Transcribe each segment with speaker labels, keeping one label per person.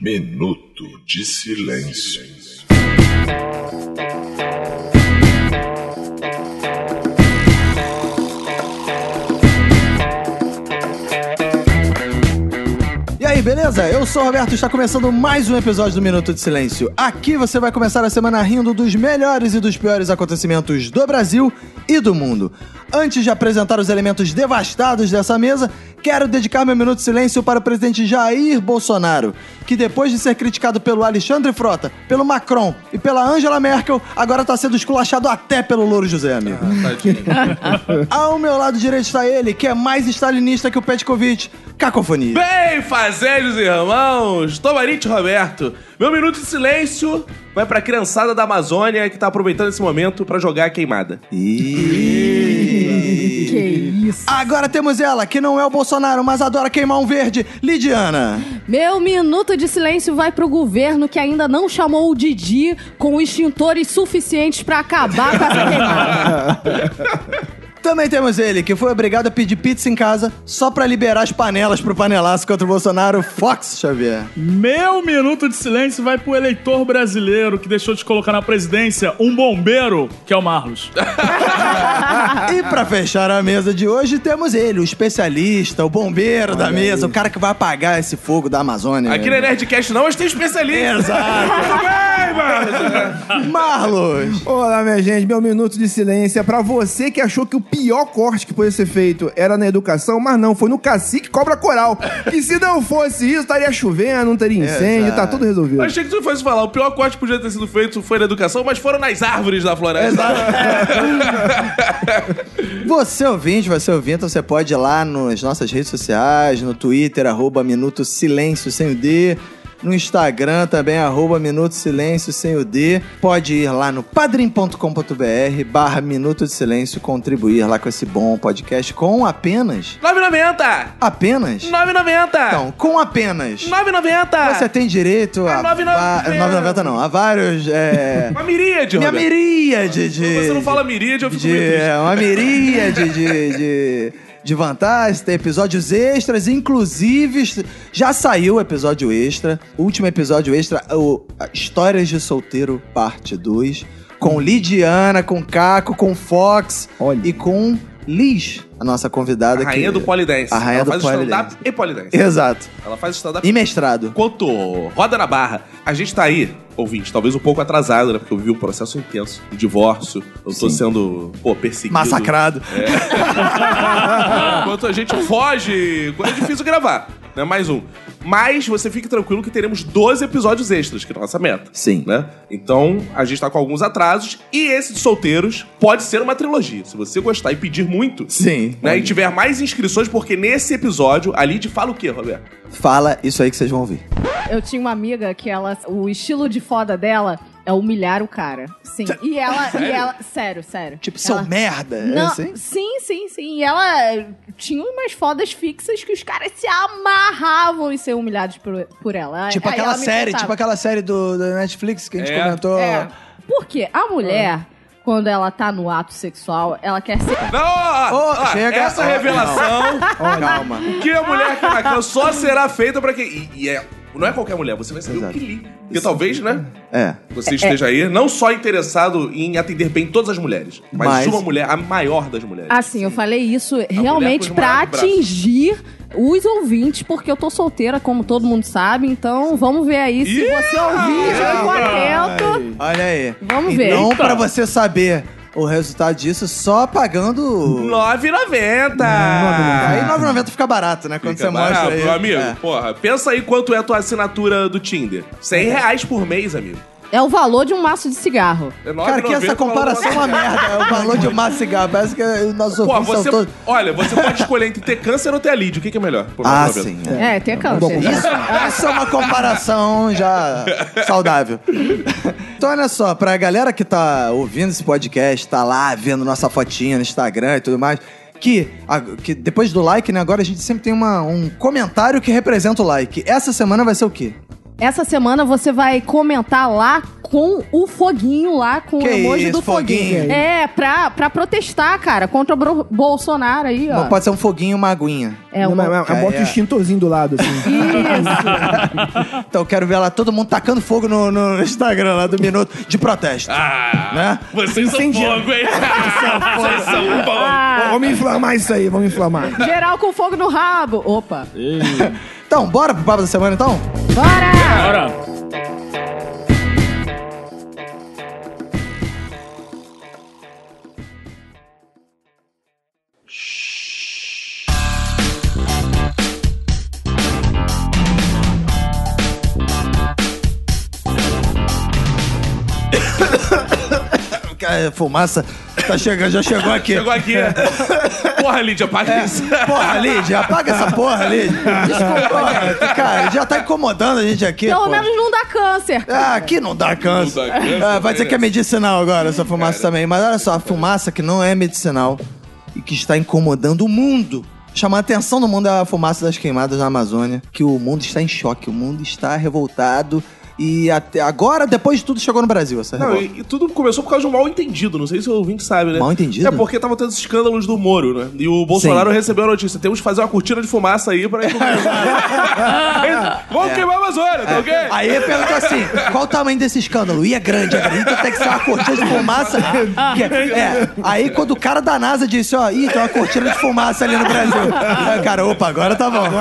Speaker 1: Minuto de Silêncio.
Speaker 2: E aí, beleza? Eu sou o Roberto e está começando mais um episódio do Minuto de Silêncio. Aqui você vai começar a semana rindo dos melhores e dos piores acontecimentos do Brasil e do mundo. Antes de apresentar os elementos devastados dessa mesa, quero dedicar meu Minuto de Silêncio para o presidente Jair Bolsonaro, que depois de ser criticado pelo Alexandre Frota, pelo Macron e pela Angela Merkel, agora está sendo esculachado até pelo Louro José, amigo.
Speaker 3: Ah.
Speaker 2: Ao meu lado direito está ele, que é mais stalinista que o Petkovic, Cacofonia.
Speaker 3: Bem, fazeres e irmãos, Tomarite Roberto. Meu minuto de silêncio vai pra criançada da Amazônia que tá aproveitando esse momento pra jogar a queimada.
Speaker 2: Que isso. Agora temos ela, que não é o Bolsonaro, mas adora queimar um verde, Lidiana.
Speaker 4: Meu minuto de silêncio vai pro governo que ainda não chamou o Didi com extintores suficientes pra acabar com essa queimada.
Speaker 2: Também temos ele, que foi obrigado a pedir pizza em casa só pra liberar as panelas pro panelaço contra o Bolsonaro, Fox Xavier.
Speaker 5: Meu minuto de silêncio vai pro eleitor brasileiro que deixou de colocar na presidência um bombeiro, que é o Marlos.
Speaker 2: E pra fechar a mesa de hoje, temos ele, o especialista, o bombeiro da mesa, o cara que vai apagar esse fogo da Amazônia.
Speaker 3: Aqui na Nerdcast não, mas tem especialista.
Speaker 2: Exato.
Speaker 3: Tudo bem, mano?
Speaker 2: Marlos.
Speaker 6: Olá, minha gente, meu minuto de silêncio é pra você que achou que o pior corte que podia ser feito era na educação, mas não, foi no cacique cobra coral. Que se não fosse isso, estaria chovendo, não teria incêndio, tá tudo
Speaker 3: Eu
Speaker 6: resolvido.
Speaker 3: achei que tu fosse falar, o pior corte que podia ter sido feito foi na educação, mas foram nas árvores da floresta.
Speaker 2: Você ouvinte, você ouvinte, você pode ir lá nas nossas redes sociais, no Twitter, arroba Minuto Silêncio sem o D. No Instagram também, arroba Minuto Silêncio sem o D. Pode ir lá no padrim.com.br barra Minuto de Silêncio, contribuir lá com esse bom podcast com apenas...
Speaker 3: 9,90!
Speaker 2: Apenas?
Speaker 3: 9,90!
Speaker 2: Então, com apenas...
Speaker 3: 9,90!
Speaker 2: Você tem direito a...
Speaker 3: É 9,90.
Speaker 2: va- 9,90 não, a vários... É...
Speaker 3: Uma miríade,
Speaker 2: Minha
Speaker 3: Roberto.
Speaker 2: miríade de...
Speaker 3: Quando Você não fala miríade, eu fico
Speaker 2: de,
Speaker 3: muito triste.
Speaker 2: é, uma miríade de, de, de vantagens, tem episódios extras, inclusive já saiu o episódio extra, o último episódio extra, o Histórias de Solteiro, parte 2, com Lidiana, com Caco, com Fox
Speaker 6: Olha.
Speaker 2: e com Liz, a nossa convidada
Speaker 3: A
Speaker 2: aqui.
Speaker 3: rainha do polidense.
Speaker 2: A rainha
Speaker 3: Ela
Speaker 2: do
Speaker 3: faz
Speaker 2: polidense.
Speaker 3: stand-up e polidense.
Speaker 2: Exato.
Speaker 3: Ela faz stand-up
Speaker 2: E mestrado.
Speaker 3: Enquanto roda na barra, a gente tá aí, ouvinte, talvez um pouco atrasado, né? Porque eu vivi um processo intenso de divórcio. Eu tô sendo, pô, perseguido.
Speaker 2: Massacrado.
Speaker 3: É. Enquanto a gente foge, é difícil gravar, né? Mais um. Mas você fique tranquilo que teremos 12 episódios extras, que é a nossa meta.
Speaker 2: Sim.
Speaker 3: Né? Então, a gente tá com alguns atrasos. E esse de solteiros pode ser uma trilogia. Se você gostar e pedir muito,
Speaker 2: Sim.
Speaker 3: né? E tiver mais inscrições, porque nesse episódio, a Lid fala o quê, Roberto?
Speaker 2: Fala isso aí que vocês vão ouvir.
Speaker 4: Eu tinha uma amiga que ela. O estilo de foda dela é humilhar o cara. Sim. E ela. Sério? E ela, sério, sério.
Speaker 2: Tipo, seu
Speaker 4: ela,
Speaker 2: merda. é
Speaker 4: Não,
Speaker 2: assim?
Speaker 4: Sim, sim, sim. E ela tinha umas fodas fixas que os caras se amarravam em ser humilhados por, por ela.
Speaker 2: Tipo
Speaker 4: Aí
Speaker 2: aquela
Speaker 4: ela me
Speaker 2: série,
Speaker 4: contava.
Speaker 2: tipo aquela série do, do Netflix que a gente
Speaker 3: É.
Speaker 2: comentou.
Speaker 4: É. Porque a
Speaker 2: Ah.
Speaker 4: mulher, quando ela tá no ato sexual, ela quer ser.
Speaker 3: Não, ó, ó,
Speaker 2: Ô,
Speaker 3: ó,
Speaker 2: chega-
Speaker 3: essa
Speaker 2: ó,
Speaker 3: revelação
Speaker 2: Calma.
Speaker 3: que a mulher que marcou só será feita pra quem. E, e é- não é qualquer mulher, você vai ser um
Speaker 2: Exato.
Speaker 3: pili. Porque talvez, né?
Speaker 2: É.
Speaker 3: Você esteja aí não só interessado em atender bem todas as mulheres, mas,
Speaker 2: Mas-
Speaker 3: uma mulher, a maior das mulheres.
Speaker 4: Assim, eu falei isso realmente
Speaker 3: mulher com os
Speaker 4: pra
Speaker 3: maiores braços.
Speaker 4: atingir os ouvintes, porque eu tô solteira, como todo mundo sabe. Então, vamos ver aí se
Speaker 3: Ih,
Speaker 4: você ouvinte ficou atento.
Speaker 2: Olha aí.
Speaker 4: Vamos ver.
Speaker 2: então,
Speaker 4: Eita.
Speaker 2: pra você saber o resultado disso, só pagando.
Speaker 3: 9,90!
Speaker 2: Aí 9,90 fica barato, né? Quando
Speaker 3: Fica
Speaker 2: você
Speaker 3: barato,
Speaker 2: mostra aí.
Speaker 3: meu amigo,
Speaker 2: É.
Speaker 3: porra, pensa aí quanto é a tua assinatura do Tinder. 100 reais por mês, amigo.
Speaker 4: É o valor de um maço de cigarro.
Speaker 3: É
Speaker 2: Cara, que
Speaker 3: 9,90
Speaker 2: essa comparação é uma merda. É o valor de um maço de cigarro. Parece que os nossos
Speaker 3: Pô,
Speaker 2: ouvintes
Speaker 3: você, é
Speaker 2: são
Speaker 3: um-
Speaker 2: todos.
Speaker 3: olha, você pode escolher entre ter câncer ou ter a lid. O que, que é melhor? Por
Speaker 2: Ah,
Speaker 3: 9,90.
Speaker 2: sim. é.
Speaker 4: É, tem câncer.
Speaker 2: Isso, isso é uma comparação já saudável. Então, olha só, pra galera que tá ouvindo esse podcast, tá lá vendo nossa fotinha no Instagram e tudo mais, que, a- que depois do like, né, agora a gente sempre tem uma- um comentário que representa o like. Essa semana vai ser o quê?
Speaker 4: Essa semana você vai comentar lá com o foguinho lá, com
Speaker 2: Que
Speaker 4: o emoji
Speaker 2: isso,
Speaker 4: do foguinho.
Speaker 2: foguinho.
Speaker 4: É, pra, pra protestar, cara, contra o Bro- Bolsonaro aí, ó.
Speaker 2: Mas Pode ser um foguinho, uma aguinha.
Speaker 4: É,
Speaker 6: Não,
Speaker 4: uma...
Speaker 6: mas- mas- mas Bota
Speaker 2: É, é.
Speaker 6: o um extintorzinho do lado, assim.
Speaker 4: Isso.
Speaker 2: Então eu quero ver lá todo mundo tacando fogo no, no Instagram lá do Minuto de protesto.
Speaker 3: Ah,
Speaker 2: Né?
Speaker 3: vocês são
Speaker 2: Incendiário.
Speaker 3: fogo, hein? vocês são fogo.
Speaker 4: Ah,
Speaker 6: Vamos inflamar isso aí, vamos inflamar.
Speaker 4: geral com fogo no rabo. Opa.
Speaker 2: Então, bora pro papo da semana então?
Speaker 4: Bora!
Speaker 5: Bora.
Speaker 2: Cara, Fumaça tá chegando, já chegou aqui.
Speaker 3: Chegou aqui. né? Porra, Lídia,
Speaker 2: É.
Speaker 3: apaga isso.
Speaker 2: Porra, Lídia, apaga essa porra, Lídia. Desculpa, cara, já tá incomodando a gente aqui.
Speaker 4: Pelo
Speaker 2: pô.
Speaker 4: menos não dá câncer.
Speaker 2: Ah, aqui não dá câncer.
Speaker 3: Não dá né? câncer,
Speaker 2: Ah, vai dizer que é
Speaker 3: merece.
Speaker 2: medicinal agora essa fumaça também. Mas olha só, a fumaça que não é medicinal e que está incomodando o mundo. Chamar a atenção do mundo é a fumaça das queimadas na Amazônia, que o mundo está em choque, o mundo está revoltado. E até agora, depois de tudo, chegou no Brasil essa
Speaker 3: Não,
Speaker 2: revolta.
Speaker 3: e, e tudo começou por causa de um mal entendido. Não sei se o ouvinte sabe, né?
Speaker 2: Mal entendido?
Speaker 3: É porque tava tendo esses escândalos do Moro, né? E o Bolsonaro
Speaker 2: Sim.
Speaker 3: recebeu a notícia: temos que fazer uma cortina de fumaça aí pra. Vamos queimar a Amazônia, tá ok?
Speaker 2: É. Aí ele perguntou assim: qual o tamanho desse escândalo? E é grande, é grande. Então tem que ser uma cortina de fumaça. Que é- é. Aí quando o cara da NASA disse, ó, ih, tem uma cortina de fumaça ali no Brasil. Aí, o cara, opa, agora tá bom.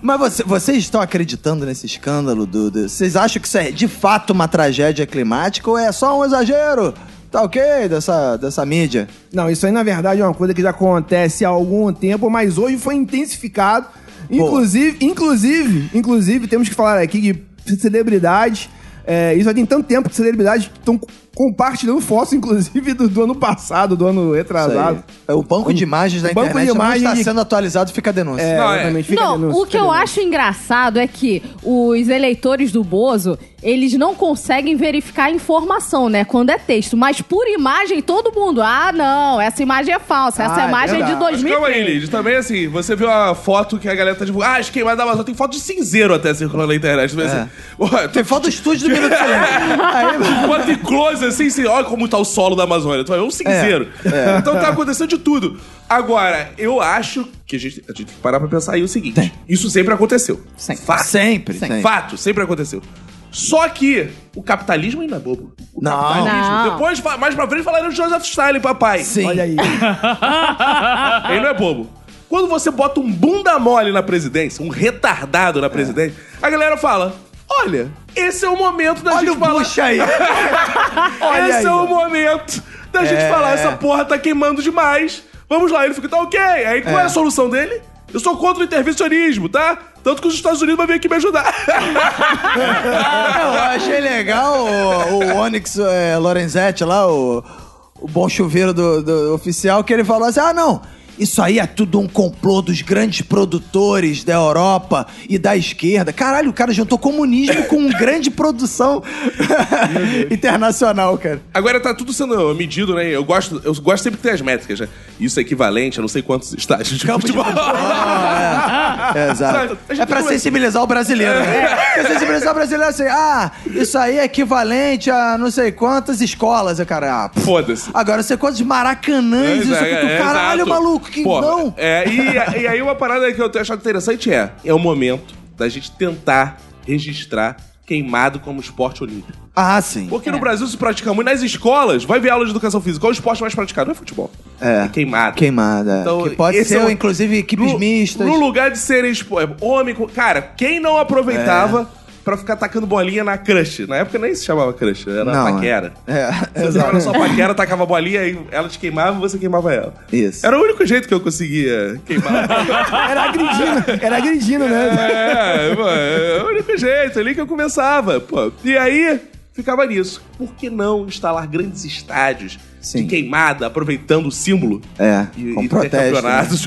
Speaker 2: Mas você- vocês estão acreditando nesse escândalo, Duda? Vocês acham que isso é de fato uma tragédia climática ou é só um exagero? Tá ok dessa, dessa mídia?
Speaker 6: Não, isso aí na verdade é uma coisa que já acontece há algum tempo, mas hoje foi intensificado. Inclusive, inclusive, inclusive, temos que falar aqui que celebridades. é, isso já tem tanto tempo que celebridades estão co- compartilhando fotos, inclusive, do, do ano passado, do ano retrasado.
Speaker 2: Isso aí. É, O banco de imagens da
Speaker 6: O banco
Speaker 2: internet
Speaker 6: de
Speaker 2: não está
Speaker 6: imagens-
Speaker 2: sendo atualizado, fica a denúncia.
Speaker 6: É,
Speaker 3: Não, é.
Speaker 6: exatamente, fica a
Speaker 4: Não,
Speaker 6: denúncia,
Speaker 4: o que
Speaker 6: fica a
Speaker 4: eu
Speaker 6: denúncia.
Speaker 4: acho engraçado é que os eleitores do Bozo, eles não conseguem verificar a informação, né? Quando é texto. Mas por imagem, todo mundo. Ah, não, essa imagem é falsa. Essa
Speaker 6: Ah, é
Speaker 4: imagem é de
Speaker 6: verdade.
Speaker 3: Mas calma aí,
Speaker 4: 2003.
Speaker 3: Lídia. Também assim, você viu a foto que a galera tá divulgando. Ah, as queimadas da Amazônia. Tem foto de cinzeiro até circulando na internet. Mas,
Speaker 2: É.
Speaker 3: assim, ué,
Speaker 2: Tem foto do estúdio do Minuto de Silêncio.
Speaker 3: Tu bota em close assim, assim, olha como tá o solo da Amazônia. Tu vai, é um cinzeiro.
Speaker 2: É,
Speaker 3: Então tá acontecendo de tudo. Agora, eu acho que a gente, a gente tem que parar pra pensar aí o seguinte: isso sempre aconteceu.
Speaker 4: Sempre.
Speaker 3: Fato.
Speaker 2: Sempre, sempre.
Speaker 3: Fato, sempre aconteceu. Só que o capitalismo ainda é bobo. O
Speaker 2: Não.
Speaker 3: capitalismo.
Speaker 4: Não.
Speaker 3: Depois, fa- mais pra frente, falaram de Joseph Stalin, papai.
Speaker 2: Sim.
Speaker 6: Olha aí.
Speaker 3: Ele não é bobo. Quando você bota um bunda mole na presidência, um retardado
Speaker 2: É.
Speaker 3: na presidência, a galera fala: olha, esse é o momento da
Speaker 2: Olha
Speaker 3: gente
Speaker 2: o
Speaker 3: falar.
Speaker 2: Bush aí.
Speaker 3: Esse
Speaker 2: aí,
Speaker 3: é
Speaker 2: ó.
Speaker 3: o momento da gente
Speaker 2: É.
Speaker 3: falar, essa porra tá queimando demais. Vamos lá, ele fica, tá ok. Aí qual é, a solução dele? Eu sou contra o intervencionismo, tá? Tanto que os Estados Unidos vão vir aqui me ajudar.
Speaker 2: Eu achei legal o, o Onyx é, Lorenzetti lá, o, o bom chuveiro do, do oficial, que ele falou assim: ah, não. Isso aí é tudo um complô dos grandes produtores da Europa e da esquerda. Caralho, o cara juntou comunismo com um grande produção internacional, cara.
Speaker 3: Agora tá tudo sendo medido, né? Eu gosto, eu gosto sempre que tem as métricas, né? Isso é equivalente a não sei quantos estágios de futebol. Ah,
Speaker 2: É,
Speaker 3: Sabe,
Speaker 2: exato.
Speaker 3: a gente
Speaker 2: É pra
Speaker 3: come-
Speaker 2: sensibilizar o brasileiro. Né? Porque sensibilizar o brasileiro é assim, ah, isso aí é equivalente a não sei quantas escolas, eu, cara. Ah, pff.
Speaker 3: Foda-se.
Speaker 2: Agora, você quantos maracanãs, isso aqui, tu,
Speaker 3: é,
Speaker 2: caralho,
Speaker 3: exato.
Speaker 2: maluco, que
Speaker 3: Porra,
Speaker 2: não.
Speaker 3: É, e, e aí uma parada que eu tenho achado interessante é, é o momento da gente tentar registrar queimado como esporte olímpico.
Speaker 2: Ah, sim.
Speaker 3: Porque no Brasil se pratica muito. Nas escolas, vai ver aula de educação física. Qual é o esporte mais praticado? Não é futebol.
Speaker 2: É.
Speaker 3: queimado.
Speaker 2: Queimada.
Speaker 3: Então,
Speaker 2: que pode
Speaker 3: esse
Speaker 2: ser,
Speaker 3: é o-
Speaker 2: inclusive, equipes
Speaker 3: No-
Speaker 2: mistas.
Speaker 3: No lugar de serem expo... é, homem. com- Cara, quem não aproveitava
Speaker 2: É.
Speaker 3: pra ficar tacando bolinha na crush? Na época nem se chamava crush, era
Speaker 2: Não,
Speaker 3: paquera.
Speaker 2: É,
Speaker 3: Você
Speaker 2: exato.
Speaker 3: era só paquera, tacava bolinha, aí ela te queimava e você queimava ela.
Speaker 2: Isso.
Speaker 3: Era o único jeito que eu conseguia queimar.
Speaker 6: Era agredindo, era agredindo, né?
Speaker 3: É, pô, é o único jeito, ali que eu começava. Pô. E aí, ficava nisso. Por que não instalar grandes estádios
Speaker 2: Sim.
Speaker 3: de queimada, aproveitando o símbolo?
Speaker 2: É,
Speaker 3: E,
Speaker 2: com
Speaker 3: e ter
Speaker 2: protesto, É,
Speaker 3: campeonatos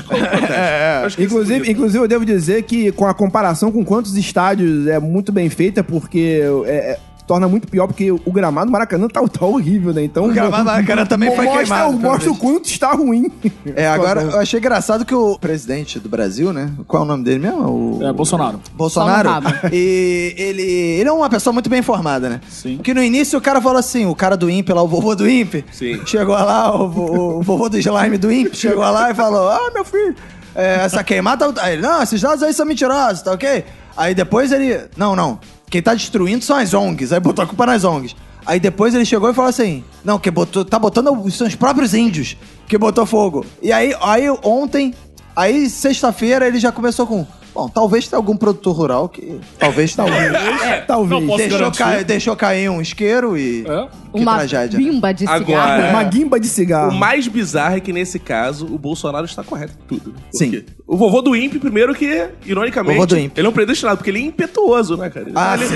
Speaker 3: com protesto. Acho que isso
Speaker 6: É, Inclusive,
Speaker 3: podia-
Speaker 6: inclusive, eu devo dizer que com a comparação com quantos estádios é muito bem feita, porque é, é, torna muito pior, porque o gramado do Maracanã tá, tá horrível, né? Então. O
Speaker 2: gramado do Maracanã também foi
Speaker 6: mostra,
Speaker 2: queimado, pelo
Speaker 6: Mostra o quanto está ruim.
Speaker 2: É, agora eu achei engraçado que o presidente do Brasil, né? Qual é o nome dele mesmo? O...
Speaker 5: É, Bolsonaro.
Speaker 2: Bolsonaro.
Speaker 4: Só no rabo.
Speaker 2: E ele, ele é uma pessoa muito bem informada, né?
Speaker 5: Sim.
Speaker 2: Porque no início o cara falou assim: o cara do Imp lá, o vovô do Imp,
Speaker 3: Sim.
Speaker 2: chegou lá, o, vo- o vovô do slime do Imp chegou lá e falou: Ah, meu filho, é, essa queimada. Aí ele, não, esses dados aí são mentirosos, tá ok? Aí depois ele. Não, não. Quem tá destruindo são as ONGs. Aí botou a culpa nas ONGs. Aí depois ele chegou e falou assim: Não, que botou, tá botando os- são os próprios índios que botou fogo. E aí, aí ontem, aí sexta-feira ele já começou com. Bom, talvez tenha algum produtor rural que. Talvez É, talvez.
Speaker 5: Não posso
Speaker 2: deixou,
Speaker 5: garantir.
Speaker 2: cair, deixou cair um isqueiro e.
Speaker 5: É?
Speaker 2: Que
Speaker 4: Uma
Speaker 2: tragédia. né?
Speaker 4: bimba de cigarro.
Speaker 3: Agora-
Speaker 6: Uma guimba de
Speaker 2: Ah.
Speaker 6: cigarro.
Speaker 3: É. O mais bizarro é que, nesse caso, o Bolsonaro está correto em tudo. Por
Speaker 2: Sim.
Speaker 3: quê? O vovô do Imp, primeiro que, ironicamente,
Speaker 2: Vovô do Imp.
Speaker 3: ele é um predestinado, porque ele é impetuoso, né, cara?
Speaker 2: Ah,
Speaker 3: ele,
Speaker 2: sim,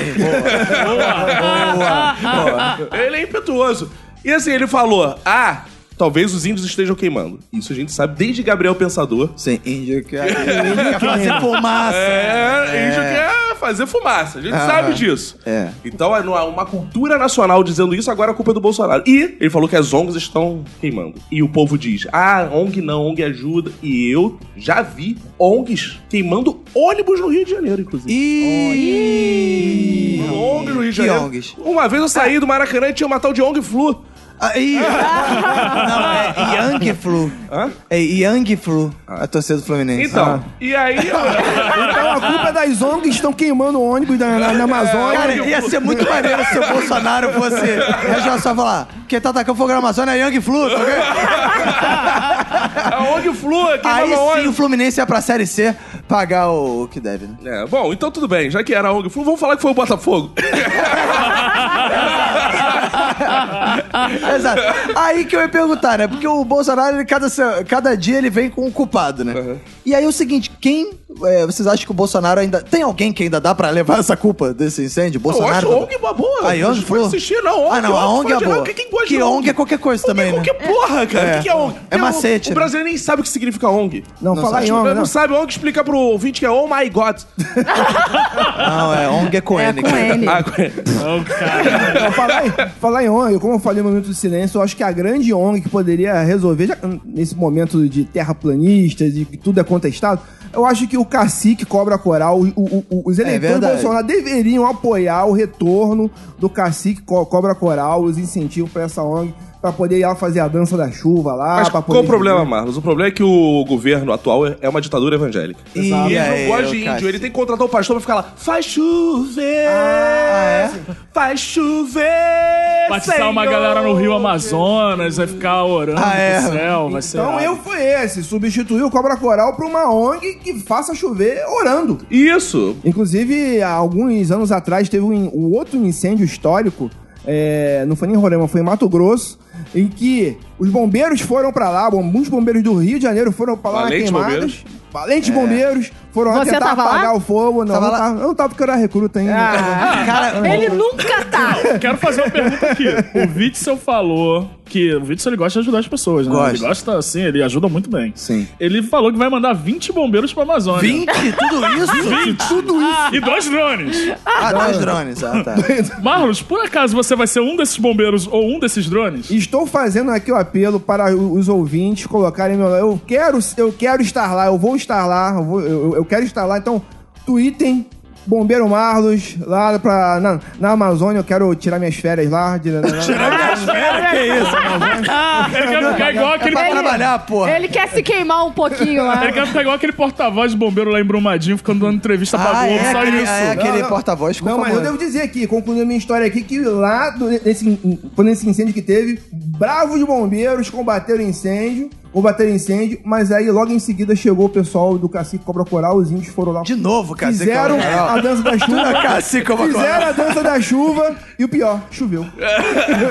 Speaker 2: boa.
Speaker 3: Ele é impetuoso. E assim, ele falou, ah... Talvez os índios estejam queimando. Isso a gente sabe desde Gabriel Pensador.
Speaker 2: Sim, índio que é- índio quer fazer fumaça.
Speaker 3: É, índio quer fazer fumaça. A gente
Speaker 2: Aham.
Speaker 3: sabe disso.
Speaker 2: É.
Speaker 3: Então é uma uma cultura nacional dizendo isso, agora a culpa é do Bolsonaro. E ele falou que as ONGs estão queimando. E o povo diz: ah, ONG não, ONG ajuda. E eu já vi ONGs queimando ônibus no Rio de Janeiro, inclusive.
Speaker 2: É. Ih!
Speaker 3: ONG no Rio de
Speaker 2: Que
Speaker 3: Janeiro.
Speaker 2: ONGs? É.
Speaker 3: Uma vez eu saí do Maracanã e tinha uma tal de ONG Flu.
Speaker 2: Aí. Ah, Não, é Yang Flu.
Speaker 3: Hã?
Speaker 2: É Yang Flu, a torcida do Fluminense. Ah.
Speaker 3: Então, e aí.
Speaker 6: Então a culpa é das ONGs que estão queimando o ônibus na, na- na
Speaker 2: Ah.
Speaker 6: Amazônia.
Speaker 2: Cara, ia ser muito maneiro se o Bolsonaro fosse. Eu só falar: quem tá atacando fogo na Amazônia é Yang Flu, tá ok?
Speaker 3: a ONG Flu,
Speaker 2: Aí
Speaker 3: queimava
Speaker 2: sim o
Speaker 3: ônibus.
Speaker 2: Fluminense ia pra Série C pagar o, o que deve, né?
Speaker 3: É, bom, então tudo bem, já que era a ONG Flu, vamos falar que foi o Botafogo.
Speaker 2: Exato. Aí que eu ia perguntar, né? Porque o Bolsonaro, ele, cada, se- cada dia ele vem com um culpado, né?
Speaker 3: Uhum.
Speaker 2: E aí é o seguinte, quem... é, vocês acham que o Bolsonaro ainda... Tem alguém que ainda dá pra levar essa culpa desse incêndio?
Speaker 3: Eu acho
Speaker 2: Bolsonaro...
Speaker 3: a ONG uma boa.
Speaker 2: Aí, ONG
Speaker 3: Não foi
Speaker 2: foi?
Speaker 3: assistir, não. ONG,
Speaker 2: Ah, não, a ONG é
Speaker 3: faz de-
Speaker 2: boa.
Speaker 3: Que, quem gosta de
Speaker 2: Que ONG é qualquer coisa também, né?
Speaker 3: Qualquer porra, cara. O
Speaker 2: É.
Speaker 3: que, que é ONG?
Speaker 2: É
Speaker 3: Que
Speaker 2: macete,
Speaker 3: O,
Speaker 2: né?
Speaker 3: o brasileiro nem sabe o que significa ONG.
Speaker 6: Não,
Speaker 2: Não
Speaker 6: fala
Speaker 2: sabe.
Speaker 6: aí,
Speaker 3: Não,
Speaker 6: homem.
Speaker 3: não
Speaker 6: Não.
Speaker 3: sabe, ONG explica pro ouvinte que é Oh My God.
Speaker 2: Não, é ONG é com
Speaker 4: É
Speaker 2: N.
Speaker 4: com N.
Speaker 3: Ah, é.
Speaker 5: Ô, cara.
Speaker 6: Não, falar, em, falar em ONG, como eu falei no momento do silêncio, eu acho que a grande ONG que poderia resolver, já, nesse momento de terraplanistas e que tudo é contestado, eu acho que o cacique cobra coral, o- o- o- os eleitores do
Speaker 2: verdade.
Speaker 6: Bolsonaro deveriam apoiar o retorno do cacique co- cobra coral, os incentivos pra essa ONG, pra poder ir lá fazer a dança da chuva
Speaker 2: Ah,
Speaker 6: lá.
Speaker 3: Mas
Speaker 6: pra
Speaker 3: qual o
Speaker 6: poder-
Speaker 3: problema, Marlos? O problema é que o governo atual é é uma ditadura evangélica.
Speaker 2: E
Speaker 3: E ele
Speaker 2: aí,
Speaker 3: não gosta de
Speaker 2: o
Speaker 3: índio.
Speaker 2: Cássio?
Speaker 3: Ele tem que contratar o pastor pra ficar lá. Faz chover.
Speaker 2: Ah, é?
Speaker 3: Faz chover.
Speaker 5: Batizar uma
Speaker 3: Senhor."
Speaker 5: galera no Rio Amazonas, vai ficar orando
Speaker 2: Ah, é.
Speaker 5: no céu, vai ser.
Speaker 6: Então
Speaker 5: irado.
Speaker 6: eu fui esse, substituir o cobra coral pra uma ONG que faça chover orando.
Speaker 3: Isso.
Speaker 6: Inclusive, há alguns anos atrás teve um, um outro incêndio histórico, é, não foi nem em Roraima, foi em Mato Grosso, em que os bombeiros foram pra lá, bom, muitos bombeiros do Rio de Janeiro foram pra lá na
Speaker 3: Valentes
Speaker 6: queimada.
Speaker 3: bombeiros.
Speaker 6: Valentes bombeiros foram lá
Speaker 4: É. Você
Speaker 6: tentar
Speaker 4: tava Ah, lá?
Speaker 6: apagar o fogo. Não,
Speaker 2: Tava
Speaker 6: não
Speaker 2: lá?
Speaker 6: tava, eu não tava porque eu era recruta ainda.
Speaker 2: Ah, Cara,
Speaker 4: Ele nunca tá.
Speaker 5: Quero fazer uma pergunta aqui. O Witzel falou que o Witzel ele gosta de ajudar as pessoas, né?
Speaker 2: Gosta.
Speaker 5: Ele gosta, assim, ele ajuda muito bem.
Speaker 2: Sim.
Speaker 5: Ele falou que vai mandar 20 bombeiros
Speaker 3: Ah,
Speaker 5: pra Amazônia.
Speaker 2: 20? Tudo isso?
Speaker 5: 20? Tudo isso. E dois drones.
Speaker 2: Ah, dois drones. Ah, tá.
Speaker 5: Marlos, por acaso você vai ser um desses bombeiros ou um desses drones?
Speaker 6: Estou fazendo aqui o apelo para o- os ouvintes colocarem meu. Eu quero, eu quero estar lá, eu vou estar lá, eu, vou- eu- eu quero estar lá. Então, tweetem Bombeiro Marlos lá pra, na, na Amazônia. Eu quero tirar minhas férias lá. de-
Speaker 5: Ele quer ficar igual aquele.
Speaker 2: É Pra trabalhar, porra.
Speaker 4: Ele quer se queimar um pouquinho lá.
Speaker 3: É
Speaker 5: Ele quer ficar igual aquele porta-voz de bombeiro lá em Brumadinho, ficando dando entrevista pra
Speaker 2: Ah,
Speaker 5: Globo,
Speaker 2: é
Speaker 5: Tá só
Speaker 2: aquele,
Speaker 5: isso.
Speaker 2: é aquele
Speaker 6: Não, não.
Speaker 2: porta-voz com
Speaker 6: Não, mas eu devo dizer aqui, concluindo a minha história aqui, que lá, do- nesse, in- quando esse incêndio que teve, bravos bombeiros combateram o incêndio, combateram o incêndio, mas aí logo em seguida chegou o pessoal do Cacique Cobra Coral, os índios foram lá.
Speaker 2: De novo, cara. você
Speaker 6: Fizeram
Speaker 2: quer uma-
Speaker 6: a dança da chuva.
Speaker 2: Cacique Cobra Coral.
Speaker 6: Fizeram a dança da chuva e o pior, choveu.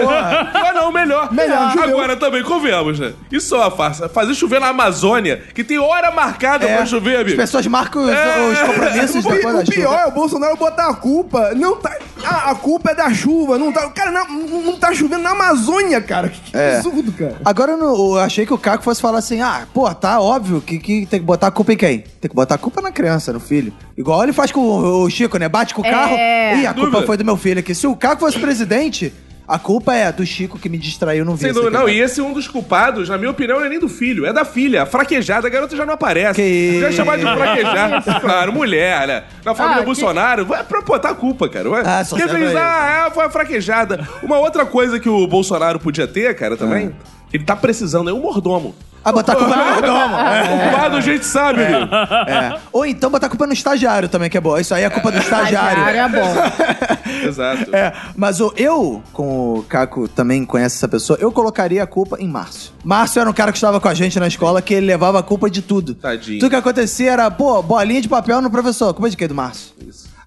Speaker 3: Ah, não, melhor.
Speaker 6: Melhor, choveu.
Speaker 3: Agora também convenhamos, né? Isso é uma farsa. Fazer chover na Amazônia, que tem hora marcada
Speaker 2: É,
Speaker 3: pra chover,
Speaker 2: As
Speaker 3: amigo.
Speaker 2: pessoas marcam os,
Speaker 3: É.
Speaker 2: os compromissos
Speaker 6: O, pi-
Speaker 2: depois
Speaker 6: o
Speaker 2: da chuva.
Speaker 6: pior é o Bolsonaro botar a culpa. Não tá. Ah, a culpa é da chuva. Não tá, cara, na- não, não tá chovendo na Amazônia, cara. Que
Speaker 2: É.
Speaker 6: absurdo, cara.
Speaker 2: Agora eu, não- eu achei que o Caco fosse falar assim: ah, pô, tá óbvio que, que tem que botar a culpa em quem? Tem que botar a culpa na criança, no filho. Igual ele faz com o, o Chico, né? Bate com o
Speaker 4: É.
Speaker 2: carro. Ih, a
Speaker 5: Dúvida.
Speaker 2: culpa foi do meu filho aqui. Se o Caco fosse presidente, a culpa é do Chico que me distraiu, não vi.
Speaker 3: Sem
Speaker 2: esse
Speaker 3: dúvida, não,
Speaker 2: episódio.
Speaker 3: e esse é um dos culpados, na minha opinião, não é nem do filho, é da filha. A fraquejada, a garota já não aparece.
Speaker 2: Que
Speaker 3: Já é chamada de fraquejar. claro, mulher, né? Na família
Speaker 4: que-
Speaker 3: Bolsonaro, vai pra botar a culpa, cara. Vai.
Speaker 2: Ah, só
Speaker 3: Quer
Speaker 2: serve
Speaker 3: dizer,
Speaker 2: a isso.
Speaker 3: ah, é, foi a fraquejada. Uma outra coisa que o Bolsonaro podia ter, cara, também, ele tá precisando, é um mordomo.
Speaker 2: Ah, botar a culpa no mordomo.
Speaker 3: O culpado a gente sabe, né? amigo.
Speaker 2: É. Ou então botar a culpa no estagiário também, que é bom. Isso aí é culpa do estagiário.
Speaker 4: Estagiário é bom.
Speaker 3: Exato.
Speaker 2: É, mas o, eu, com o Caco também conhece essa pessoa, eu colocaria a culpa em Márcio. Márcio era um cara que estava com a gente na escola que ele levava a culpa de tudo.
Speaker 3: Tadinho.
Speaker 2: Tudo que acontecia era, pô, bolinha de papel no professor. Culpa de quê do Márcio?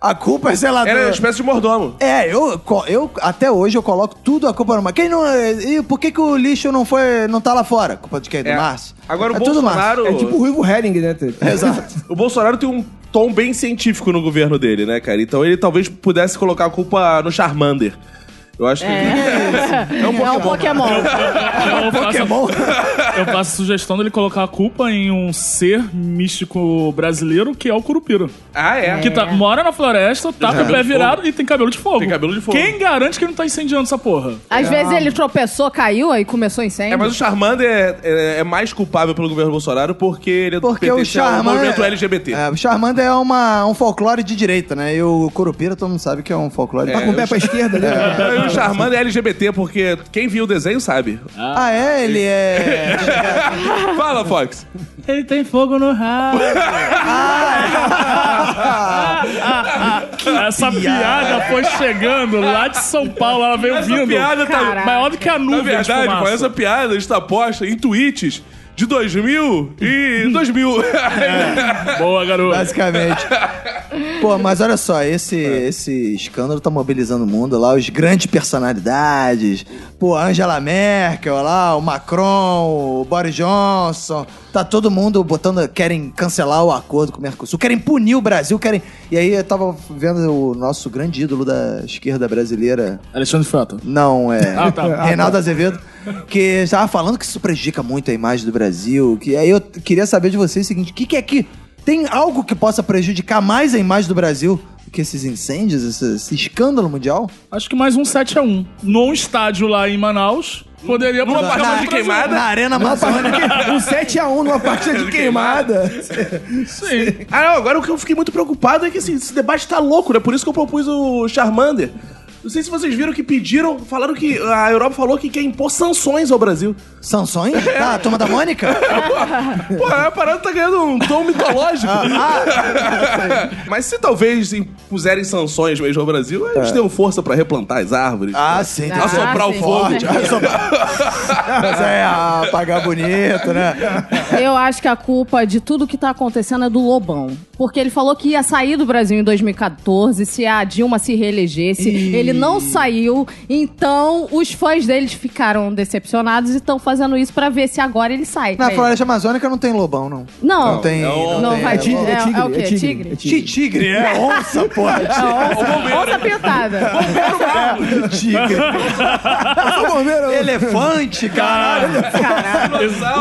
Speaker 2: A culpa é, sei lá,
Speaker 3: Era uma
Speaker 2: do-
Speaker 3: espécie de mordomo.
Speaker 2: É, eu, co- eu até hoje eu coloco tudo a culpa no Márcio. Quem não. E por que, que o lixo não foi. não tá lá fora? Culpa de quem? Do
Speaker 3: É.
Speaker 2: Márcio?
Speaker 3: Agora
Speaker 2: é
Speaker 3: o
Speaker 2: tudo Márcio.
Speaker 3: Bolsonaro.
Speaker 6: É tipo o Ruivo Herring, né, Tete?
Speaker 2: Exato.
Speaker 3: O Bolsonaro tem um tom bem científico no governo dele, né, cara? Então ele talvez pudesse colocar a culpa no Charmander. Eu acho que.
Speaker 4: É,
Speaker 3: um
Speaker 4: é um Pokémon.
Speaker 5: Então, Eu faço, eu faço a sugestão dele colocar a culpa em um ser místico brasileiro que é o Curupira.
Speaker 3: Ah, é.
Speaker 5: Que tá- mora na floresta, tá com o pé
Speaker 3: cabelo de
Speaker 5: virado e tem cabelo de fogo.
Speaker 3: Tem cabelo de fogo.
Speaker 5: Quem garante que ele não tá incendiando essa porra?
Speaker 4: Às vezes ele tropeçou, caiu e começou incêndio.
Speaker 3: É, mas o Charmander é, é- é mais culpável pelo governo Bolsonaro porque ele é
Speaker 2: Porque o
Speaker 3: pertence ao
Speaker 2: Charmander.
Speaker 3: movimento LGBT.
Speaker 2: É, o Charmander é uma, um folclore de direita, né? E o Curupira, todo mundo sabe que é um folclore.
Speaker 6: Tá com o pé pra esquerda, né?
Speaker 3: E o Charmander é LGBT, porque quem viu o desenho sabe.
Speaker 2: Ah, é? Ele é.
Speaker 3: Fala, Fox.
Speaker 5: Ele tem fogo no rabo. Essa piada foi chegando lá de São Paulo, ela veio
Speaker 3: Essa
Speaker 5: vindo.
Speaker 3: piada tá-
Speaker 4: Caraca.
Speaker 5: Maior do que a nuvem
Speaker 3: Na verdade,
Speaker 5: de
Speaker 3: pô,
Speaker 5: fumaça.
Speaker 3: essa piada está posta em tweets de 2000 e 2000.
Speaker 5: Boa, garoto.
Speaker 2: Basicamente. Pô, mas olha só, esse, esse escândalo tá mobilizando o mundo lá, os grandes personalidades. Pô, Angela Merkel lá, o Macron, o Boris Johnson. Tá todo mundo botando. Querem cancelar o acordo com o Mercosul, querem punir o Brasil, querem. E aí eu tava vendo o nosso grande ídolo da esquerda brasileira,
Speaker 5: Alexandre Frota.
Speaker 2: Não, é.
Speaker 5: Ah, tá. Ah,
Speaker 2: Reinaldo Azevedo. Que estava falando que isso prejudica muito a imagem do Brasil. Que aí eu t- queria saber de vocês o seguinte: o que, que é que. Tem algo que possa prejudicar mais a imagem do Brasil do que esses incêndios, esse, esse escândalo mundial?
Speaker 5: Acho que mais um 7x1. Num estádio lá em Manaus, poderia
Speaker 3: Numa
Speaker 5: provocar
Speaker 3: partida
Speaker 5: uma
Speaker 3: de
Speaker 5: tragédia.
Speaker 3: queimada?
Speaker 2: Na Arena Amazônica.
Speaker 6: Um 7x1 numa partida de queimada.
Speaker 5: Sim.
Speaker 3: Ah, não, agora o que eu fiquei muito preocupado é que assim, esse debate tá louco, né? Por isso que eu propus o Charmander. Não sei se vocês viram que pediram, falaram que a Europa falou que quer impor sanções ao Brasil.
Speaker 2: Sansões? Ah, a turma da Mônica?
Speaker 3: Pô, a parada tá ganhando um tom mitológico. Mas se talvez impuserem sanções mesmo ao Brasil, eles tenham força pra replantar as árvores.
Speaker 2: Ah, sim. tem-
Speaker 4: Ah,
Speaker 3: Assoprar o
Speaker 4: sim.
Speaker 3: fogo.
Speaker 2: Forte, assoprar. Mas é, apagar bonito, né?
Speaker 4: Eu acho que a culpa de tudo que tá acontecendo é do Lobão. Porque ele falou que ia sair do Brasil em 2014 se a Dilma se reelegesse. Ele não saiu, então os fãs deles ficaram decepcionados e estão fazendo isso pra ver se agora ele sai.
Speaker 2: Na
Speaker 4: Aí.
Speaker 2: Floresta Amazônica não tem lobão, não.
Speaker 4: Não.
Speaker 2: Não tem.
Speaker 3: é
Speaker 2: Não,
Speaker 3: um-
Speaker 4: Não
Speaker 2: tem,
Speaker 4: vai-
Speaker 2: é
Speaker 4: ti-
Speaker 6: É tigre,
Speaker 4: É o quê?
Speaker 6: é tigre.
Speaker 4: Tigre? É,
Speaker 6: É
Speaker 2: Ti- Tigre, é onça, porra. É,
Speaker 4: Onça pintada.
Speaker 2: Tigre. Elefante, caralho.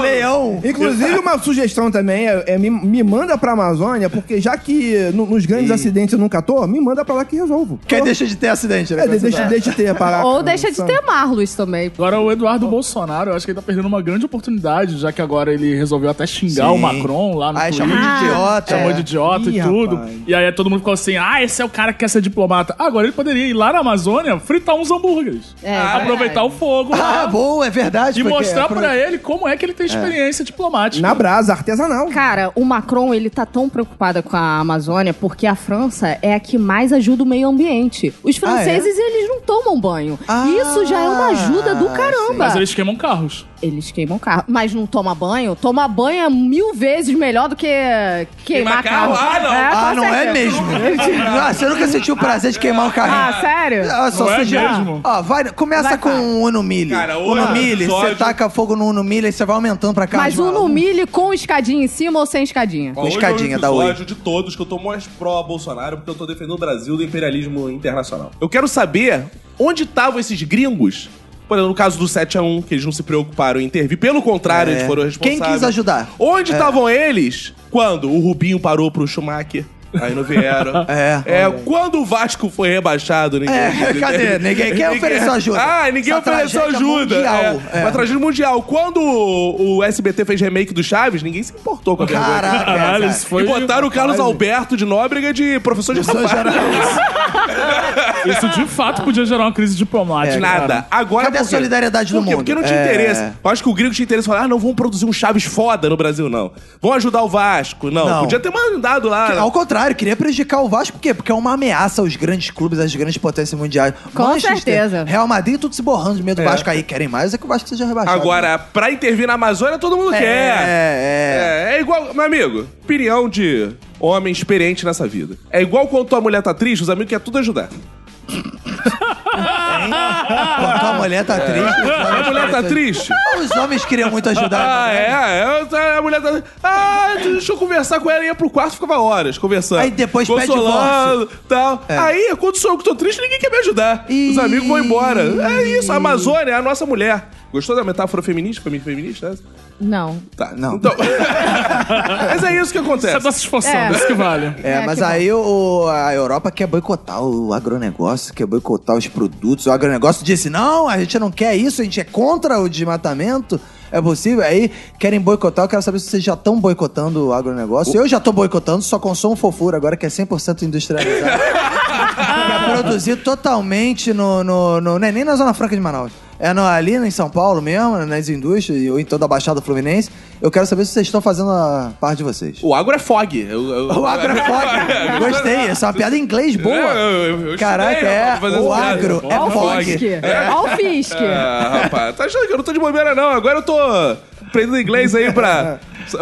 Speaker 2: Leão.
Speaker 6: Inclusive, uma sugestão também é, é me, me manda pra Amazônia, porque já que no- nos grandes acidentes eu nunca tô, me manda pra lá que resolvo.
Speaker 2: Quem deixa de ter acidente, né?
Speaker 6: É, de- deixa, deixa de ter a parada.
Speaker 4: Ou deixa de ter Marlos também.
Speaker 5: Agora o Eduardo Bolsonaro, eu acho que ele tá perdendo uma grande oportunidade, já que agora ele resolveu até xingar
Speaker 2: Sim.
Speaker 5: o Macron lá no
Speaker 2: Aí
Speaker 5: Twitter.
Speaker 2: chamou
Speaker 4: Ah.
Speaker 2: de idiota.
Speaker 5: Chamou
Speaker 2: é.
Speaker 5: de idiota
Speaker 6: Ih,
Speaker 5: e tudo.
Speaker 6: rapaz.
Speaker 5: E aí todo mundo ficou assim: ah, esse é o cara que quer ser diplomata. Agora ele poderia ir lá na Amazônia fritar uns hambúrgueres. Ah,
Speaker 4: É,
Speaker 5: aproveitar o fogo lá
Speaker 2: Ah, boa, é verdade.
Speaker 5: e
Speaker 2: porque-
Speaker 5: mostrar pra ele como é que ele tem experiência diplomática.
Speaker 6: Na brasa, artesanal.
Speaker 4: Cara, o Macron, ele tá tão preocupado com a Amazônia porque a França é a que mais ajuda o meio ambiente. Os franceses, eles não tomam banho.
Speaker 2: Ah,
Speaker 4: Isso já é uma ajuda do caramba.
Speaker 5: Mas eles queimam carros.
Speaker 4: Eles queimam carro. Mas não toma banho? Tomar banho é mil vezes melhor do que
Speaker 3: Queimar
Speaker 4: queimar,
Speaker 3: carro? Ah, não.
Speaker 4: com
Speaker 2: Ah, não é
Speaker 4: certeza.
Speaker 2: mesmo? Ah, você nunca sentiu o prazer de queimar o carrinho?
Speaker 4: Ah, sério?
Speaker 2: Ah, só
Speaker 5: Não é
Speaker 2: você já-
Speaker 5: mesmo?
Speaker 2: Ó, vai, começa
Speaker 4: Vai,
Speaker 2: com
Speaker 4: vai.
Speaker 2: o Uno Mille.
Speaker 3: Cara, hoje
Speaker 2: Uno Mille,
Speaker 3: episódio-
Speaker 2: você taca fogo no Uno Mille e você vai aumentando pra cá.
Speaker 4: Mas
Speaker 2: vai
Speaker 4: um
Speaker 2: lá.
Speaker 4: no milho com escadinha em cima ou sem escadinha?
Speaker 3: Ó, hoje
Speaker 2: escadinha
Speaker 3: é o
Speaker 2: da Oi.
Speaker 3: episódio de todos que eu tô mais pró-Bolsonaro porque eu tô defendendo o Brasil do imperialismo internacional. Eu quero saber onde estavam esses gringos, por exemplo, no caso do 7x1, que eles não se preocuparam em intervir. Pelo contrário,
Speaker 2: É.
Speaker 3: eles foram
Speaker 2: Quem
Speaker 3: responsáveis.
Speaker 2: quis ajudar? É.
Speaker 3: Onde estavam eles quando o Rubinho parou pro Schumacher? Aí não vieram.
Speaker 2: É.
Speaker 3: quando o Vasco foi rebaixado, ninguém.
Speaker 2: É, cadê? Ninguém- quem ofereceu ajuda?
Speaker 3: Ah, ninguém
Speaker 2: Essa
Speaker 3: ofereceu
Speaker 2: tragédia
Speaker 3: ajuda.
Speaker 2: mundial,
Speaker 3: É.
Speaker 2: é.
Speaker 3: Uma tragédia mundial. Quando o, o SBT fez remake do Chaves, ninguém se importou com a vergonha.
Speaker 2: Caraca,
Speaker 5: Caralho,
Speaker 2: cara.
Speaker 5: isso foi.
Speaker 3: e botaram o Carlos
Speaker 5: Caralho.
Speaker 3: Alberto de Nóbrega de professor de
Speaker 2: Sou
Speaker 3: rapaz.
Speaker 2: jornalista.
Speaker 5: Isso de fato podia gerar uma crise diplomática.
Speaker 3: É, Nada.
Speaker 5: cara.
Speaker 3: Agora
Speaker 2: Cadê é a
Speaker 3: por quê?
Speaker 2: solidariedade
Speaker 3: Por
Speaker 2: do
Speaker 3: quê?
Speaker 2: mundo?
Speaker 3: Porque não tinha
Speaker 2: É.
Speaker 3: interesse. Eu acho que o gringo tinha interesse em falar: ah, não, vamos produzir um Chaves foda no Brasil, não. Vão ajudar o Vasco, não.
Speaker 2: Não.
Speaker 3: Podia ter mandado lá.
Speaker 2: Ao contrário, queria prejudicar o Vasco, por quê? Porque é uma ameaça aos grandes clubes, às grandes potências mundiais.
Speaker 4: Com certeza.
Speaker 2: Real Madrid, tudo se borrando de medo do Vasco aí. Querem mais é que o Vasco seja rebaixado.
Speaker 3: Agora, pra intervir na Amazônia, todo mundo
Speaker 2: é.
Speaker 3: quer.
Speaker 2: É, é.
Speaker 3: É, é igual, meu amigo, opinião de homem experiente nessa vida. É igual quando tua mulher tá triste, os amigos querem tudo ajudar.
Speaker 2: Quando a mulher tá triste. os
Speaker 3: A
Speaker 2: homens
Speaker 3: mulher tá
Speaker 2: querem-
Speaker 3: triste?
Speaker 2: Os homens queriam muito
Speaker 3: Ah,
Speaker 2: ajudar. né?
Speaker 3: é, é, a mulher tá. Ah, deixa eu conversar com ela, ia pro quarto, ficava horas conversando.
Speaker 2: Aí depois pede
Speaker 3: Consolando, tal.
Speaker 2: É.
Speaker 3: Aí, quando sou eu que tô triste, ninguém quer me ajudar. Os
Speaker 2: Ih.
Speaker 3: amigos vão embora. É isso, a Amazônia é a nossa mulher. Gostou da metáfora feminista, família feminista? é essa?
Speaker 4: Não.
Speaker 3: Tá,
Speaker 2: Não.
Speaker 3: Então... Mas é isso que
Speaker 5: Você tá
Speaker 3: acontece.
Speaker 5: se esforçando,
Speaker 4: É.
Speaker 5: isso que vale.
Speaker 2: É,
Speaker 4: É,
Speaker 2: mas
Speaker 4: que
Speaker 2: aí o- a Europa quer boicotar o agronegócio, quer boicotar os produtos. O agronegócio disse: não, a gente não quer isso, a gente é contra o desmatamento. É possível? Aí querem boicotar. Eu quero saber se vocês já estão boicotando o agronegócio. Eu já tô boicotando, só consumo fofura agora que é 100% industrializado. pra produzir totalmente no, no, no- não é nem na Zona Franca de Manaus. É no- ali em São Paulo mesmo, nas indústrias, ou em toda a Baixada Fluminense. Eu quero saber se vocês estão fazendo a parte de vocês.
Speaker 3: O agro é fog. Eu- eu-
Speaker 2: O agro é fog. Gostei. Essa é uma piada em inglês boa.
Speaker 3: É, eu- eu- eu
Speaker 2: Caraca,
Speaker 3: estudei,
Speaker 2: é.
Speaker 3: rapaz, fazer
Speaker 2: O
Speaker 3: essa piada.
Speaker 2: agro é
Speaker 4: Olha o Fisk.
Speaker 2: fog.
Speaker 4: Olha o Fisk.
Speaker 3: Ah, rapaz, tá achando que eu não tô de bobeira, não. Agora eu tô aprendendo inglês aí pra.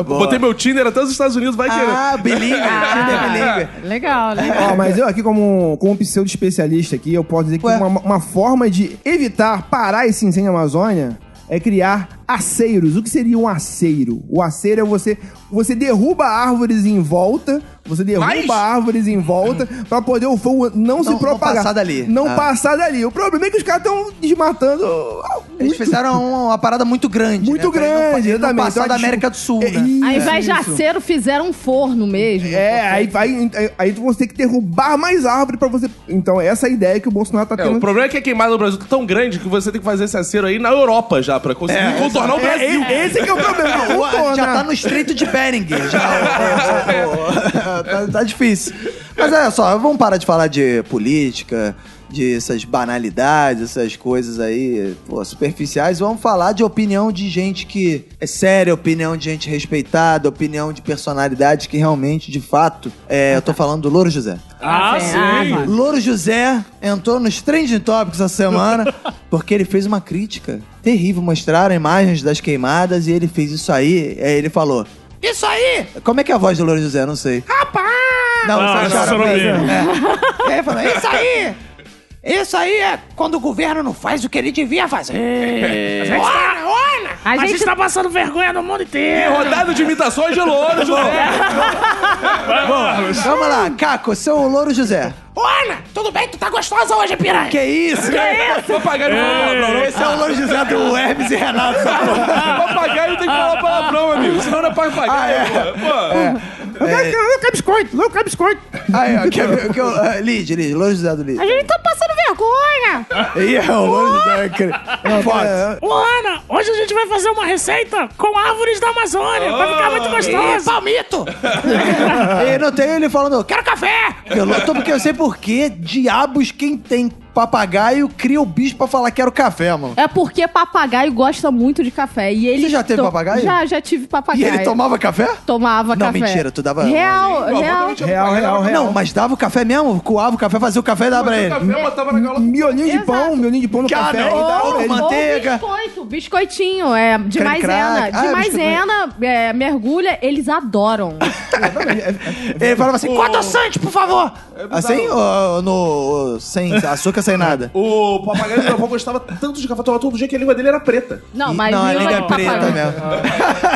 Speaker 3: Botei meu Tinder até os Estados Unidos, vai querer.
Speaker 2: Ah, bilingue. Tinder bilingue.
Speaker 4: legal, legal.
Speaker 6: Ó, mas eu aqui, como, como pseudo-especialista aqui, eu posso dizer que
Speaker 2: Ué.
Speaker 6: uma, uma forma de evitar parar esse incêndio na Amazônia é criar aceiros. O que seria um aceiro? O aceiro é você... Você derruba árvores em volta... Você derruba
Speaker 3: Mas-
Speaker 6: árvores em volta pra poder o fogo não, se
Speaker 2: não
Speaker 6: propagar.
Speaker 2: passar dali.
Speaker 6: Não
Speaker 2: Ah.
Speaker 6: passar dali. O problema é que os caras estão desmatando... ah,
Speaker 2: Eles
Speaker 6: muito-
Speaker 2: fizeram uma, uma parada muito grande.
Speaker 6: Muito
Speaker 2: né? Pra
Speaker 6: grande,
Speaker 2: Ele não, ele não
Speaker 6: exatamente.
Speaker 2: passar
Speaker 6: Então,
Speaker 2: da
Speaker 6: tipo,
Speaker 2: América do Sul,
Speaker 6: é
Speaker 2: né?
Speaker 4: Ao
Speaker 6: isso,
Speaker 4: invés de
Speaker 6: isso.
Speaker 4: acero, fizeram um forno mesmo.
Speaker 6: É, aí, aí, aí, aí você tem que derrubar mais árvore pra você. Então, essa é a ideia que o Bolsonaro tá
Speaker 3: É,
Speaker 6: tendo.
Speaker 3: o problema é que a queimada no Brasil tá tão grande que você tem que fazer esse acero aí na Europa já, pra conseguir contornar o
Speaker 6: É,
Speaker 3: Brasil.
Speaker 6: e- esse que é o problema.
Speaker 2: O-
Speaker 6: Contorna.
Speaker 2: já tá no estreito de Bering. Já, o- o- o- tá, tá difícil. Mas olha só, vamos parar de falar de política, de essas banalidades, essas coisas aí pô, superficiais. Vamos falar de opinião de gente que é séria, opinião de gente respeitada, opinião de personalidades que realmente, de fato, é, eu tô falando do Louro José.
Speaker 5: Ah,
Speaker 4: sim.
Speaker 5: sim.
Speaker 4: Ah, tá.
Speaker 2: Louro José entrou nos trending topics essa semana porque ele fez uma crítica terrível. Mostraram imagens das queimadas e ele fez isso aí. Aí ele falou: Isso aí! Como é que é a voz do Louro José? Eu Não sei. Rapaz! Não,
Speaker 5: Ah,
Speaker 2: vocês
Speaker 5: não,
Speaker 2: acharam
Speaker 5: não,
Speaker 2: mesmo.
Speaker 5: não.
Speaker 2: É. E aí ele falou: Isso aí! Isso aí é quando o governo não faz o que ele devia fazer. é Ora, ora!
Speaker 4: A gente
Speaker 2: tá
Speaker 4: tá
Speaker 3: E é rodada de imitações de louro, José.
Speaker 2: Vamos lá, Caco, seu Louro José. Olha, tudo bem? Tu tá gostosa hoje, piranha. Que isso? né? Que
Speaker 3: Papagaio não fala palavrão,
Speaker 2: Esse é o Louro José do Hermes e Renato.
Speaker 3: não. Papagaio tem que falar palavrão, amigo. Senão não é papagaio,
Speaker 2: Ah,
Speaker 3: pô. Pô.
Speaker 6: Eu
Speaker 3: é.
Speaker 6: quero- eu quero biscoito, eu quero biscoito.
Speaker 2: Aí, ó, quer ver o que eu. ah, Lid, Lid, Louro José do Lid.
Speaker 4: A gente tá passando vergonha.
Speaker 2: Ih, é o Louro José. que- Foda.
Speaker 1: Ô, Ana, hoje a gente vai fazer uma receita com árvores da Amazônia. vai ficar muito gostoso.
Speaker 2: Palmito! e não tem ele falando, quero café! Eu, tô, porque eu sei por que diabos quem tem papagaio cria o bicho pra falar quero café, mano.
Speaker 4: É porque papagaio gosta muito de café. E ele
Speaker 2: já teve
Speaker 4: to-
Speaker 2: papagaio?
Speaker 4: Já, já tive
Speaker 2: E
Speaker 4: papagaio.
Speaker 2: ele tomava café?
Speaker 4: Tomava
Speaker 2: Não,
Speaker 4: café.
Speaker 2: mentira, tu dava-
Speaker 4: Real,
Speaker 3: Não,
Speaker 4: real.
Speaker 3: provavelmente eu
Speaker 6: Real,
Speaker 3: pagava.
Speaker 6: real, real.
Speaker 2: Não, mas dava o café mesmo, coava o café, fazia o café e dava pra
Speaker 3: Fazia o
Speaker 2: ele.
Speaker 3: café, botava na gaiola.
Speaker 6: Miolinho de
Speaker 4: Exato.
Speaker 6: pão, miolinho de pão no
Speaker 2: Cara,
Speaker 6: café.
Speaker 2: não.
Speaker 6: e dá
Speaker 2: Ou
Speaker 6: pra ele.
Speaker 2: manteiga.
Speaker 4: biscoito, biscoitinho, é, de
Speaker 2: Creme
Speaker 4: maisena.
Speaker 2: crack. Ah,
Speaker 4: de
Speaker 2: é
Speaker 4: maisena, é, mergulha, eles adoram.
Speaker 2: Ele falava assim, quatro Santos, por favor! assim, ou, no, sem açúcar, sem nada?
Speaker 3: O papagaio do meu avô gostava tanto de café, tomava todo dia que a língua dele era preta.
Speaker 4: Não, mas
Speaker 2: não, a
Speaker 4: língua
Speaker 2: língua é
Speaker 4: de
Speaker 2: preta
Speaker 4: papagaio.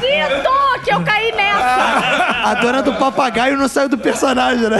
Speaker 2: mesmo.
Speaker 4: Sinto que eu caí nessa.
Speaker 2: a dona do papagaio não saiu do personagem, né?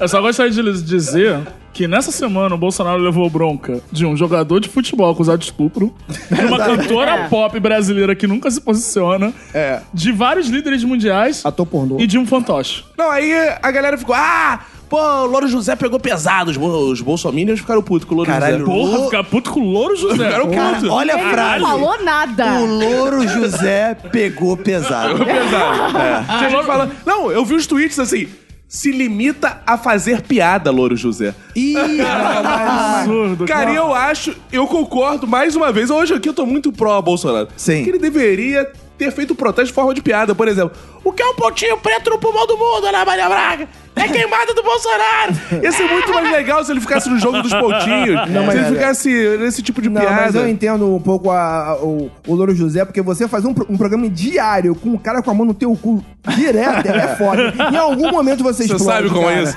Speaker 5: Eu só gostaria de lhes dizer que nessa semana o Bolsonaro levou bronca de um jogador de futebol acusado de estupro, de uma cantora
Speaker 4: É.
Speaker 5: pop brasileira que nunca se posiciona,
Speaker 2: É.
Speaker 5: de vários líderes mundiais
Speaker 4: Tá
Speaker 6: Ator pornô.
Speaker 5: e de um fantoche.
Speaker 3: Não, aí a galera ficou, ah, pô, o Louro José pegou pesado. Os, bo os bolsominions ficaram putos com o Louro
Speaker 2: Caralho,
Speaker 3: José.
Speaker 5: Porra,
Speaker 2: Lou-
Speaker 5: ficar puto com o Louro José.
Speaker 3: Ficaram
Speaker 2: Cara,
Speaker 3: putos.
Speaker 2: olha a
Speaker 4: Ele
Speaker 2: frase.
Speaker 4: não falou nada.
Speaker 2: O louro José pegou pesado.
Speaker 3: pesado.
Speaker 6: É.
Speaker 3: Tinha gente falando, não, eu vi os tweets assim, se limita a fazer piada, Louro José.
Speaker 2: Ih,
Speaker 5: Absurdo,
Speaker 3: Cara,
Speaker 5: cara.
Speaker 3: eu acho, eu concordo mais uma vez. Hoje aqui eu tô muito pró-Bolsonaro.
Speaker 2: Sim.
Speaker 3: Que ele deveria ter feito o protesto de forma de piada. Por exemplo, o que é um pontinho preto no pulmão do mundo, Ana Maria Braga? É queimada do Bolsonaro! Ia ser muito mais legal se ele ficasse no jogo dos pontinhos.
Speaker 6: mas
Speaker 3: se ele
Speaker 6: olha-
Speaker 3: ficasse nesse tipo de
Speaker 6: Não,
Speaker 3: piada.
Speaker 6: mas eu entendo um pouco a- a- o, o Louro José, porque você faz um, pro- um programa diário com um cara com a mão no teu cu direto, é foda. Em algum momento você
Speaker 3: Você
Speaker 6: explode,
Speaker 3: sabe como
Speaker 6: cara.
Speaker 3: é isso?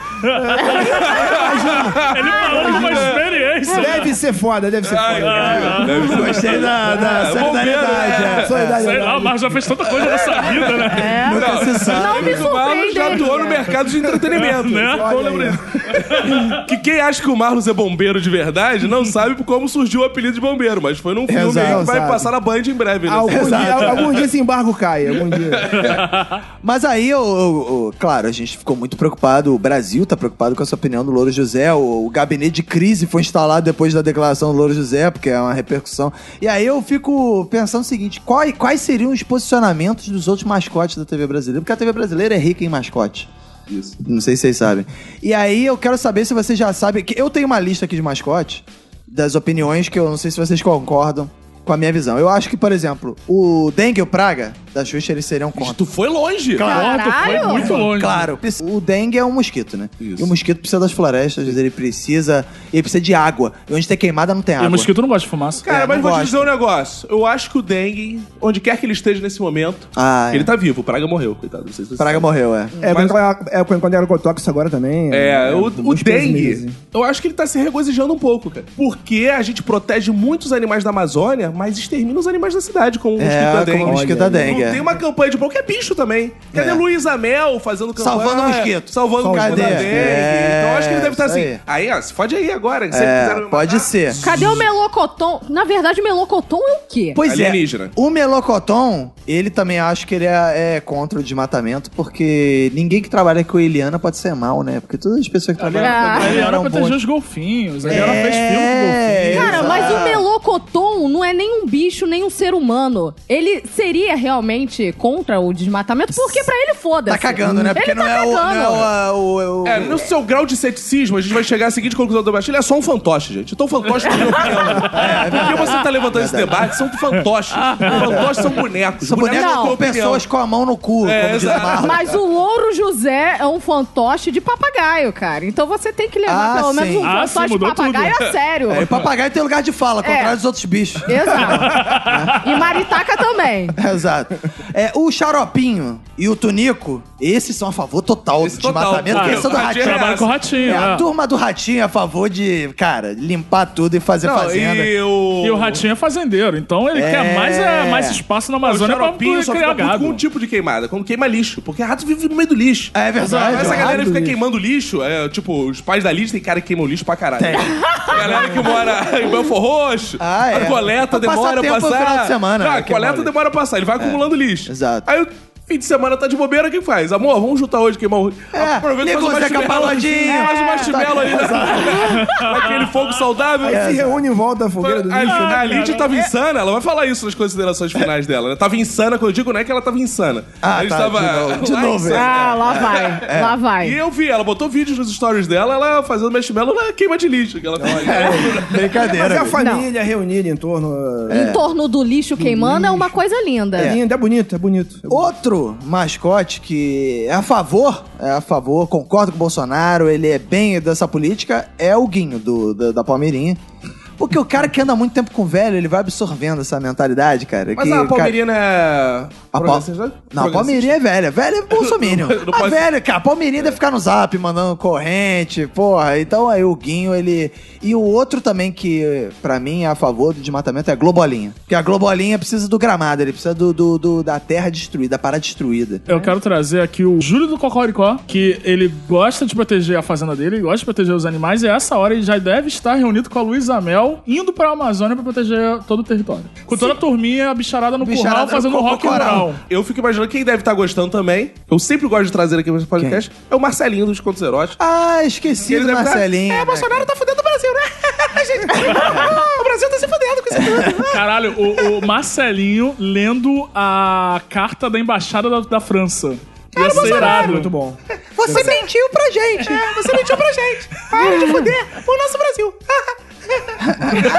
Speaker 5: Ele falou de uma experiência.
Speaker 6: Deve ser foda, deve ser
Speaker 3: Ai,
Speaker 6: foda.
Speaker 3: cara. Deve ser.
Speaker 2: gostei da, da
Speaker 3: É,
Speaker 2: solidariedade.
Speaker 3: bom ver, né?
Speaker 2: é.
Speaker 6: Solidariedade.
Speaker 5: Sei lá, o Marcos já fez tanta coisa nessa vida, né?
Speaker 4: É.
Speaker 2: Nunca se sabe.
Speaker 4: Não me
Speaker 3: O Marlos já atuou no
Speaker 4: surpreenderia.
Speaker 3: mercado de entretenimento.
Speaker 5: Né?
Speaker 6: Olha
Speaker 5: Eu lembro
Speaker 6: aí, ó.
Speaker 5: disso.
Speaker 3: Que quem acha que o Marlos é bombeiro de verdade não sabe como surgiu o apelido de bombeiro, mas foi num filme aí
Speaker 6: Exato,
Speaker 3: que vai
Speaker 6: exato.
Speaker 3: passar na Band em breve. Né?
Speaker 6: Algum dia, algum dia esse embargo cai, algum dia.
Speaker 2: Mas aí, eu, eu- eu- claro, a gente ficou muito preocupado, o Brasil tá preocupado com essa opinião do Louro José, o, o gabinete de crise foi instalado depois da declaração do Louro José, porque é uma repercussão. E aí eu fico pensando o seguinte, quais, quais seriam os posicionamentos dos outros mascotes da TV brasileira? Porque a TV brasileira é rica em mascote.
Speaker 3: Isso.
Speaker 2: Não sei se vocês sabem. E aí eu quero saber se vocês já sabem, que eu tenho uma lista aqui de mascote, das opiniões que eu não sei se vocês concordam com a minha visão. Eu acho que, por exemplo, o Dengue e o Praga, da Xuxa, eles seriam contra.
Speaker 3: Tu foi longe.
Speaker 5: Pronto, foi
Speaker 4: Caralho.
Speaker 5: muito longe.
Speaker 2: Claro, o dengue é um mosquito, né?
Speaker 3: Isso.
Speaker 2: E o mosquito precisa das florestas, ele precisa. Ele precisa de água. E onde tem queimada não tem
Speaker 5: E
Speaker 2: água.
Speaker 5: o mosquito não gosta de fumaça.
Speaker 3: Cara,
Speaker 2: É,
Speaker 3: mas
Speaker 2: não
Speaker 3: vou te
Speaker 2: gosto.
Speaker 3: dizer um negócio. Eu acho que o Dengue, onde quer que ele esteja nesse momento,
Speaker 2: Ah, é.
Speaker 3: ele tá vivo. O Praga morreu, coitado. Não sei se você
Speaker 2: Praga
Speaker 3: sabe.
Speaker 2: morreu, é.
Speaker 6: É,
Speaker 3: Mas-
Speaker 6: quando, é quando era Cotox agora também.
Speaker 3: É, o, o
Speaker 6: uns meses.
Speaker 2: assim.
Speaker 6: assim.
Speaker 3: dengue, eu acho que ele tá se regozijando um pouco, cara. Porque a gente protege muitos animais da Amazônia, mas extermina os animais da cidade com o mosquito
Speaker 2: É,
Speaker 3: da
Speaker 2: com
Speaker 3: dengue.
Speaker 2: o mosquito da
Speaker 6: Olha,
Speaker 2: dengue.
Speaker 3: Não
Speaker 2: é.
Speaker 3: tem uma campanha de qualquer bicho também. Cadê
Speaker 2: É.
Speaker 3: Luísa Mel fazendo campanha?
Speaker 2: Salvando o mosquito.
Speaker 3: Salvando o
Speaker 2: Cadê?
Speaker 3: mosquito da dengue.
Speaker 2: É,
Speaker 3: então acho que ele deve estar
Speaker 2: isso
Speaker 3: assim.
Speaker 2: aí.
Speaker 3: Aí. ó, se fode aí agora. que sempre
Speaker 2: É,
Speaker 3: quiseram me
Speaker 2: pode
Speaker 3: matar.
Speaker 2: ser.
Speaker 4: Cadê o melocotom? Na verdade, o melocotom é o quê?
Speaker 2: Pois
Speaker 3: Alienígena.
Speaker 2: é. O melocotom, ele também acho que ele é, é contra o desmatamento, porque ninguém que trabalha com Eliana pode ser mal, né? Porque todas as pessoas que
Speaker 5: é
Speaker 2: trabalham
Speaker 4: Ah.
Speaker 2: com
Speaker 5: A
Speaker 2: Eliana
Speaker 5: Eliana
Speaker 2: eram
Speaker 5: protegeu
Speaker 2: boas.
Speaker 5: os golfinhos. A Eliana
Speaker 2: um É,
Speaker 5: fez filme com golfinhos.
Speaker 4: Cara,
Speaker 2: Exato.
Speaker 4: mas o melocotom não é nem um bicho, nem um ser humano. Ele seria realmente contra o desmatamento, porque pra ele foda-se.
Speaker 2: Tá cagando, né? Porque
Speaker 4: ele
Speaker 2: não,
Speaker 4: tá
Speaker 2: é o, não
Speaker 4: cagando.
Speaker 2: é o. a- o- o-
Speaker 3: É, no seu grau de ceticismo, a gente vai chegar à seguinte conclusão do debate. Ele é só um fantoche, gente. Então, fantoche, na minha opinião. Por que você tá levantando esse debate? São fantoches. fantoches são bonecos.
Speaker 2: É São bonecas
Speaker 4: Não.
Speaker 2: com pessoas com a mão no cu,
Speaker 3: É,
Speaker 2: como diz
Speaker 3: exato.
Speaker 2: Marla.
Speaker 4: Mas o Louro José é um fantoche de papagaio, cara. Então você tem que levar
Speaker 2: Ah,
Speaker 4: pelo menos
Speaker 2: sim.
Speaker 4: um
Speaker 5: Ah,
Speaker 4: fantoche
Speaker 5: sim,
Speaker 4: de
Speaker 5: mudou
Speaker 4: papagaio
Speaker 5: tudo.
Speaker 4: a sério.
Speaker 2: É, e papagaio tem lugar de fala, ao contrário dos outros bichos.
Speaker 4: Exato. E maritaca também.
Speaker 2: Exato. É, o Xaropinho e o Tunico, esses são a favor total
Speaker 3: Esse
Speaker 2: do
Speaker 3: total,
Speaker 2: desmatamento,
Speaker 3: cara.
Speaker 2: porque eles são do
Speaker 3: O Ratinho
Speaker 2: ratinho.
Speaker 3: é
Speaker 5: Trabalha com o
Speaker 2: É,
Speaker 5: ratinho.
Speaker 2: a
Speaker 5: é.
Speaker 2: turma do ratinho é a favor de, cara, limpar tudo e fazer
Speaker 3: Não,
Speaker 2: fazenda.
Speaker 3: e o...
Speaker 5: E o ratinho é fazendeiro, então ele
Speaker 2: É.
Speaker 5: quer mais, é, mais espaço na
Speaker 3: O
Speaker 5: Amazônia pra
Speaker 3: xaropinho
Speaker 5: poder
Speaker 3: só
Speaker 5: criar
Speaker 3: fica puto com um
Speaker 5: gado.
Speaker 3: tipo de queimada, quando queima lixo. Porque rato vive no meio do lixo.
Speaker 2: É verdade.
Speaker 3: Essa
Speaker 2: rato
Speaker 3: galera
Speaker 6: do
Speaker 3: fica
Speaker 6: lixo.
Speaker 3: queimando lixo. É, tipo, os pais da lixo tem cara que queima o lixo pra caralho.
Speaker 2: Tem.
Speaker 3: A galera que mora em Belfor Roxo,
Speaker 2: Ah, é.
Speaker 3: a
Speaker 2: Pra
Speaker 3: coleta
Speaker 2: passar
Speaker 3: demora a
Speaker 2: tempo no
Speaker 3: passar.
Speaker 2: final de semana,
Speaker 3: Não,
Speaker 2: né,
Speaker 3: a
Speaker 2: queimar
Speaker 3: coleta
Speaker 2: lixo.
Speaker 3: demora a passar, ele vai acumulando lixo.
Speaker 2: Exato.
Speaker 3: Aí o Fim de semana tá de bobeira, o que faz? Amor, vamos juntar hoje, queimar o...
Speaker 2: É,
Speaker 3: Aproveita e faz um
Speaker 2: negocia com a
Speaker 3: marshmallow.
Speaker 2: paladinha. Tá.
Speaker 3: Faz um marshmallow ali, né? Aquele fogo saudável.
Speaker 6: Aí se reúne em volta da fogueira do
Speaker 3: A,
Speaker 6: lixo.
Speaker 3: né? a Lídia tava insana, ela vai falar isso nas considerações finais dela. Né? Tava insana, quando eu digo não é que ela tava insana.
Speaker 2: Ah,
Speaker 3: Ela
Speaker 2: tá,
Speaker 3: estava
Speaker 2: de novo, de
Speaker 3: lá
Speaker 2: novo,
Speaker 3: insana.
Speaker 4: Ah, lá
Speaker 2: É,
Speaker 4: vai. Lá vai.
Speaker 3: E eu vi, ela botou vídeos nos stories dela, ela fazendo marshmallow na queima de lixo. Que ela fala,
Speaker 6: Mas é
Speaker 2: Brincadeira.
Speaker 6: a família reunida em torno.
Speaker 2: é.
Speaker 4: Em torno do lixo queimando é uma coisa linda.
Speaker 6: É lindo, é bonito, é bonito.
Speaker 2: Outro mascote que é a favor, é a favor, concordo com o Bolsonaro, ele é bem dessa política, é o Guinho do, da- da Palmeirinha. Porque o cara que anda muito tempo com o velho, ele vai absorvendo essa mentalidade, cara.
Speaker 3: Mas
Speaker 2: que,
Speaker 3: a
Speaker 2: cara-
Speaker 3: Palmeirina é.
Speaker 2: A Pal...
Speaker 3: progressista?
Speaker 2: Não, a
Speaker 3: Progressista.
Speaker 2: Palmeirinha é velha. Velha é bolsominion.
Speaker 3: Não
Speaker 2: a
Speaker 3: pode-
Speaker 2: velha, cara, a Palmeirinha deve ficar no zap, mandando corrente, porra. Então aí o Guinho, ele... E o outro também que, pra mim, é a favor do desmatamento é a Globolinha. Porque a Globolinha precisa do gramado, ele precisa do, do- do- da terra destruída, da parada destruída.
Speaker 5: Eu quero trazer aqui o Júlio do Cocoricó, que ele gosta de proteger a fazenda dele, ele gosta de proteger os animais, e a essa hora ele já deve estar reunido com a Luísa Mel, indo pra Amazônia pra proteger todo o território. Com toda a turminha, a bicharada no
Speaker 2: Bicharada
Speaker 5: curral, fazendo
Speaker 2: no
Speaker 5: rock and
Speaker 2: cocoral.
Speaker 5: roll.
Speaker 3: Eu fico imaginando quem deve estar gostando também. Eu sempre gosto de trazer aqui nesse podcast. É o Marcelinho dos Contos Eróticos.
Speaker 2: Ah, esqueci
Speaker 3: Ele
Speaker 2: do
Speaker 3: deve tá-
Speaker 2: Marcelinho.
Speaker 3: É,
Speaker 2: né,
Speaker 3: Bolsonaro tá fudendo o Brasil, né? Gente, o Brasil tá se fudendo com isso tudo.
Speaker 5: Caralho, o, o Marcelinho lendo a carta da embaixada da, da França. Ia ser irado.
Speaker 6: Muito bom.
Speaker 2: Você mentiu pra gente.
Speaker 3: Você mentiu pra gente. Para de fuder o nosso Brasil.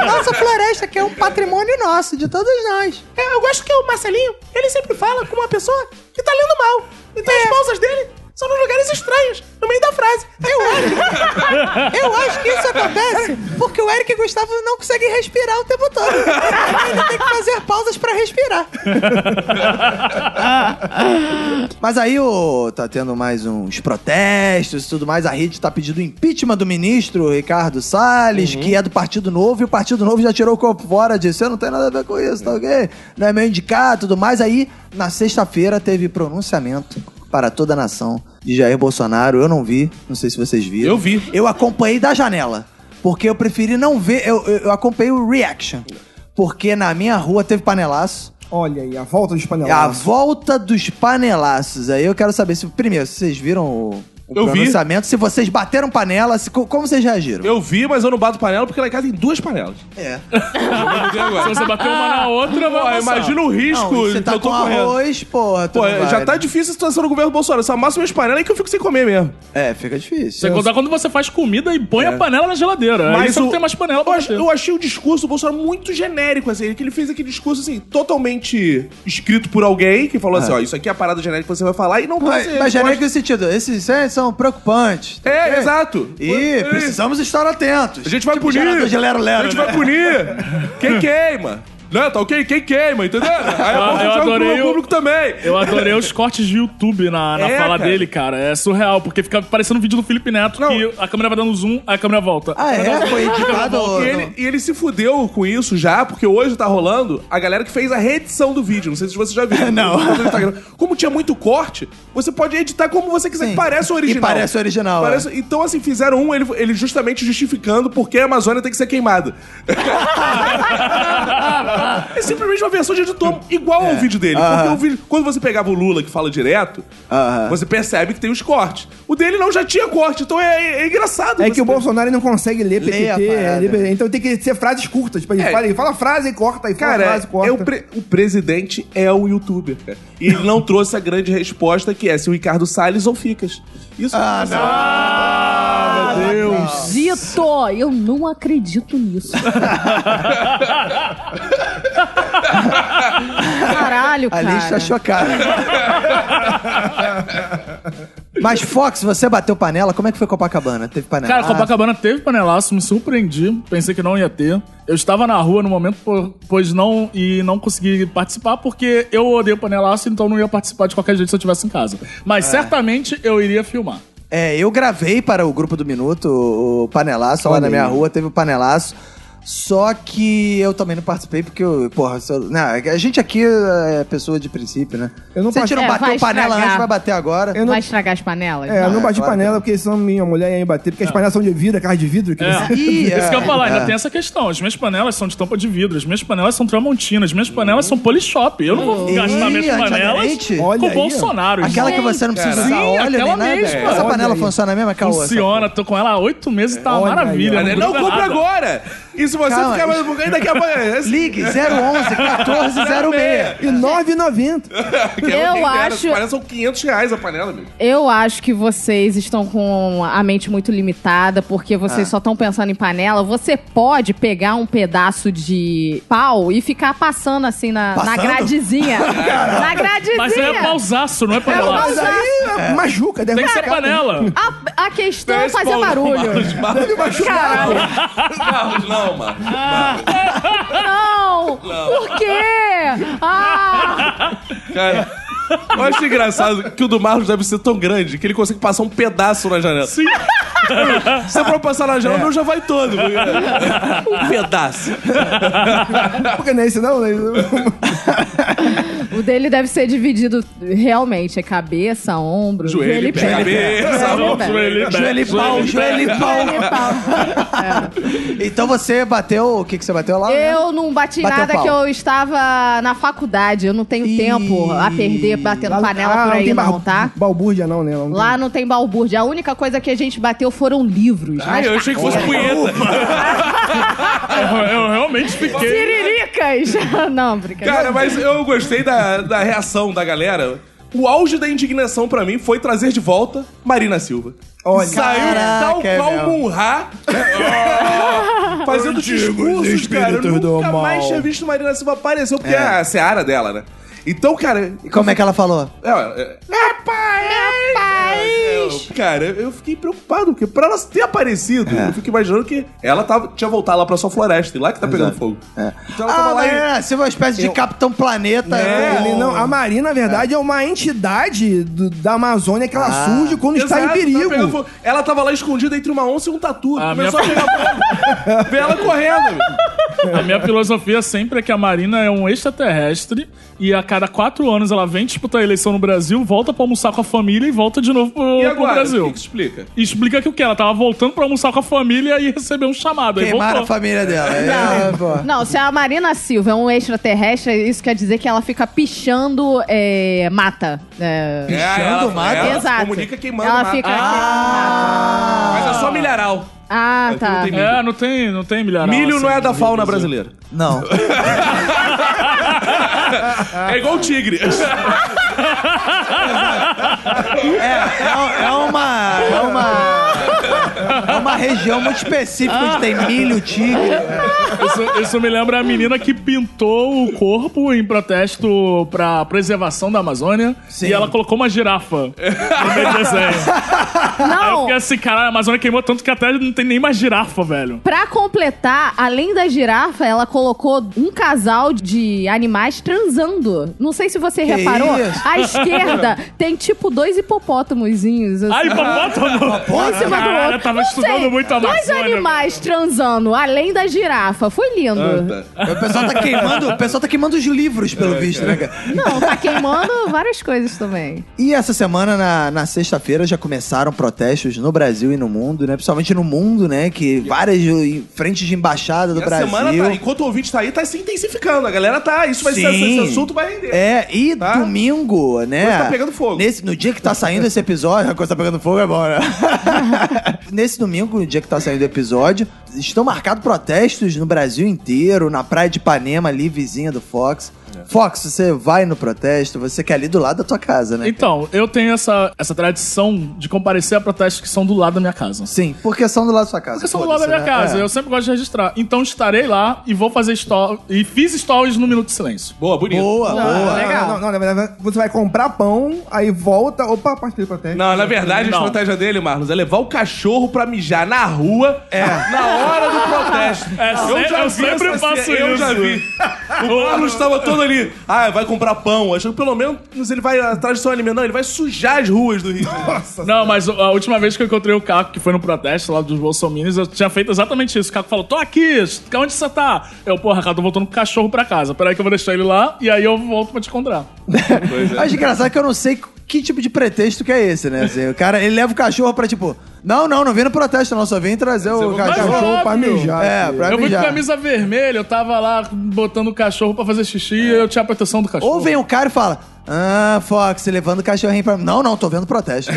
Speaker 2: A nossa floresta, que é um patrimônio nosso, de todos nós.
Speaker 3: É, eu gosto que o Marcelinho, ele sempre fala com uma pessoa que tá lendo mal. Então
Speaker 2: É.
Speaker 3: as pausas dele são nos lugares estranhos, no meio da frase.
Speaker 2: Eu acho, eu acho que isso acontece porque o Eric e o Gustavo não conseguem respirar o tempo todo. Ainda tem que fazer pausas pra respirar. Mas aí ô, tá tendo mais uns protestos e tudo mais. A rede tá pedindo impeachment do ministro Ricardo Salles,
Speaker 3: Uhum.
Speaker 2: que é do Partido Novo, e o Partido Novo já tirou o corpo fora disso. Eu não tenho nada a ver com isso, tá ok? Não é meu indicado e tudo mais. Aí, na sexta-feira, teve pronunciamento para toda a nação de Jair Bolsonaro. Eu não vi, não sei se vocês viram.
Speaker 3: Eu vi.
Speaker 2: Eu acompanhei da janela, porque eu preferi não ver. Eu, eu, eu acompanhei o reaction, porque na minha rua teve panelaço.
Speaker 6: Olha aí, a volta dos
Speaker 2: É a
Speaker 6: panelaços.
Speaker 2: volta dos panelaços. Aí eu quero saber se, primeiro, se vocês viram o, o
Speaker 3: Eu vi.
Speaker 2: pronunciamento, se vocês bateram panela, se, co- como vocês reagiram.
Speaker 3: Eu vi, mas eu não bato panela porque lá em casa tem duas panelas.
Speaker 2: É.
Speaker 5: Se você bater uma na outra,
Speaker 3: Pô,
Speaker 5: vai passar.
Speaker 3: imagina o risco
Speaker 2: Não, e você
Speaker 3: que
Speaker 2: tá
Speaker 3: eu tô
Speaker 2: com
Speaker 3: correndo.
Speaker 2: arroz, porra. tu
Speaker 3: Pô,
Speaker 2: não
Speaker 3: já
Speaker 2: vai,
Speaker 3: tá
Speaker 2: né?
Speaker 3: difícil a situação do governo Bolsonaro. Essa máxima de panela aí que eu fico sem comer mesmo.
Speaker 2: É, fica difícil.
Speaker 5: Sem contar quando você faz comida e põe a panela na geladeira. Mas Aí você
Speaker 3: É. o-
Speaker 5: não é tem mais panela
Speaker 3: eu,
Speaker 5: pra
Speaker 3: ach-
Speaker 5: bater.
Speaker 3: eu achei o discurso do Bolsonaro muito genérico, assim. Que ele fez aquele discurso, assim, totalmente escrito por alguém que falou assim: ó, isso aqui é a parada genérica que você vai falar e não pode
Speaker 2: Mas,
Speaker 3: ser.
Speaker 2: mas já
Speaker 3: pode-
Speaker 2: nem que sentido, esses incêndios são preocupantes.
Speaker 3: É, exato.
Speaker 2: E
Speaker 3: É.
Speaker 2: precisamos estar atentos. Tipo,
Speaker 3: A gente vai punir.
Speaker 2: gerador de lero-lero,
Speaker 3: a gente
Speaker 2: né?
Speaker 3: vai punir. Quem queima. Né? Tá ok? Quem queima, entendeu? Aí a
Speaker 5: Ah, eu
Speaker 3: gente joga pro
Speaker 5: adorei
Speaker 3: meu
Speaker 5: o-
Speaker 3: público também.
Speaker 5: Eu adorei os cortes de YouTube na, na
Speaker 3: É,
Speaker 5: fala
Speaker 3: cara.
Speaker 5: dele, cara. É surreal, porque fica parecendo um vídeo do Felipe Neto
Speaker 3: Não.
Speaker 5: que a câmera vai dando zoom, aí a câmera volta.
Speaker 2: Ah, é? Foi editado.
Speaker 3: E ele, e ele se fudeu com isso já, porque hoje tá rolando a galera que fez a reedição do vídeo. Não sei se você já viu.
Speaker 2: Não.
Speaker 3: No Instagram. Como tinha muito corte, você pode editar como você quiser,
Speaker 2: Sim.
Speaker 3: que parece o
Speaker 2: E
Speaker 3: original.
Speaker 2: parece o original, é.
Speaker 3: Parece- Então, assim, fizeram um, ele, ele justamente justificando por que a Amazônia tem que ser queimada. é simplesmente uma versão de editor igual
Speaker 2: É.
Speaker 3: ao vídeo dele. Porque o vídeo, quando você pegava o Lula que fala direto,
Speaker 2: Aham.
Speaker 3: você percebe que tem os cortes. O dele não já tinha corte, então é, é- é engraçado.
Speaker 6: É
Speaker 3: você
Speaker 6: que o Bolsonaro não consegue ler PPT,
Speaker 2: Leia a parada.
Speaker 6: é, lê- então tem que ser frases curtas. Tipo, ele
Speaker 3: É.
Speaker 6: fala, ele fala a frase e corta, e fala a
Speaker 3: Cara,
Speaker 6: frase e corta.
Speaker 3: é o, pre- o presidente é o youtuber, cara. E ele não trouxe a grande resposta que é se o Ricardo Salles ou Ficas. Isso
Speaker 2: Ah, não.
Speaker 4: Dito, eu não acredito nisso. Caralho,
Speaker 2: A
Speaker 4: cara.
Speaker 2: Liz tá chocada. Mas, Fox, você bateu panela? Como é que foi Copacabana? Teve panela?
Speaker 5: Cara,
Speaker 2: Ah,
Speaker 5: Copacabana teve panelaço, me surpreendi. Pensei que não ia ter. Eu estava na rua no momento, po- pois não, e não consegui participar, porque eu odeio panelaço, então não ia participar de qualquer jeito se eu estivesse em casa. Mas certamente eu iria filmar.
Speaker 2: É, eu gravei para o grupo do Minuto o panelaço lá na minha rua, teve o panelaço. Só que eu também não participei, porque eu, porra, se eu- não, a gente aqui é pessoa de princípio, né?
Speaker 6: Eu não
Speaker 2: Se a gente
Speaker 6: participei.
Speaker 2: não
Speaker 4: É,
Speaker 2: bateu
Speaker 4: vai
Speaker 2: panela
Speaker 4: estragar.
Speaker 2: antes, vai bater agora.
Speaker 6: Eu não-
Speaker 4: Vai estragar as panelas?
Speaker 6: É, eu não
Speaker 2: é,
Speaker 6: bati
Speaker 2: claro
Speaker 6: panela porque senão minha mulher ia me
Speaker 3: É.
Speaker 6: bater, porque as panelas são de vidro, aquelas de vidro que você-
Speaker 5: É.
Speaker 2: Ih,
Speaker 5: Isso que eu
Speaker 2: é,
Speaker 5: ia falar, ainda
Speaker 2: é.
Speaker 5: tem essa questão. As minhas panelas são de tampa de vidro, as minhas panelas são tramontinas, as minhas panelas são polishop. Eu não vou
Speaker 2: Ih,
Speaker 5: gastar minhas panelas
Speaker 2: antigamente,
Speaker 5: com
Speaker 6: Olha aí, ó.
Speaker 5: Bolsonaro.
Speaker 2: Aquela que
Speaker 5: gente.
Speaker 2: você não precisa
Speaker 5: Sim,
Speaker 2: usar óleo nem
Speaker 5: aquela
Speaker 2: nada.
Speaker 5: mesmo,
Speaker 2: Essa
Speaker 6: olha
Speaker 2: panela
Speaker 6: aí.
Speaker 2: funciona mesmo, aquela outra?
Speaker 5: Funciona, tô com ela há oito meses, tá uma
Speaker 6: Olha aí,
Speaker 5: maravilha.
Speaker 6: ó.
Speaker 5: gruda
Speaker 3: Não compra
Speaker 5: nada.
Speaker 3: agora! E se você
Speaker 2: Calma.
Speaker 3: ficar mais um pouquinho, daqui a pouco. é assim,
Speaker 2: Ligue 011 1406.
Speaker 3: é.
Speaker 6: E 9,90.
Speaker 3: que é
Speaker 4: Eu
Speaker 3: quem dera,
Speaker 4: acho-
Speaker 3: as panelas são 500 reais a panela, meu.
Speaker 4: Eu acho que vocês estão com a mente muito limitada, porque vocês
Speaker 6: Ah.
Speaker 4: só estão pensando em panela. Você pode pegar um pedaço de pau e ficar passando assim na, na
Speaker 2: Passando?
Speaker 4: gradezinha. na gradezinha.
Speaker 5: Mas é pausaço, não é panela.
Speaker 6: Mas aí é machuca, deve
Speaker 5: Tem que ser
Speaker 6: marcar.
Speaker 5: panela.
Speaker 4: A, a questão é
Speaker 3: Fez
Speaker 4: fazer
Speaker 3: pau-
Speaker 4: barulho.
Speaker 3: Marlos, Marlos,
Speaker 4: Caralho.
Speaker 3: Marlos, não, mano.
Speaker 4: Não! Por quê? Ah!
Speaker 3: Cara, eu acho engraçado que o do Marlos deve ser tão grande que ele consegue passar um pedaço na janela.
Speaker 5: Sim.
Speaker 3: Se você for passar na janela, o meu já vai todo. porque- Um pedaço.
Speaker 6: Porque não é isso, não. né?
Speaker 4: O dele deve ser dividido realmente. É cabeça, ombro,
Speaker 3: Joelho,
Speaker 4: joelho e
Speaker 3: pé, cabeça,
Speaker 4: Joelho e pé.
Speaker 5: Joelho,
Speaker 2: Joelho e pau, joelho e
Speaker 4: Joelho e
Speaker 2: pau.
Speaker 4: pau.
Speaker 2: Então você bateu. O que, que você bateu lá? né?
Speaker 4: Eu não bati
Speaker 2: Bateu
Speaker 4: nada
Speaker 2: pau.
Speaker 4: que eu estava na faculdade. Eu não tenho
Speaker 2: Ih.
Speaker 4: tempo a perder batendo panela por aí, não,
Speaker 6: Ah, bar-
Speaker 4: tá?
Speaker 6: Balbúrdia, não, né? Não tem.
Speaker 4: Lá não tem balbúrdia. A única coisa que a gente bateu foram livros.
Speaker 3: Ai,
Speaker 4: nas
Speaker 3: eu achei que fosse punheta.
Speaker 5: Eu, eu realmente fiquei.
Speaker 4: Tiriricas! não, brincadeira.
Speaker 3: Cara, mas eu gostei da, da reação da galera. O auge da indignação pra mim foi trazer de volta Marina Silva.
Speaker 6: Olha.
Speaker 3: Saiu
Speaker 2: Caraca,
Speaker 3: tal
Speaker 2: é
Speaker 3: qual
Speaker 2: mesmo.
Speaker 3: Munhá né? fazendo discursos, cara. Eu
Speaker 6: espíritos do
Speaker 3: nunca
Speaker 6: mal.
Speaker 3: mais tinha visto Marina Silva aparecer, porque é a seara dela, né? Então, cara,
Speaker 2: E como é que ela falou?
Speaker 3: É, é, é país! Cara, eu fiquei preocupado, porque pra ela ter aparecido,
Speaker 2: É.
Speaker 3: eu fico imaginando que ela tava, tinha voltado lá pra sua floresta, e lá que tá pegando
Speaker 2: Exato.
Speaker 3: fogo.
Speaker 2: É.
Speaker 3: Então ela tava
Speaker 2: Ah,
Speaker 3: lá
Speaker 2: mas
Speaker 3: e...
Speaker 2: é, você é uma espécie de Capitão Planeta.
Speaker 6: É,
Speaker 2: né?
Speaker 6: ele não- a Marina, na verdade, é, uma entidade do- da Amazônia que ela
Speaker 2: Ah.
Speaker 6: surge quando está em
Speaker 3: Exato, tava pegando
Speaker 6: perigo.
Speaker 3: fogo. ela tava lá escondida entre uma onça e um tatu.
Speaker 5: Ah,
Speaker 3: começou a pegar fogo. Vê ela correndo.
Speaker 5: A minha filosofia sempre é que a Marina é um extraterrestre e a cada quatro anos ela vem disputar a eleição no Brasil, volta pra almoçar com a família e volta de novo pro,
Speaker 3: E
Speaker 5: pro
Speaker 3: agora? O que
Speaker 5: Brasil.
Speaker 3: que explica?
Speaker 5: E explica que o que? Ela tava voltando pra almoçar com a família e recebeu um chamado. Aí
Speaker 2: Queimaram a
Speaker 5: voltou.
Speaker 2: família dela. É, pô.
Speaker 4: Não, não, se a Marina Silva é um extraterrestre, isso quer dizer que ela fica pichando é, mata. É,
Speaker 3: É, ela,
Speaker 2: mata?
Speaker 3: Ela
Speaker 4: Exato.
Speaker 3: comunica queimando
Speaker 4: Ela
Speaker 3: mata.
Speaker 4: fica-
Speaker 3: Ah,
Speaker 2: Ah!
Speaker 3: Mas é só milharal.
Speaker 4: Ah,
Speaker 3: Aqui não
Speaker 4: tá.
Speaker 3: tem milho.
Speaker 5: É, não tem, não tem milharal.
Speaker 3: Milho
Speaker 5: assim,
Speaker 3: não é da
Speaker 5: no
Speaker 3: fauna
Speaker 5: Brasil.
Speaker 3: brasileira.
Speaker 2: Não.
Speaker 3: É igual o tigre.
Speaker 2: É, é, é uma. É uma. É uma região muito específica onde tem milho, tigre.
Speaker 5: Isso, isso me lembra a menina que pintou o corpo em protesto pra preservação da Amazônia
Speaker 2: Sim.
Speaker 5: e ela colocou uma girafa no meio do desenho. Aí eu
Speaker 4: Não,
Speaker 5: fiquei assim, caralho, a Amazônia queimou tanto que até não tem nem mais girafa, velho.
Speaker 4: Pra completar, além da girafa, ela colocou um casal de animais transando. Não sei se você reparou.
Speaker 2: isso?
Speaker 4: À esquerda tem tipo dois hipopótamozinhos. Assim.
Speaker 5: Ah, hipopótamo!
Speaker 4: um em cima do outro.
Speaker 5: Caralho, eu tava
Speaker 4: Não
Speaker 5: estudando
Speaker 4: sei,
Speaker 5: muito a
Speaker 4: Dois
Speaker 5: Amazônia,
Speaker 4: animais transando, além da girafa. Foi lindo.
Speaker 5: Ah,
Speaker 2: O pessoal tá queimando, o pessoal tá queimando os livros, pelo
Speaker 3: É,
Speaker 2: visto, né, cara?
Speaker 4: Não, tá queimando várias coisas também.
Speaker 2: E essa semana, na, na sexta-feira, já começaram protestos no Brasil e no mundo, né? Principalmente no mundo, né? Que várias eh, frentes de embaixada do
Speaker 3: Essa
Speaker 2: Brasil.
Speaker 3: semana, tá, enquanto o ouvinte tá aí, tá se intensificando. A galera tá. Isso vai ser.
Speaker 2: Sim.
Speaker 3: Esse assunto vai render.
Speaker 2: É, e
Speaker 3: Tá?
Speaker 2: domingo, né?
Speaker 3: Coisa tá pegando fogo.
Speaker 2: Nesse, no dia que tá saindo esse episódio, a coisa tá pegando fogo é bom, né? Nesse domingo, no dia que tá saindo o episódio, estão marcados protestos no Brasil inteiro, na praia de Ipanema, ali, vizinha do Fox.
Speaker 3: É.
Speaker 2: Fox, você vai no protesto, você quer ali do lado da tua casa, né?
Speaker 5: Então, eu tenho essa, essa tradição de comparecer a protestos que são do lado da minha casa.
Speaker 2: Sim, porque são do lado da sua casa.
Speaker 5: Porque são do lado da minha
Speaker 2: Foda-se, né?
Speaker 5: casa,
Speaker 2: É.
Speaker 5: eu sempre gosto de registrar. Então estarei lá e vou fazer stories. E fiz stories no Minuto de Silêncio.
Speaker 3: Boa, bonito.
Speaker 2: Boa, boa.
Speaker 4: é
Speaker 6: Não, não, não, na verdade, você vai comprar pão, aí volta. Opa, partilha pra terra.
Speaker 3: Não, na verdade, a
Speaker 5: Não.
Speaker 3: estratégia dele, Marlos, é levar o cachorro pra mijar na rua na hora do protesto.
Speaker 5: É, se- eu
Speaker 3: vi essa
Speaker 5: sempre
Speaker 3: cena,
Speaker 5: faço
Speaker 3: Eu
Speaker 5: isso.
Speaker 3: já vi. O Marlos tava todo pensando ali, ah, vai comprar pão. Achando que pelo menos ele vai atrás do seu alimento. Não, ele vai sujar as ruas do Rio. Nossa.
Speaker 5: Não, mas a última vez que eu encontrei o Caco, que foi no protesto lá dos bolsominions, eu tinha feito exatamente isso. O Caco falou, tô aqui, onde você tá? Eu, porra, cara, tô voltando com o cachorro pra casa. Peraí que eu vou deixar ele lá e aí eu volto pra te encontrar.
Speaker 2: Mas engraçado é que eu não sei que tipo de pretexto que é esse, né? Assim, o cara, ele leva o cachorro pra tipo... Não, não, não vim no protesto, não. Só vim trazer o cachorro.
Speaker 5: Mas
Speaker 6: Cachorro pra
Speaker 5: óbvio.
Speaker 6: mijar.
Speaker 2: É, pra
Speaker 5: eu fui de
Speaker 2: mijar.
Speaker 5: camisa vermelha, eu tava lá botando o cachorro pra fazer xixi e eu tinha a proteção do cachorro.
Speaker 2: Ou vem um cara e fala... Ah, Fox, levando o cachorrinho pra... Não, não, tô vendo protesto.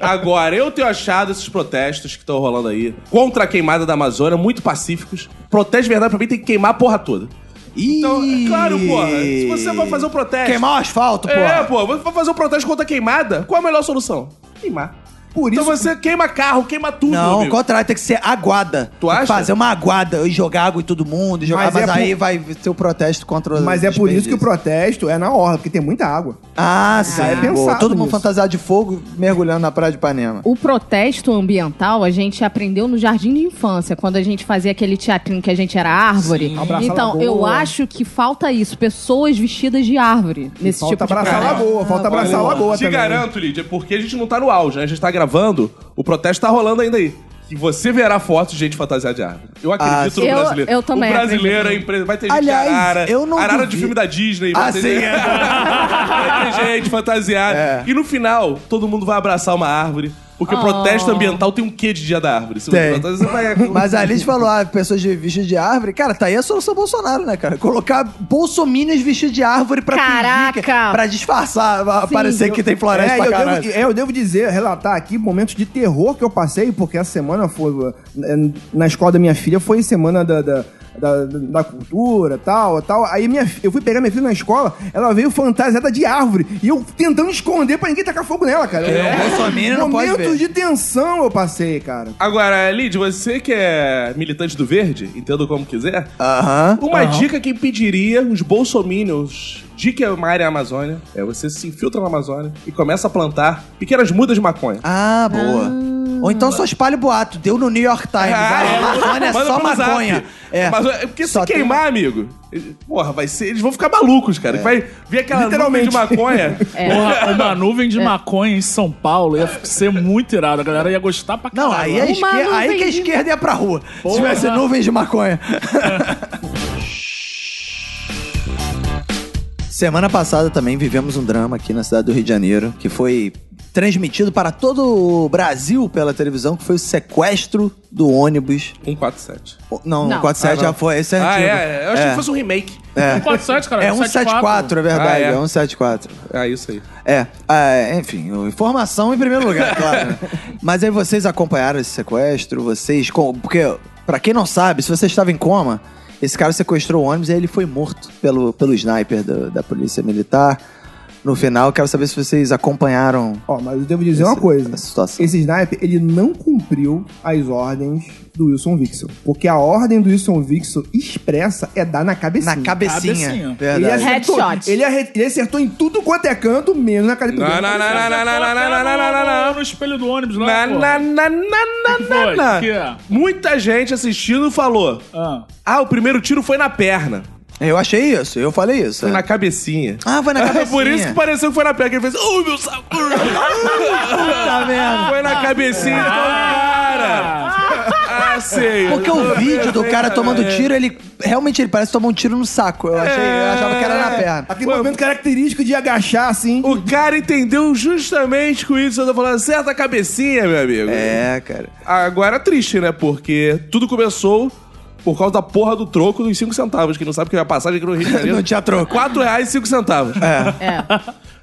Speaker 3: Agora, eu tenho achado esses protestos que estão rolando aí contra a queimada da Amazônia muito pacíficos. Protesto de verdade, pra mim, tem que queimar a porra toda. Então, é claro, porra. Se você vai fazer um protesto.
Speaker 2: Queimar o asfalto, pô.
Speaker 3: É, pô, você vai fazer um protesto contra a queimada? Qual a melhor solução? Queimar. Por então você queima carro, queima tudo. meu
Speaker 2: Não, o
Speaker 3: amigo.
Speaker 2: contrário, tem que ser aguada.
Speaker 3: Tu acha?
Speaker 2: Fazer uma aguada e jogar água em todo mundo, jogar,
Speaker 6: Mas
Speaker 2: mas,
Speaker 6: é por-
Speaker 2: aí vai ter o protesto contra os
Speaker 6: Mas é por isso que o
Speaker 2: desperdícios.
Speaker 6: protesto é na orla, porque tem muita água.
Speaker 2: Ah, sim.
Speaker 6: é
Speaker 2: boa.
Speaker 6: pensado
Speaker 2: todo mundo
Speaker 6: nisso.
Speaker 2: fantasiado de fogo, mergulhando na praia de Ipanema.
Speaker 4: O protesto ambiental a gente aprendeu no jardim de infância, quando a gente fazia aquele teatrinho que a gente era árvore.
Speaker 6: Abraça a
Speaker 4: Então,
Speaker 6: lagoa.
Speaker 4: eu acho que falta isso, pessoas vestidas de árvore nesse
Speaker 6: Falta
Speaker 4: tipo de
Speaker 6: abraçar a
Speaker 4: protesto.
Speaker 6: lagoa, falta abraçar a lagoa
Speaker 3: Te
Speaker 6: também.
Speaker 2: né?
Speaker 6: né?
Speaker 3: garanto, Lídia, porque a gente não tá no auge, né? A gente tá gravando, o protesto tá rolando ainda aí. Que você verá fotos de gente fantasiada de árvore. Eu
Speaker 2: Ah,
Speaker 3: acredito no
Speaker 4: sim. Eu-
Speaker 3: brasileiro.
Speaker 4: eu também
Speaker 3: O brasileiro é
Speaker 4: acredito.
Speaker 3: empresa. Vai ter gente
Speaker 2: Aliás,
Speaker 3: de arara.
Speaker 2: eu não
Speaker 3: arara de
Speaker 2: duvido.
Speaker 3: filme da Disney. vai
Speaker 2: Ah,
Speaker 3: ter
Speaker 2: sim,
Speaker 3: gente-
Speaker 2: é.
Speaker 3: vai ter gente fantasiada.
Speaker 2: É.
Speaker 3: E no final, todo mundo vai abraçar uma árvore. Porque o protesto ambiental tem um quê de dia da árvore. Se
Speaker 2: Tem.
Speaker 3: você fantasia, você vai...
Speaker 2: Mas a Liz falou, ah, pessoas de vestido de árvore. Cara, tá aí a solução Bolsonaro, né, cara? Colocar bolsominions vestido de árvore pra
Speaker 4: Caraca!
Speaker 2: fingir que- pra disfarçar, pra parecer que tem floresta
Speaker 6: É,
Speaker 2: pra
Speaker 6: eu
Speaker 2: caralho.
Speaker 6: devo, é, eu devo dizer, relatar aqui momentos de terror que eu passei, porque essa semana foi. eh, Na escola da minha filha foi semana da. da da, da cultura, tal, tal. Aí minha, fi- eu fui pegar minha filha na escola, ela veio fantasiada de árvore. E eu tentando esconder pra ninguém tacar fogo nela, cara.
Speaker 2: É, o bolsominion não pode
Speaker 6: Momentos
Speaker 2: ver.
Speaker 6: de tensão eu passei, cara.
Speaker 3: Agora, Lid, você que é militante do verde, entenda como quiser,
Speaker 2: Aham.
Speaker 3: Uma dica que impediria os bolsominions de queimarem a Amazônia é você se infiltra na Amazônia e começa a plantar pequenas mudas de maconha.
Speaker 2: Ah, boa. Ou então só espalha o boato. Deu no New York Times. a Amazônia é
Speaker 3: manda
Speaker 2: só
Speaker 3: pelo zap.
Speaker 2: maconha. É.
Speaker 3: Amazônia- porque se
Speaker 2: Só tem-
Speaker 3: queimar, amigo, ele- porra, vai ser, eles vão ficar malucos, cara.
Speaker 2: É.
Speaker 3: Vai ver aquela
Speaker 6: Literalmente.
Speaker 3: nuvem de maconha.
Speaker 5: Porra, uma nuvem
Speaker 2: É.
Speaker 5: de maconha em São Paulo ia ser muito irado. A galera ia gostar pra caralho. Um
Speaker 2: Não,
Speaker 3: Tá
Speaker 2: aí, é a
Speaker 4: Uma
Speaker 2: esquerda, aí
Speaker 4: nuvem
Speaker 2: que a
Speaker 4: de-
Speaker 2: esquerda ia pra rua. Se tivesse nuvens de maconha. Semana passada também vivemos um drama aqui na cidade do Rio de Janeiro, que foi transmitido para todo o Brasil pela televisão, que foi o sequestro do ônibus.
Speaker 3: 147.
Speaker 2: Oh, Não,
Speaker 4: Não.
Speaker 2: o 47
Speaker 3: Ah, não.
Speaker 2: já foi, esse é
Speaker 3: Ah,
Speaker 2: antigo.
Speaker 3: é, é. Eu achei que fosse um remake.
Speaker 5: É 147, cara.
Speaker 2: É 174, é verdade,
Speaker 3: Ah, é.
Speaker 2: é 174.
Speaker 3: Ah, isso aí.
Speaker 2: É, ah, enfim, informação em primeiro lugar, claro. né? Mas aí vocês acompanharam esse sequestro, vocês. com- Porque, pra quem não sabe, se você estava em coma, esse cara sequestrou o ônibus e aí ele foi morto pelo, pelo sniper do- da polícia militar. No final, eu quero saber se vocês acompanharam.
Speaker 6: Ó, mas eu devo dizer
Speaker 2: Esse-
Speaker 6: uma coisa.
Speaker 2: essa situação.
Speaker 6: Esse sniper, ele não cumpriu as ordens do Wilson Vixel. Porque a ordem do Wilson Vixel expressa é dar na cabecinha.
Speaker 2: Na cabecinha.
Speaker 5: Cabecinha.
Speaker 6: Ele
Speaker 2: Verdade.
Speaker 6: acertou,
Speaker 4: Headshot.
Speaker 6: ele, arre- ele acertou em tudo quanto é canto, menos na cabeça.
Speaker 3: Não, não, não, não, não, não, não, não, não, não, não, não.
Speaker 5: No espelho do ônibus né,
Speaker 3: Na,
Speaker 5: lá,
Speaker 3: na, na, na, na,
Speaker 5: Que foi?
Speaker 3: na.
Speaker 5: Que é?
Speaker 3: Muita gente assistindo falou:
Speaker 5: Ah.
Speaker 3: Ah, o primeiro tiro foi na perna.
Speaker 2: Eu achei isso, eu falei isso.
Speaker 3: Foi na cabecinha.
Speaker 2: É. Ah, foi na
Speaker 3: É
Speaker 2: cabecinha.
Speaker 3: por isso que pareceu que foi na perna. que Ele fez, oh, meu saco!
Speaker 2: Tá vendo?
Speaker 3: Foi na cabecinha do cara! Ah, sei.
Speaker 2: Porque o vídeo do
Speaker 3: É.
Speaker 2: cara tomando tiro, ele. Realmente ele parece tomar um tiro no saco. Eu, achei, eu achava que era
Speaker 3: É.
Speaker 2: na perna.
Speaker 6: É, Aquele momento característico de agachar, assim.
Speaker 3: O cara entendeu justamente com isso. Eu tô falando, certa cabecinha, meu amigo.
Speaker 2: É, cara.
Speaker 3: Agora é triste, né? Porque tudo começou por causa da porra do troco dos 5 centavos. Quem não sabe que a passagem aqui no Rio de Janeiro...
Speaker 2: Não tinha troco.
Speaker 3: 4 reais e 5 centavos.
Speaker 4: É.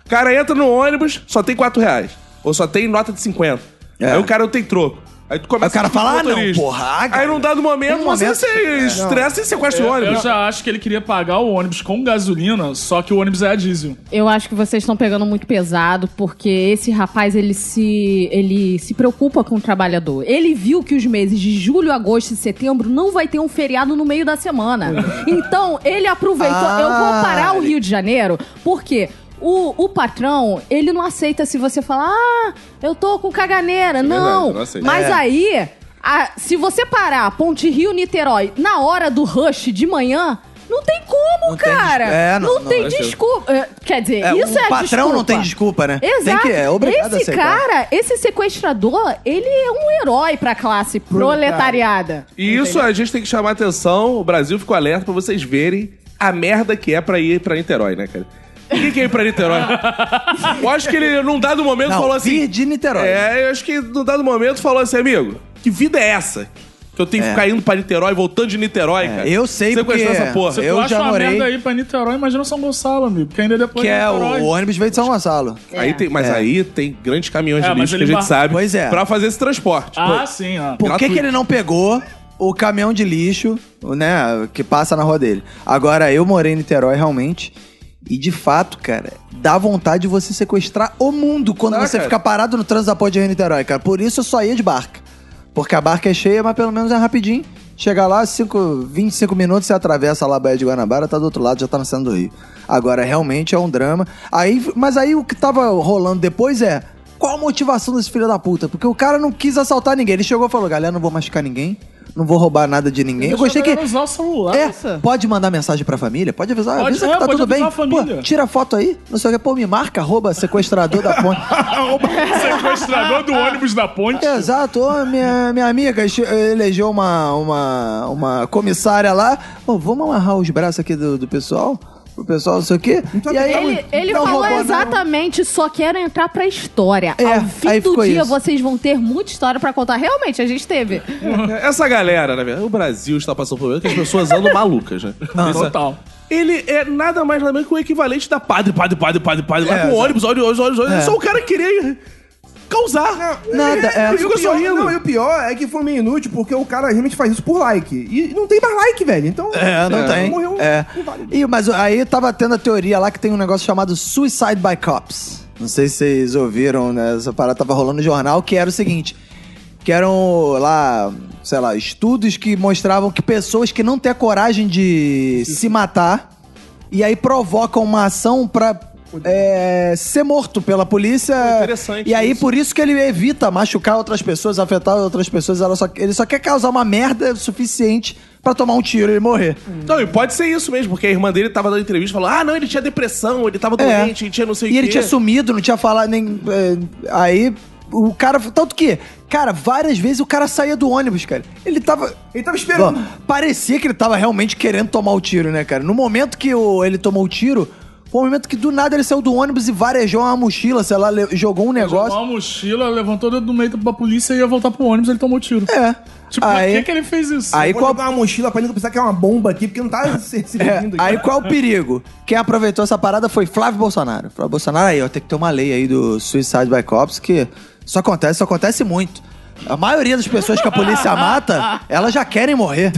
Speaker 3: O cara entra no ônibus, só tem 4 reais. Ou só tem nota de 50.
Speaker 2: É.
Speaker 3: Aí o cara não tem troco. Aí tu começa
Speaker 2: Aí o cara
Speaker 3: a
Speaker 2: fala,
Speaker 3: discutir com o
Speaker 2: "Ah, não,
Speaker 3: motorista."
Speaker 2: porra, ah,
Speaker 3: Aí num
Speaker 2: cara.
Speaker 3: dado momento,
Speaker 2: Tem um
Speaker 3: você
Speaker 2: momento-
Speaker 3: se estressa e
Speaker 2: É,
Speaker 3: sequestra o
Speaker 5: Eu
Speaker 3: ônibus.
Speaker 5: já acho que ele queria pagar o ônibus com gasolina, só que o ônibus é a diesel.
Speaker 4: Eu acho que vocês estão pegando muito pesado, porque esse rapaz, ele se, ele se preocupa com o trabalhador. Ele viu que os meses de julho, agosto e setembro não vai ter um feriado no meio da semana. Então, ele aproveitou.
Speaker 2: Ah,
Speaker 4: eu vou parar o
Speaker 2: ele-
Speaker 4: Rio de Janeiro, porque o, o patrão, ele não aceita se você falar, ah, eu tô com caganeira. não,
Speaker 3: não aceita.
Speaker 4: mas
Speaker 2: É.
Speaker 4: aí, a- se você parar Ponte Rio-Niterói na hora do rush de manhã... Não tem como,
Speaker 2: Não tem
Speaker 4: cara.
Speaker 2: des- é, não-
Speaker 4: não,
Speaker 2: não,
Speaker 4: tem
Speaker 2: esse-
Speaker 4: desculpa. É, Quer dizer,
Speaker 2: É,
Speaker 4: isso
Speaker 2: o
Speaker 4: é a
Speaker 2: patrão
Speaker 4: desculpa.
Speaker 2: não tem desculpa, né? Tem
Speaker 4: Exato.
Speaker 2: que- é obrigado a
Speaker 4: esse
Speaker 2: aceitar.
Speaker 4: cara, esse sequestrador, ele é um herói pra classe proletariada.
Speaker 3: E isso a gente tem que chamar atenção, o Brasil ficou alerta pra vocês verem a merda que é pra ir pra Niterói, né, cara? Por que, que é ir pra Niterói? eu acho que ele, num dado momento,
Speaker 2: Não,
Speaker 3: falou assim.
Speaker 2: vir de Niterói.
Speaker 3: É, eu acho que num dado momento falou assim, amigo, que vida é essa? Que eu tenho que ficar indo pra Niterói, voltando de Niterói, cara.
Speaker 2: É. eu sei
Speaker 3: Sequestrar
Speaker 2: porque-
Speaker 3: essa porra.
Speaker 5: Se
Speaker 2: Eu
Speaker 5: tu acha
Speaker 2: já
Speaker 5: uma
Speaker 2: morei-
Speaker 5: merda aí pra Niterói, imagina São Gonçalo, amigo. Que ainda depois
Speaker 2: Que
Speaker 5: de
Speaker 2: é,
Speaker 5: Niterói.
Speaker 2: o, o ônibus veio de São Gonçalo.
Speaker 3: Aí tem, mas
Speaker 2: É.
Speaker 3: aí tem grandes caminhões de
Speaker 5: É, mas
Speaker 3: lixo que
Speaker 5: ele
Speaker 3: a gente
Speaker 5: mar-
Speaker 3: sabe
Speaker 2: Pois é.
Speaker 3: pra fazer esse transporte.
Speaker 5: Ah, sim, ó.
Speaker 2: Por que,
Speaker 3: Gratuito.
Speaker 2: que ele não pegou o caminhão de lixo, né, que passa na rua dele? Agora, eu morei em Niterói realmente. E de fato, cara, dá vontade de você sequestrar o mundo quando
Speaker 3: Dá,
Speaker 2: você
Speaker 3: cara.
Speaker 2: fica parado no trânsito da Ponte de Rio e Niterói, cara. Por isso eu só ia de barca. Porque a barca é cheia, mas pelo menos é rapidinho. Chega lá, cinco, 25 minutos, você atravessa lá a Baía de Guanabara, tá do outro lado, já tá no centro do Rio. Agora, realmente é um drama. Aí, mas aí o que tava rolando depois é. Qual a motivação desse filho da puta? Porque o cara não quis assaltar ninguém. Ele chegou e falou: galera, não vou machucar ninguém, não vou roubar nada de ninguém. Eu
Speaker 5: Deixa
Speaker 2: gostei
Speaker 5: a
Speaker 2: que.
Speaker 5: galera usar o celular.
Speaker 2: É, pode mandar mensagem pra família, pode avisar,
Speaker 5: Pode,
Speaker 2: avisa
Speaker 5: é,
Speaker 2: que tá
Speaker 5: pode
Speaker 2: tudo bem.
Speaker 5: avisar a família.
Speaker 2: Pô, tira foto aí, não sei o que, pô, me marca, arroba sequestrador da ponte.
Speaker 5: Sequestrador do ônibus da ponte.
Speaker 2: Exato, Ô, minha, minha amiga che- elegeu uma, uma, uma comissária lá. Ô, vamos amarrar os braços aqui do, do pessoal? O pessoal, não sei o quê. E aí, um
Speaker 4: Ele, ele
Speaker 2: não
Speaker 4: falou
Speaker 2: roubou, não.
Speaker 4: exatamente, só quero entrar pra história.
Speaker 2: É,
Speaker 4: Ao fim
Speaker 2: aí
Speaker 4: do
Speaker 2: ficou
Speaker 4: dia
Speaker 2: isso.
Speaker 4: vocês vão ter muita história pra contar. Realmente, a gente teve.
Speaker 3: Essa galera, na verdade, o Brasil está passando por um problema que as pessoas andam malucas, né? Isso é-
Speaker 5: Total.
Speaker 3: Ele é nada mais nada menos que o equivalente da padre, padre, padre, padre, padre.
Speaker 2: É,
Speaker 3: lá com
Speaker 2: exato.
Speaker 3: ônibus, ônibus, ônibus, ônibus.
Speaker 2: É.
Speaker 3: É só o cara querer causar.
Speaker 2: Nada, é.
Speaker 3: Ele
Speaker 6: E o
Speaker 3: Fica
Speaker 6: pior-
Speaker 3: sorrindo.
Speaker 6: Não, e o pior é que foi meio inútil, porque o cara realmente faz isso por like. E não tem mais like, velho. Então.
Speaker 2: É, não tem.
Speaker 6: Morreu. um
Speaker 2: é.
Speaker 6: não vale.
Speaker 2: E, mas aí tava tendo a teoria lá que tem um negócio chamado Suicide by Cops. Não sei se vocês ouviram, né? Essa parada tava rolando no jornal, que era o seguinte. Que eram lá, sei lá, estudos que mostravam que pessoas que não têm a coragem de se matar e aí provocam uma ação pra é, ser morto pela polícia.
Speaker 3: interessante
Speaker 2: E aí,
Speaker 3: isso.
Speaker 2: por isso que ele evita machucar outras pessoas, afetar outras pessoas. Ela só- ele só quer causar uma merda suficiente pra tomar um tiro e morrer.
Speaker 3: Não, e pode ser isso mesmo, porque a irmã dele tava dando entrevista e falou: ah, não, ele tinha depressão, ele tava doente, ele tinha não sei o
Speaker 2: É. E
Speaker 3: quê.
Speaker 2: ele tinha sumido, não tinha falado nem. é, aí o cara. Tanto que, cara, várias vezes o cara saía do ônibus, cara. Ele tava.
Speaker 6: Ele tava esperando.
Speaker 2: Bom, parecia que ele tava realmente querendo tomar o tiro, né, cara? No momento que o- ele tomou o tiro, foi um momento que do nada ele saiu do ônibus e varejou uma mochila, sei lá, le- jogou um
Speaker 5: Jogou
Speaker 2: negócio.
Speaker 5: uma mochila, levantou do meio da polícia e ia voltar pro ônibus, ele tomou tiro.
Speaker 2: É.
Speaker 5: Tipo,
Speaker 2: aí,
Speaker 5: pra que que ele fez isso?
Speaker 2: aí
Speaker 6: Eu vou
Speaker 2: qual.
Speaker 6: jogar uma mochila pra ele não pensar que é uma bomba aqui, porque não tá se, se
Speaker 2: É,
Speaker 6: definindo
Speaker 2: aí
Speaker 6: aqui.
Speaker 2: qual o perigo? Quem aproveitou essa parada foi Flávio Bolsonaro. Flávio Bolsonaro aí, ó, tem que ter uma lei aí do Suicide by Cops que isso acontece, isso acontece muito. A maioria das pessoas que a polícia mata, elas já querem morrer.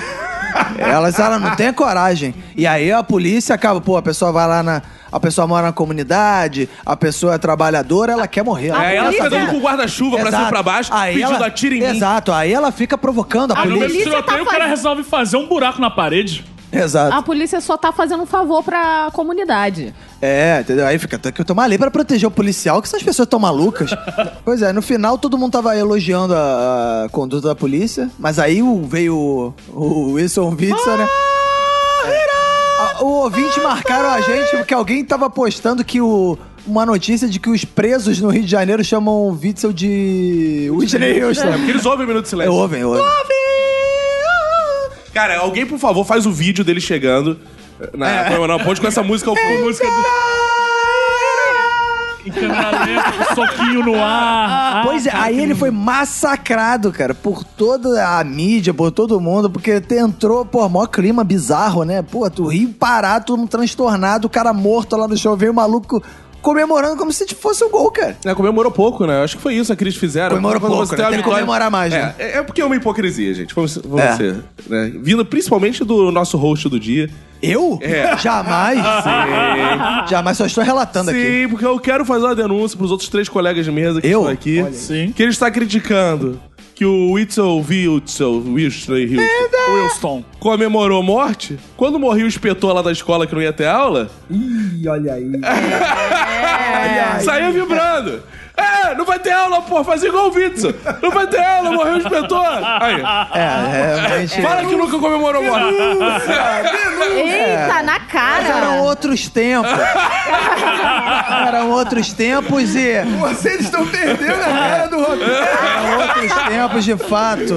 Speaker 2: Elas, elas não têm coragem. E aí a polícia acaba, pô, a pessoa vai lá na. A pessoa mora na comunidade, a pessoa é trabalhadora, ela quer morrer.
Speaker 4: A
Speaker 3: Aí ela
Speaker 4: polícia-
Speaker 3: fica dando com o guarda-chuva pra cima e pra baixo, pedindo
Speaker 2: é. ela,
Speaker 3: atira em mim.
Speaker 2: Exato, aí ela fica provocando a,
Speaker 4: A
Speaker 5: Aí Ah, no meio do
Speaker 2: polícia.
Speaker 4: polícia tá
Speaker 5: tiroteio, o cara
Speaker 4: fazendo-
Speaker 5: resolve fazer um buraco na parede.
Speaker 2: Exato.
Speaker 4: A polícia só tá fazendo um favor pra comunidade.
Speaker 2: É, entendeu? Aí fica, tem que tomar lei pra proteger o policial, que essas pessoas tão malucas. pois é, no final todo mundo tava elogiando a, a conduta da polícia, mas aí o- veio o, o Wilson Witzel, né? É. A- o ouvinte marcaram a gente porque alguém tava postando que o. Uma notícia de que os presos no Rio de Janeiro chamam o Witzel de. Whitney Houston.
Speaker 3: É,
Speaker 2: É
Speaker 3: Porque eles ouvem o Minuto de Silêncio.
Speaker 2: Ouvem, ouvem.
Speaker 3: Cara, alguém, por favor, faz o vídeo dele chegando na,
Speaker 2: É.
Speaker 3: na ponte com essa música. Com música
Speaker 5: Em câmera lenta, soquinho no ar.
Speaker 2: Pois é, aí ele foi massacrado, cara, por toda a mídia, por todo mundo, porque te- entrou, pô, maior clima bizarro, né? Pô, tu rio parado, todo mundo transtornado, o cara morto lá no chão, veio o maluco comemorando como se fosse um gol, cara.
Speaker 3: É, comemorou pouco, né? Eu Acho que foi isso que eles fizeram.
Speaker 2: Comemorou
Speaker 3: Quando
Speaker 2: pouco,
Speaker 3: você
Speaker 2: né?
Speaker 3: uma
Speaker 2: Tem que
Speaker 3: vitória-
Speaker 2: comemorar mais,
Speaker 3: é,
Speaker 2: né?
Speaker 3: É, é porque é uma hipocrisia, gente. Vamos, vamos
Speaker 2: É.
Speaker 3: ser. né? Vindo principalmente do nosso host do dia.
Speaker 2: Eu?
Speaker 3: É.
Speaker 2: Jamais. Jamais, só estou relatando aqui.
Speaker 3: Sim, porque eu quero fazer uma denúncia pros outros três colegas de mesa que
Speaker 2: Eu?
Speaker 3: estão aqui.
Speaker 5: Sim.
Speaker 3: Que ele está criticando que o Witzel Witzel Witzel Houston
Speaker 5: Wilson.
Speaker 3: comemorou morte quando morreu o inspetor lá da escola que não ia ter aula.
Speaker 6: Ih, olha aí.
Speaker 3: Saiu vibrando. É, não vai ter aula, pô, faz igual o Witzel. Não vai ter aula, morreu o inspetor. Aí,
Speaker 2: É, realmente.
Speaker 3: fala que nunca comemorou morte.
Speaker 4: Eita, na
Speaker 2: É. Mas eram
Speaker 4: cara.
Speaker 2: outros tempos. eram outros tempos e.
Speaker 6: Vocês estão perdendo a cara do roteiro.
Speaker 2: Eram outros tempos de fato.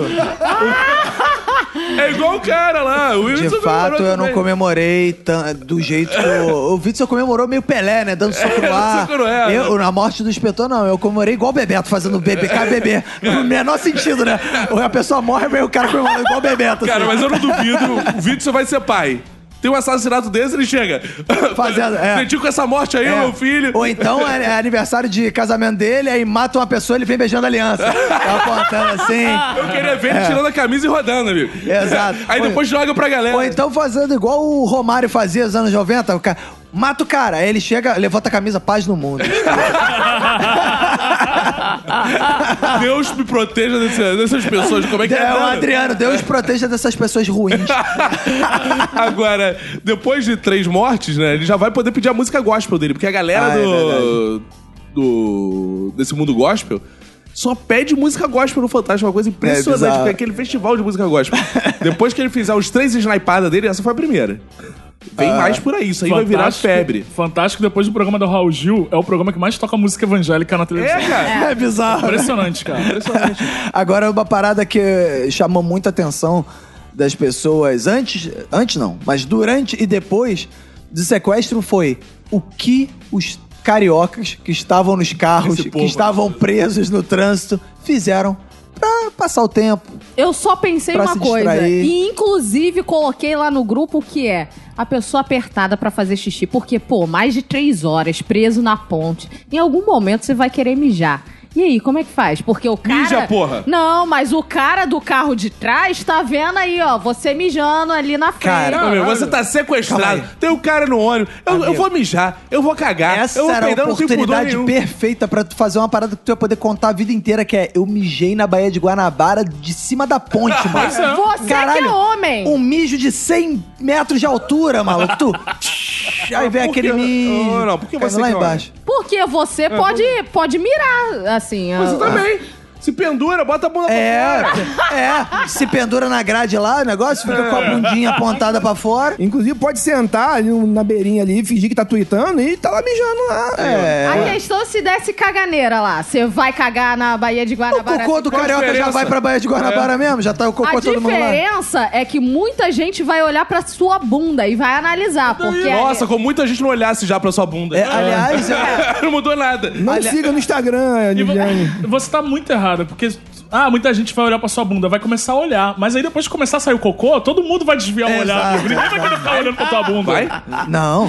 Speaker 3: É igual o cara lá. O
Speaker 2: De
Speaker 3: Witzel
Speaker 2: fato, eu não
Speaker 3: comemorou.
Speaker 2: comemorei tan- do jeito que o, o Witzel comemorou meio Pelé, né? Dando soco no ar.
Speaker 3: É, soco no ar, né?
Speaker 2: Eu, na morte do inspetor, não. Eu comemorei igual o Bebeto, fazendo bebê, cara bebê. No menor sentido, né? Ou a pessoa morre, mas o cara comemorou igual o Bebeto.
Speaker 3: Cara,
Speaker 2: assim.
Speaker 3: mas eu não duvido. O Witzel vai ser pai. Tem um assassinato desse, ele chega.
Speaker 2: Fazendo, é.
Speaker 3: Sentiu com essa morte aí,
Speaker 2: É.
Speaker 3: meu filho.
Speaker 2: Ou então é, é aniversário de casamento dele, aí mata uma pessoa ele vem beijando a aliança. Tá apontando assim.
Speaker 3: Eu queria ver ele tirando a camisa e rodando, amigo.
Speaker 2: Exato.
Speaker 3: Aí
Speaker 2: Ou-
Speaker 3: depois joga pra galera.
Speaker 2: Ou então fazendo igual o Romário fazia nos anos 90. O cara, mata o cara, aí ele chega, levanta a camisa, paz no mundo. tá.
Speaker 3: Deus me proteja desse- dessas pessoas. Como é que é?
Speaker 2: É, o
Speaker 3: mano?
Speaker 2: Adriano, Deus proteja dessas pessoas ruins.
Speaker 3: Agora, depois de três mortes, né? Ele já vai poder pedir a música gospel dele, porque a galera
Speaker 2: Ah, é
Speaker 3: do, do. desse mundo gospel. Só pede música gospel no Fantástico, uma coisa impressionante,
Speaker 2: bizarro.
Speaker 3: porque é aquele festival de música gospel. Depois que ele fizer os três snipadas dele, essa foi a primeira. Vem
Speaker 2: Ah,
Speaker 3: mais por aí, isso aí vai virar febre.
Speaker 5: Fantástico, depois do programa do Raul Gil, é o programa que mais toca música evangélica na televisão.
Speaker 3: É, cara.
Speaker 2: É bizarro.
Speaker 5: Impressionante, cara.
Speaker 2: Agora, uma parada que chamou muita atenção das pessoas antes, antes não, mas durante e depois do sequestro foi o que os cariocas que estavam nos carros,
Speaker 3: Esse povo.
Speaker 2: que estavam presos no trânsito, fizeram pra passar o tempo.
Speaker 4: Eu só pensei
Speaker 2: Pra
Speaker 4: uma
Speaker 2: se
Speaker 4: coisa.
Speaker 2: distrair.
Speaker 4: E inclusive coloquei lá no grupo que é a pessoa apertada pra fazer xixi. Porque, pô, mais de três horas preso na ponte. Em algum momento você vai querer mijar. E aí, como é que faz? Porque o cara.
Speaker 3: Mija, porra!
Speaker 4: Não, mas o cara do carro de trás tá vendo aí, ó, você mijando ali na frente.
Speaker 2: Cara,
Speaker 3: Não, meu, você tá
Speaker 2: É, Calma
Speaker 3: sequestrado,
Speaker 2: aí.
Speaker 3: tem um cara no ônibus, eu, eu vou mijar, eu vou cagar,
Speaker 2: Essa
Speaker 3: Ah, eu vou
Speaker 2: era a
Speaker 3: peidar, não tem pudor
Speaker 2: oportunidade
Speaker 3: nenhum.
Speaker 2: perfeita pra tu fazer uma parada que tu ia poder contar a vida inteira, que é eu mijei na Baía de Guanabara de cima da ponte, mano.
Speaker 4: Você que é homem!
Speaker 2: Um mijo de 100 metros de altura, maluco. Tu... Aí vem
Speaker 3: Por
Speaker 2: aquele
Speaker 3: que-
Speaker 2: mijo.
Speaker 3: Não, não, por que
Speaker 2: caindo
Speaker 3: você
Speaker 2: lá
Speaker 3: que é
Speaker 2: embaixo.
Speaker 4: Porque você pode, pode mirar, assim.
Speaker 3: Você
Speaker 4: a-
Speaker 3: também. Se pendura, bota a bunda pra
Speaker 2: Ah. É, é. Se pendura na grade lá, o negócio fica
Speaker 3: É.
Speaker 2: com a bundinha apontada pra fora.
Speaker 6: Inclusive, pode sentar ali na beirinha ali, fingir que tá tweetando e tá lá mijando lá.
Speaker 2: É.
Speaker 4: A questão é se desse caganeira lá. Você vai cagar na Baía de
Speaker 2: O
Speaker 4: Guanabara.
Speaker 2: cocô do
Speaker 3: Qual a
Speaker 2: carioca já
Speaker 3: diferença? É.
Speaker 2: vai pra Baía de Guanabara mesmo? Já tá o cocô
Speaker 4: A
Speaker 2: todo mundo lá.
Speaker 4: diferença é que muita gente vai olhar pra sua bunda Então, e vai analisar. Porque é-
Speaker 3: Nossa, como muita gente não olhasse já pra sua bunda.
Speaker 2: É, aliás, é-
Speaker 3: não mudou nada.
Speaker 6: Não siga no Instagram,
Speaker 5: E vo-
Speaker 6: Liviane.
Speaker 5: você tá muito errada, porque. Ah, muita gente vai olhar pra sua bunda, vai começar a olhar. Mas aí depois de começar a sair o cocô, todo mundo vai desviar o
Speaker 2: É,
Speaker 5: olhar.
Speaker 2: exato.
Speaker 5: Ninguém vai querer ficar olhando pra tua bunda.
Speaker 3: Vai?
Speaker 2: Não.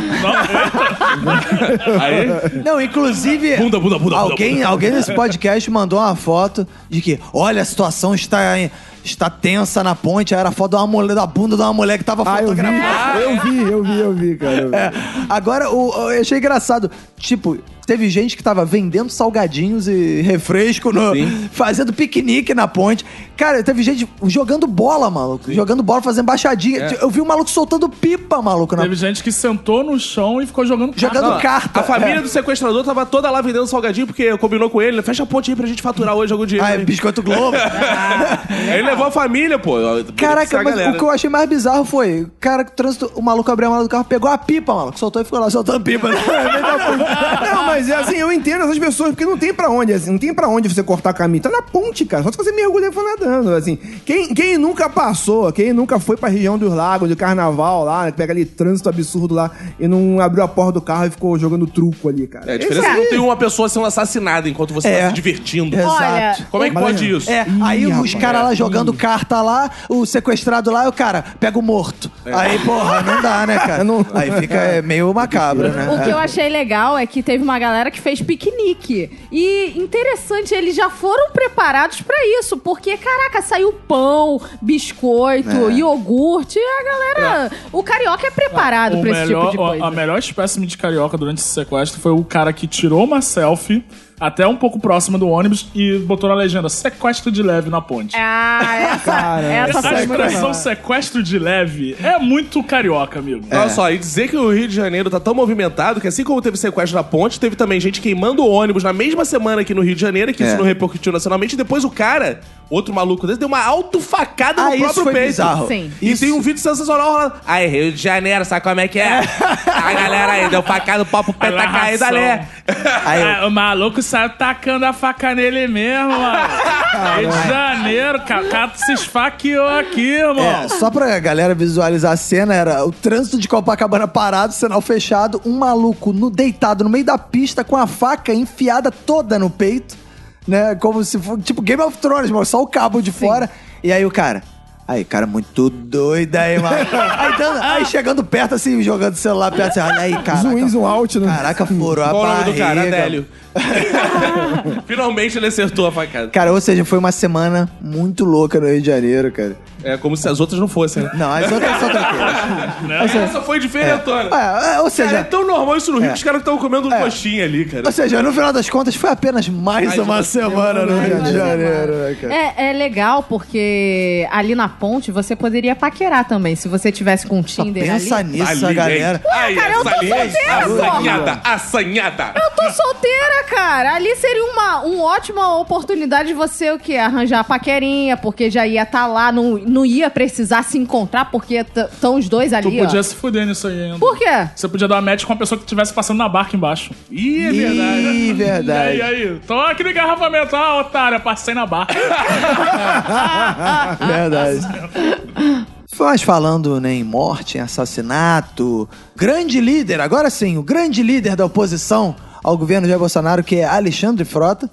Speaker 3: Aí?
Speaker 2: Não, inclusive.
Speaker 3: Bunda, bunda, bunda,
Speaker 2: alguém,
Speaker 3: bunda, bunda.
Speaker 2: alguém nesse podcast mandou uma foto de que, olha, a situação está, em- está tensa na ponte. Aí era a foto da, uma mulher, da bunda de uma mulher que tava
Speaker 6: Ah, eu vi,
Speaker 2: fotografada.
Speaker 6: eu vi, eu vi, eu vi, cara. eu vi.
Speaker 2: É. Agora, o, o- eu achei engraçado. Tipo, teve gente que tava vendendo salgadinhos e refresco, no- fazendo piquenique na ponte. Cara, teve gente jogando bola, maluco. Jogando bola, fazendo baixadinha. Eu vi um maluco soltando pipa, maluco. Na...
Speaker 5: Teve Ah, gente que sentou no chão e ficou jogando
Speaker 2: Jogando
Speaker 5: carta.
Speaker 2: carta.
Speaker 3: A família do sequestrador tava toda lá vendendo salgadinho porque combinou com ele. né? Fecha a ponte aí pra gente faturar hoje algum dinheiro.
Speaker 2: Ah, é
Speaker 3: aí.
Speaker 2: biscoito Globo.
Speaker 3: Aí ele levou a família, pô. Essa
Speaker 2: Caraca, mas
Speaker 3: galera.
Speaker 2: o que eu achei mais bizarro foi, o cara, que trânsito, o maluco abriu a mala do carro, pegou a pipa, maluco, soltou e ficou lá soltando pipa.
Speaker 3: É
Speaker 6: Não, mas é assim, eu entendo essas pessoas, porque não tem pra onde, assim, não tem pra onde você cortar caminho. Tá na ponte, cara. Só se você mergulha e for nadando, assim. Quem, quem nunca passou, quem nunca foi pra região dos lagos, do carnaval lá, né, que pega ali trânsito absurdo lá e não abriu a porta do carro e ficou jogando truco ali, cara.
Speaker 3: É, a diferença é que não tem uma pessoa sendo assassinada enquanto você tá
Speaker 2: É.
Speaker 3: se divertindo.
Speaker 2: Exato.
Speaker 4: Olha,
Speaker 3: Como é que pode isso?
Speaker 2: É, aí os caras lá jogando carta lá, o sequestrado lá, e o cara pega o morto.
Speaker 3: É.
Speaker 2: Aí, porra, não dá, né, cara?
Speaker 6: Não-
Speaker 2: Aí fica é, meio macabro,
Speaker 4: O que
Speaker 2: né?
Speaker 4: eu achei legal é que teve uma galera que fez piquenique. E interessante, eles já foram preparados pra isso, porque caraca, saiu pão,
Speaker 2: É.
Speaker 4: biscoito, iogurte, a galera, o carioca é preparado
Speaker 5: O
Speaker 4: pra esse tipo
Speaker 5: melhor-
Speaker 4: de coisa.
Speaker 5: A, a melhor espécime de carioca durante esse sequestro foi o cara que tirou uma selfie. até um pouco próxima do ônibus e botou na legenda sequestro de leve na ponte.
Speaker 4: Ah, essa, essa
Speaker 5: Essa
Speaker 4: foi muito
Speaker 5: expressão
Speaker 4: boa.
Speaker 5: sequestro de leve é muito
Speaker 4: É,
Speaker 5: carioca, amigo.
Speaker 2: É.
Speaker 3: Olha só, e dizer que o Rio de Janeiro tá tão movimentado que assim como teve sequestro na ponte, teve também gente queimando ônibus na mesma semana aqui no Rio de Janeiro,
Speaker 2: É.
Speaker 3: que isso não repercutiu nacionalmente, e depois o cara, outro maluco desse, deu uma autofacada
Speaker 2: Ah, isso
Speaker 3: no É próprio
Speaker 2: foi
Speaker 3: peito.
Speaker 2: bizarro.
Speaker 4: Sim.
Speaker 3: E tem um vídeo sensacional rolando. Aí, Rio de Janeiro, sabe como é que é? A galera aí deu facada, o papo pé tá caindo
Speaker 5: Alarração.
Speaker 3: ali.
Speaker 2: Aí eu-
Speaker 5: Ah, o maluco saiu tacando a faca nele mesmo, mano.
Speaker 2: Ah,
Speaker 5: Rio de Janeiro, ca- o cara se esfaqueou aqui, irmão.
Speaker 2: É, só pra galera visualizar a cena, era o trânsito de Copacabana parado, sinal fechado, um maluco no, deitado no meio da pista com a faca enfiada toda no peito, né? Como se fosse, tipo, Game of Thrones, mano, só o cabo de fora. E aí o cara... Aí, cara, muito doido aí, mano. aí, dando- aí chegando perto, assim, jogando o celular perto, assim, olha aí, cara.
Speaker 6: Zoom in, zoom out, né?
Speaker 2: Caraca, furou a
Speaker 3: Qual o nome
Speaker 2: barriga.
Speaker 3: do cara? Adélio. Finalmente ele acertou a facada.
Speaker 2: Cara, ou seja, foi uma semana muito louca no Rio de Janeiro, cara.
Speaker 3: É como se as outras não fossem, né?
Speaker 2: Não, as outras são tranquilas.
Speaker 3: Essa foi diferentona.
Speaker 2: É, é, ou
Speaker 3: Cara,
Speaker 2: seja...
Speaker 3: é tão normal isso no Rio
Speaker 2: É.
Speaker 3: que os caras estão comendo um coxinha ali, cara.
Speaker 2: Ou seja, no final das contas, foi apenas mais,
Speaker 3: Mais
Speaker 2: uma,
Speaker 3: uma
Speaker 2: semana, no Rio de Janeiro, né, cara?
Speaker 4: É, é legal porque ali na ponte você poderia paquerar também, se você tivesse com o
Speaker 2: Só
Speaker 4: Tinder
Speaker 2: pensa
Speaker 4: é ali.
Speaker 2: nisso, a
Speaker 3: Ali,
Speaker 2: galera.
Speaker 3: gente. Ai,
Speaker 4: cara, eu tô
Speaker 3: assali-
Speaker 4: solteira, porra.
Speaker 3: Assanhada, assanhada.
Speaker 4: Eu tô solteira, cara. Ali seria uma, uma ótima oportunidade de você o quê? Arranjar a paquerinha, porque já ia estar lá, não, não ia precisar se encontrar, porque estão os dois
Speaker 5: Tu
Speaker 4: ali.
Speaker 5: podia
Speaker 4: ó.
Speaker 5: se fuder nisso aí ainda.
Speaker 4: Por quê?
Speaker 5: Você podia dar uma match com uma pessoa que estivesse passando na barca embaixo.
Speaker 3: Ih, é
Speaker 2: Ih,
Speaker 5: E
Speaker 2: verdade.
Speaker 5: aí, aí? Tô aqui no engarrafamento. Ah, otário, passei na barca.
Speaker 2: Verdade. Mas falando né, em morte, em assassinato, grande líder, agora sim, o grande líder da oposição ao governo Jair Bolsonaro, que é Alexandre Frota,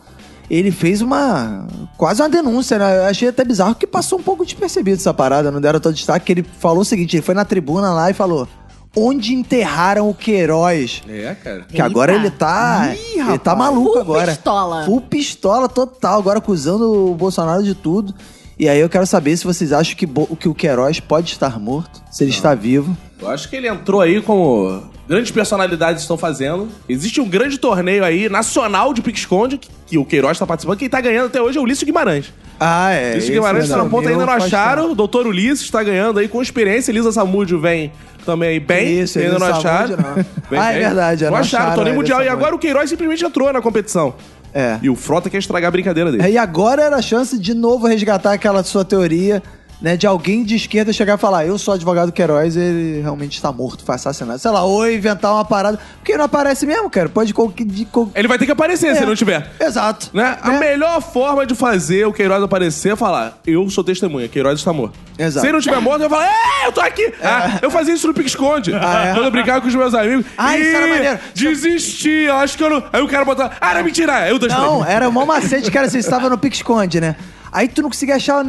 Speaker 2: ele fez uma. quase uma denúncia, né? Eu achei até bizarro que passou um pouco despercebido essa parada, não deram todo destaque. que Ele falou o seguinte: ele foi na tribuna lá e falou: onde enterraram o Queiroz?
Speaker 3: É, cara.
Speaker 2: Que agora
Speaker 4: Eita.
Speaker 2: ele tá. ele tá maluco
Speaker 4: Full
Speaker 2: agora.
Speaker 4: pistola.
Speaker 2: Full pistola total, agora acusando o Bolsonaro de tudo. E aí eu quero saber se vocês acham que, Bo- que o Queiroz pode estar morto, se ele está vivo.
Speaker 3: Eu acho que ele entrou aí como grandes personalidades estão fazendo. Existe um grande torneio aí, nacional de pique-esconde, que, que o Queiroz tá participando. Quem tá ganhando até hoje é o Ulisses Guimarães.
Speaker 2: Ah, é.
Speaker 3: Ulisses Guimarães tá na ponta, ainda não acharam. O doutor Ulisses tá ganhando aí com experiência. Elisa Samúdio vem também aí bem.
Speaker 2: Isso,
Speaker 3: ainda
Speaker 2: Elisa
Speaker 3: não acharam.
Speaker 2: Samúdio não.
Speaker 3: Vem
Speaker 2: Ah, é
Speaker 3: bem.
Speaker 2: verdade,
Speaker 3: Não
Speaker 2: não
Speaker 3: acharam,
Speaker 2: acharam
Speaker 3: torneio
Speaker 2: a Elisa
Speaker 3: mundial. E
Speaker 2: Samúdio.
Speaker 3: agora o Queiroz simplesmente entrou na competição.
Speaker 2: É.
Speaker 3: E o Frota quer estragar a brincadeira dele.
Speaker 2: E agora era a chance de novo resgatar aquela sua teoria, né? De alguém de esquerda chegar e falar: Eu sou advogado do Queiroz, ele realmente está morto, foi assassinado. Sei lá, ou inventar uma parada. Porque não aparece mesmo, cara. Pode qualquer. De, qual-
Speaker 3: Ele vai ter que aparecer se
Speaker 2: É.
Speaker 3: ele não tiver.
Speaker 2: Exato.
Speaker 3: Né? A melhor forma de fazer o Queiroz aparecer é falar: Eu sou testemunha, Queiroz está morto.
Speaker 2: Exato.
Speaker 3: Se ele não estiver morto, eu falo: É, eu tô aqui! Ah, eu fazia isso no pique-esconde.
Speaker 2: Ah, é?
Speaker 3: Quando eu brincava com os meus amigos.
Speaker 2: Ah, isso era
Speaker 3: Ih,
Speaker 2: maneiro.
Speaker 3: Desisti, eu acho que eu não. Aí o cara botava: Ah, não, mentira, eu testemunha.
Speaker 2: Não, era o maior macete que era assim, você tava no pique esconde, né? Aí tu não conseguia achar,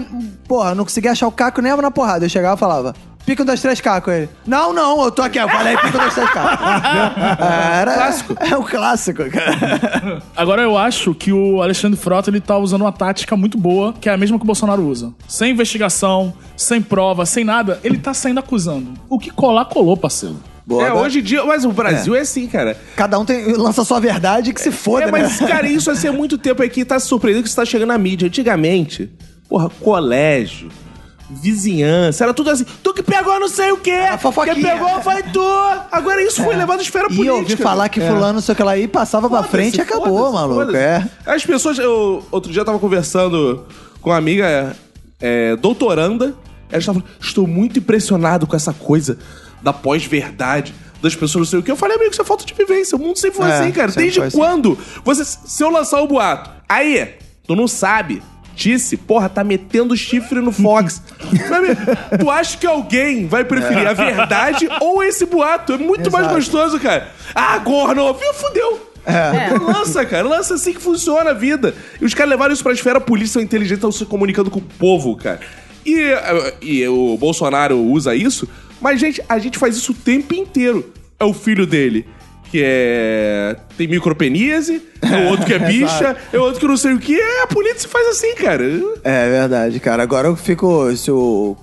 Speaker 2: porra, não conseguia achar o Caco nem na porrada. Eu chegava e falava, pica um, dois, três, Caco. Ele, não, não, eu tô aqui, eu falei, pica um, dois, três, Caco. era, clássico. É um clássico, cara.
Speaker 5: Agora eu acho que o Alexandre Frota ele tá usando uma tática muito boa, que é a mesma que o Bolsonaro usa. Sem investigação, sem prova, sem nada, ele tá saindo acusando. O que colar, colou, parceiro.
Speaker 2: Boa,
Speaker 3: é,
Speaker 2: boa.
Speaker 3: hoje em dia, mas o Brasil é, assim, cara.
Speaker 2: Cada um tem, lança sua verdade que se foda,
Speaker 3: É, mas,
Speaker 2: né?
Speaker 3: cara, isso assim, há muito tempo aqui tá surpreendendo que isso tá chegando na mídia. Antigamente, porra, colégio, vizinhança, era tudo assim. Tu que pegou não sei o quê.
Speaker 2: A fofoquinha. É.
Speaker 3: Quem pegou foi tu. Agora isso foi levado à
Speaker 2: E
Speaker 3: esfera política.
Speaker 2: eu ouvi falar que fulano, sei o que lá, e passava pra
Speaker 3: é Foda-se,
Speaker 2: frente e acabou,
Speaker 3: foda-se,
Speaker 2: maluco.
Speaker 3: foda-se.
Speaker 2: É.
Speaker 3: As pessoas. Eu, outro dia eu tava conversando com uma amiga é, doutoranda. Ela estava falando: Estou muito impressionado com essa coisa da pós-verdade. Das pessoas não sei o que. Eu falei, amigo, isso é falta de vivência. O mundo sempre foi
Speaker 2: É,
Speaker 3: assim, cara.
Speaker 2: sempre
Speaker 3: Desde
Speaker 2: foi assim.
Speaker 3: quando? Você, se eu lançar o boato, aí, tu não sabe. Disse, porra, tá metendo chifre no Fox. Meu amigo, tu acha que alguém vai preferir a verdade ou esse boato? É muito mais
Speaker 2: Exato.
Speaker 3: gostoso, cara. Ah, corno, viu? Fudeu.
Speaker 2: É.
Speaker 3: Lança, cara. Lança assim que funciona a vida. E os caras levaram isso pra esfera, a polícia é inteligente, estão se comunicando com o povo, cara. E, eh, e o Bolsonaro usa isso, mas, gente, a gente faz isso o tempo inteiro. É o filho dele, que é. tem micropeníase, é o outro que é bicha, é o outro que não sei o que. É, a polícia faz assim, cara.
Speaker 2: É verdade, cara. Agora eu fico. Se o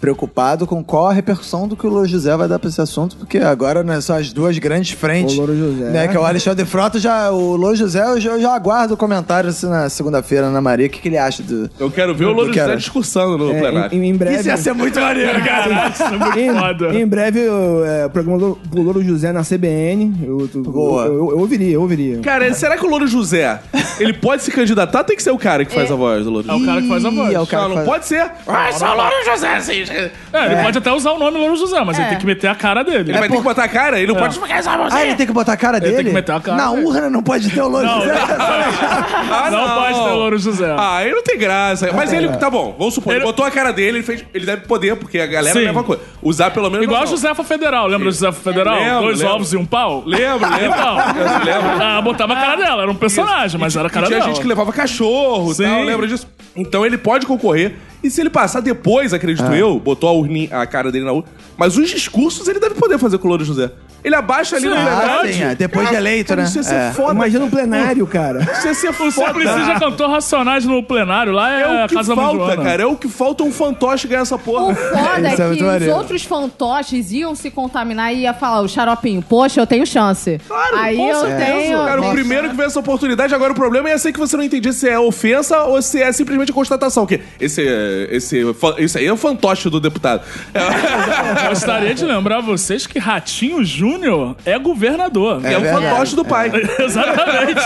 Speaker 2: preocupado com qual a repercussão do que o Louro José vai dar pra esse assunto, porque agora né, são as duas grandes frentes.
Speaker 6: O Louro José.
Speaker 2: Né, que é o Alexandre Frota já. O Louro José, eu já, eu já aguardo o comentário assim, na segunda-feira, Ana Maria. O que, que ele acha do.
Speaker 3: Eu quero ver o Louro
Speaker 2: Eu quero.
Speaker 3: José discursando no plenário.
Speaker 6: em, em- em breve.
Speaker 2: Isso ia ser muito maneiro, cara.
Speaker 5: Isso é muito foda.
Speaker 6: Em, em breve, eu, é, o programa do do Louro José na CBN. Eu, tu-
Speaker 2: Boa.
Speaker 6: eu, eu, eu ouviria, eu ouviria.
Speaker 3: Cara, será que o Louro José, ele pode se candidatar? Tem que ser o cara que faz a voz do Louro
Speaker 5: É o
Speaker 3: José.
Speaker 5: cara que faz a voz.
Speaker 2: Ih, é o cara
Speaker 3: não,
Speaker 2: que
Speaker 3: não
Speaker 2: faz-
Speaker 3: pode ser. Ai, só o Louro José, assim.
Speaker 5: É, ele pode até usar o nome Louro José, mas
Speaker 4: É.
Speaker 5: ele tem que meter a cara dele.
Speaker 3: Ele vai ter que botar a cara,
Speaker 5: É.
Speaker 3: ele não pode...
Speaker 2: Ah, ele tem que botar a cara dele?
Speaker 5: tem que meter a cara
Speaker 2: Na
Speaker 5: dele.
Speaker 2: urna não pode ter o Louro
Speaker 5: Não,
Speaker 2: José.
Speaker 3: Ah,
Speaker 5: não pode ter o Louro José.
Speaker 3: Ah, aí não tem graça. Mas ele, tá bom, vamos supor, ele,
Speaker 5: Ele-
Speaker 3: botou a cara dele, ele, fez, ele deve poder, porque a galera
Speaker 5: Sim.
Speaker 3: leva a coisa. Usar pelo menos...
Speaker 5: Igual a
Speaker 3: não.
Speaker 5: Josefa Federal, lembra da Josefa Federal?
Speaker 3: Lembro,
Speaker 5: Dois
Speaker 3: lembro.
Speaker 5: ovos e um pau?
Speaker 3: Lembro, lembro.
Speaker 5: Então,
Speaker 3: Eu lembro.
Speaker 5: ah, botava a cara dela, era um personagem, mas era a cara
Speaker 3: E tinha
Speaker 5: dela.
Speaker 3: gente que levava cachorro e
Speaker 5: Sim.
Speaker 3: tal, lembra disso? Então ele pode concorrer. E se ele passar depois, acredito
Speaker 2: É.
Speaker 3: eu, botou a, urni- a cara dele na urna. Mas os discursos ele deve poder fazer com o Louro José. Ele abaixa ali
Speaker 5: Sim.
Speaker 3: no
Speaker 5: Ah,
Speaker 3: verdade.
Speaker 2: sim, é. Depois de eleito, né?
Speaker 3: Isso ia ser
Speaker 2: É.
Speaker 3: foda.
Speaker 6: Imagina um plenário, cara.
Speaker 3: Isso ia ser
Speaker 5: O
Speaker 3: foda.
Speaker 5: Simplici já cantou Racionais no plenário, lá é,
Speaker 3: É o
Speaker 5: a
Speaker 3: que
Speaker 5: Casa da
Speaker 3: falta,
Speaker 5: Joana.
Speaker 3: cara. É o que falta um fantoche ganhar essa
Speaker 4: O
Speaker 3: porra.
Speaker 4: foda é
Speaker 2: Isso é muito
Speaker 4: que os
Speaker 2: maneiro.
Speaker 4: outros fantoches iam se contaminar e ia falar, o xaropinho, poxa, eu tenho chance.
Speaker 3: Claro,
Speaker 4: Aí
Speaker 3: com
Speaker 4: eu
Speaker 3: certeza.
Speaker 4: tenho.
Speaker 3: Cara, o
Speaker 4: Nossa.
Speaker 3: primeiro que vê essa oportunidade, agora o problema é ser que você não entendia se é ofensa ou se é simplesmente a constatação. Que esse, esse, fa- isso aí é o fantoche do deputado.
Speaker 5: Gostaria de lembrar vocês que Ratinho Júnior é governador.
Speaker 3: É,
Speaker 2: É
Speaker 3: o
Speaker 2: verdade.
Speaker 3: fantoche do pai.
Speaker 5: Exatamente.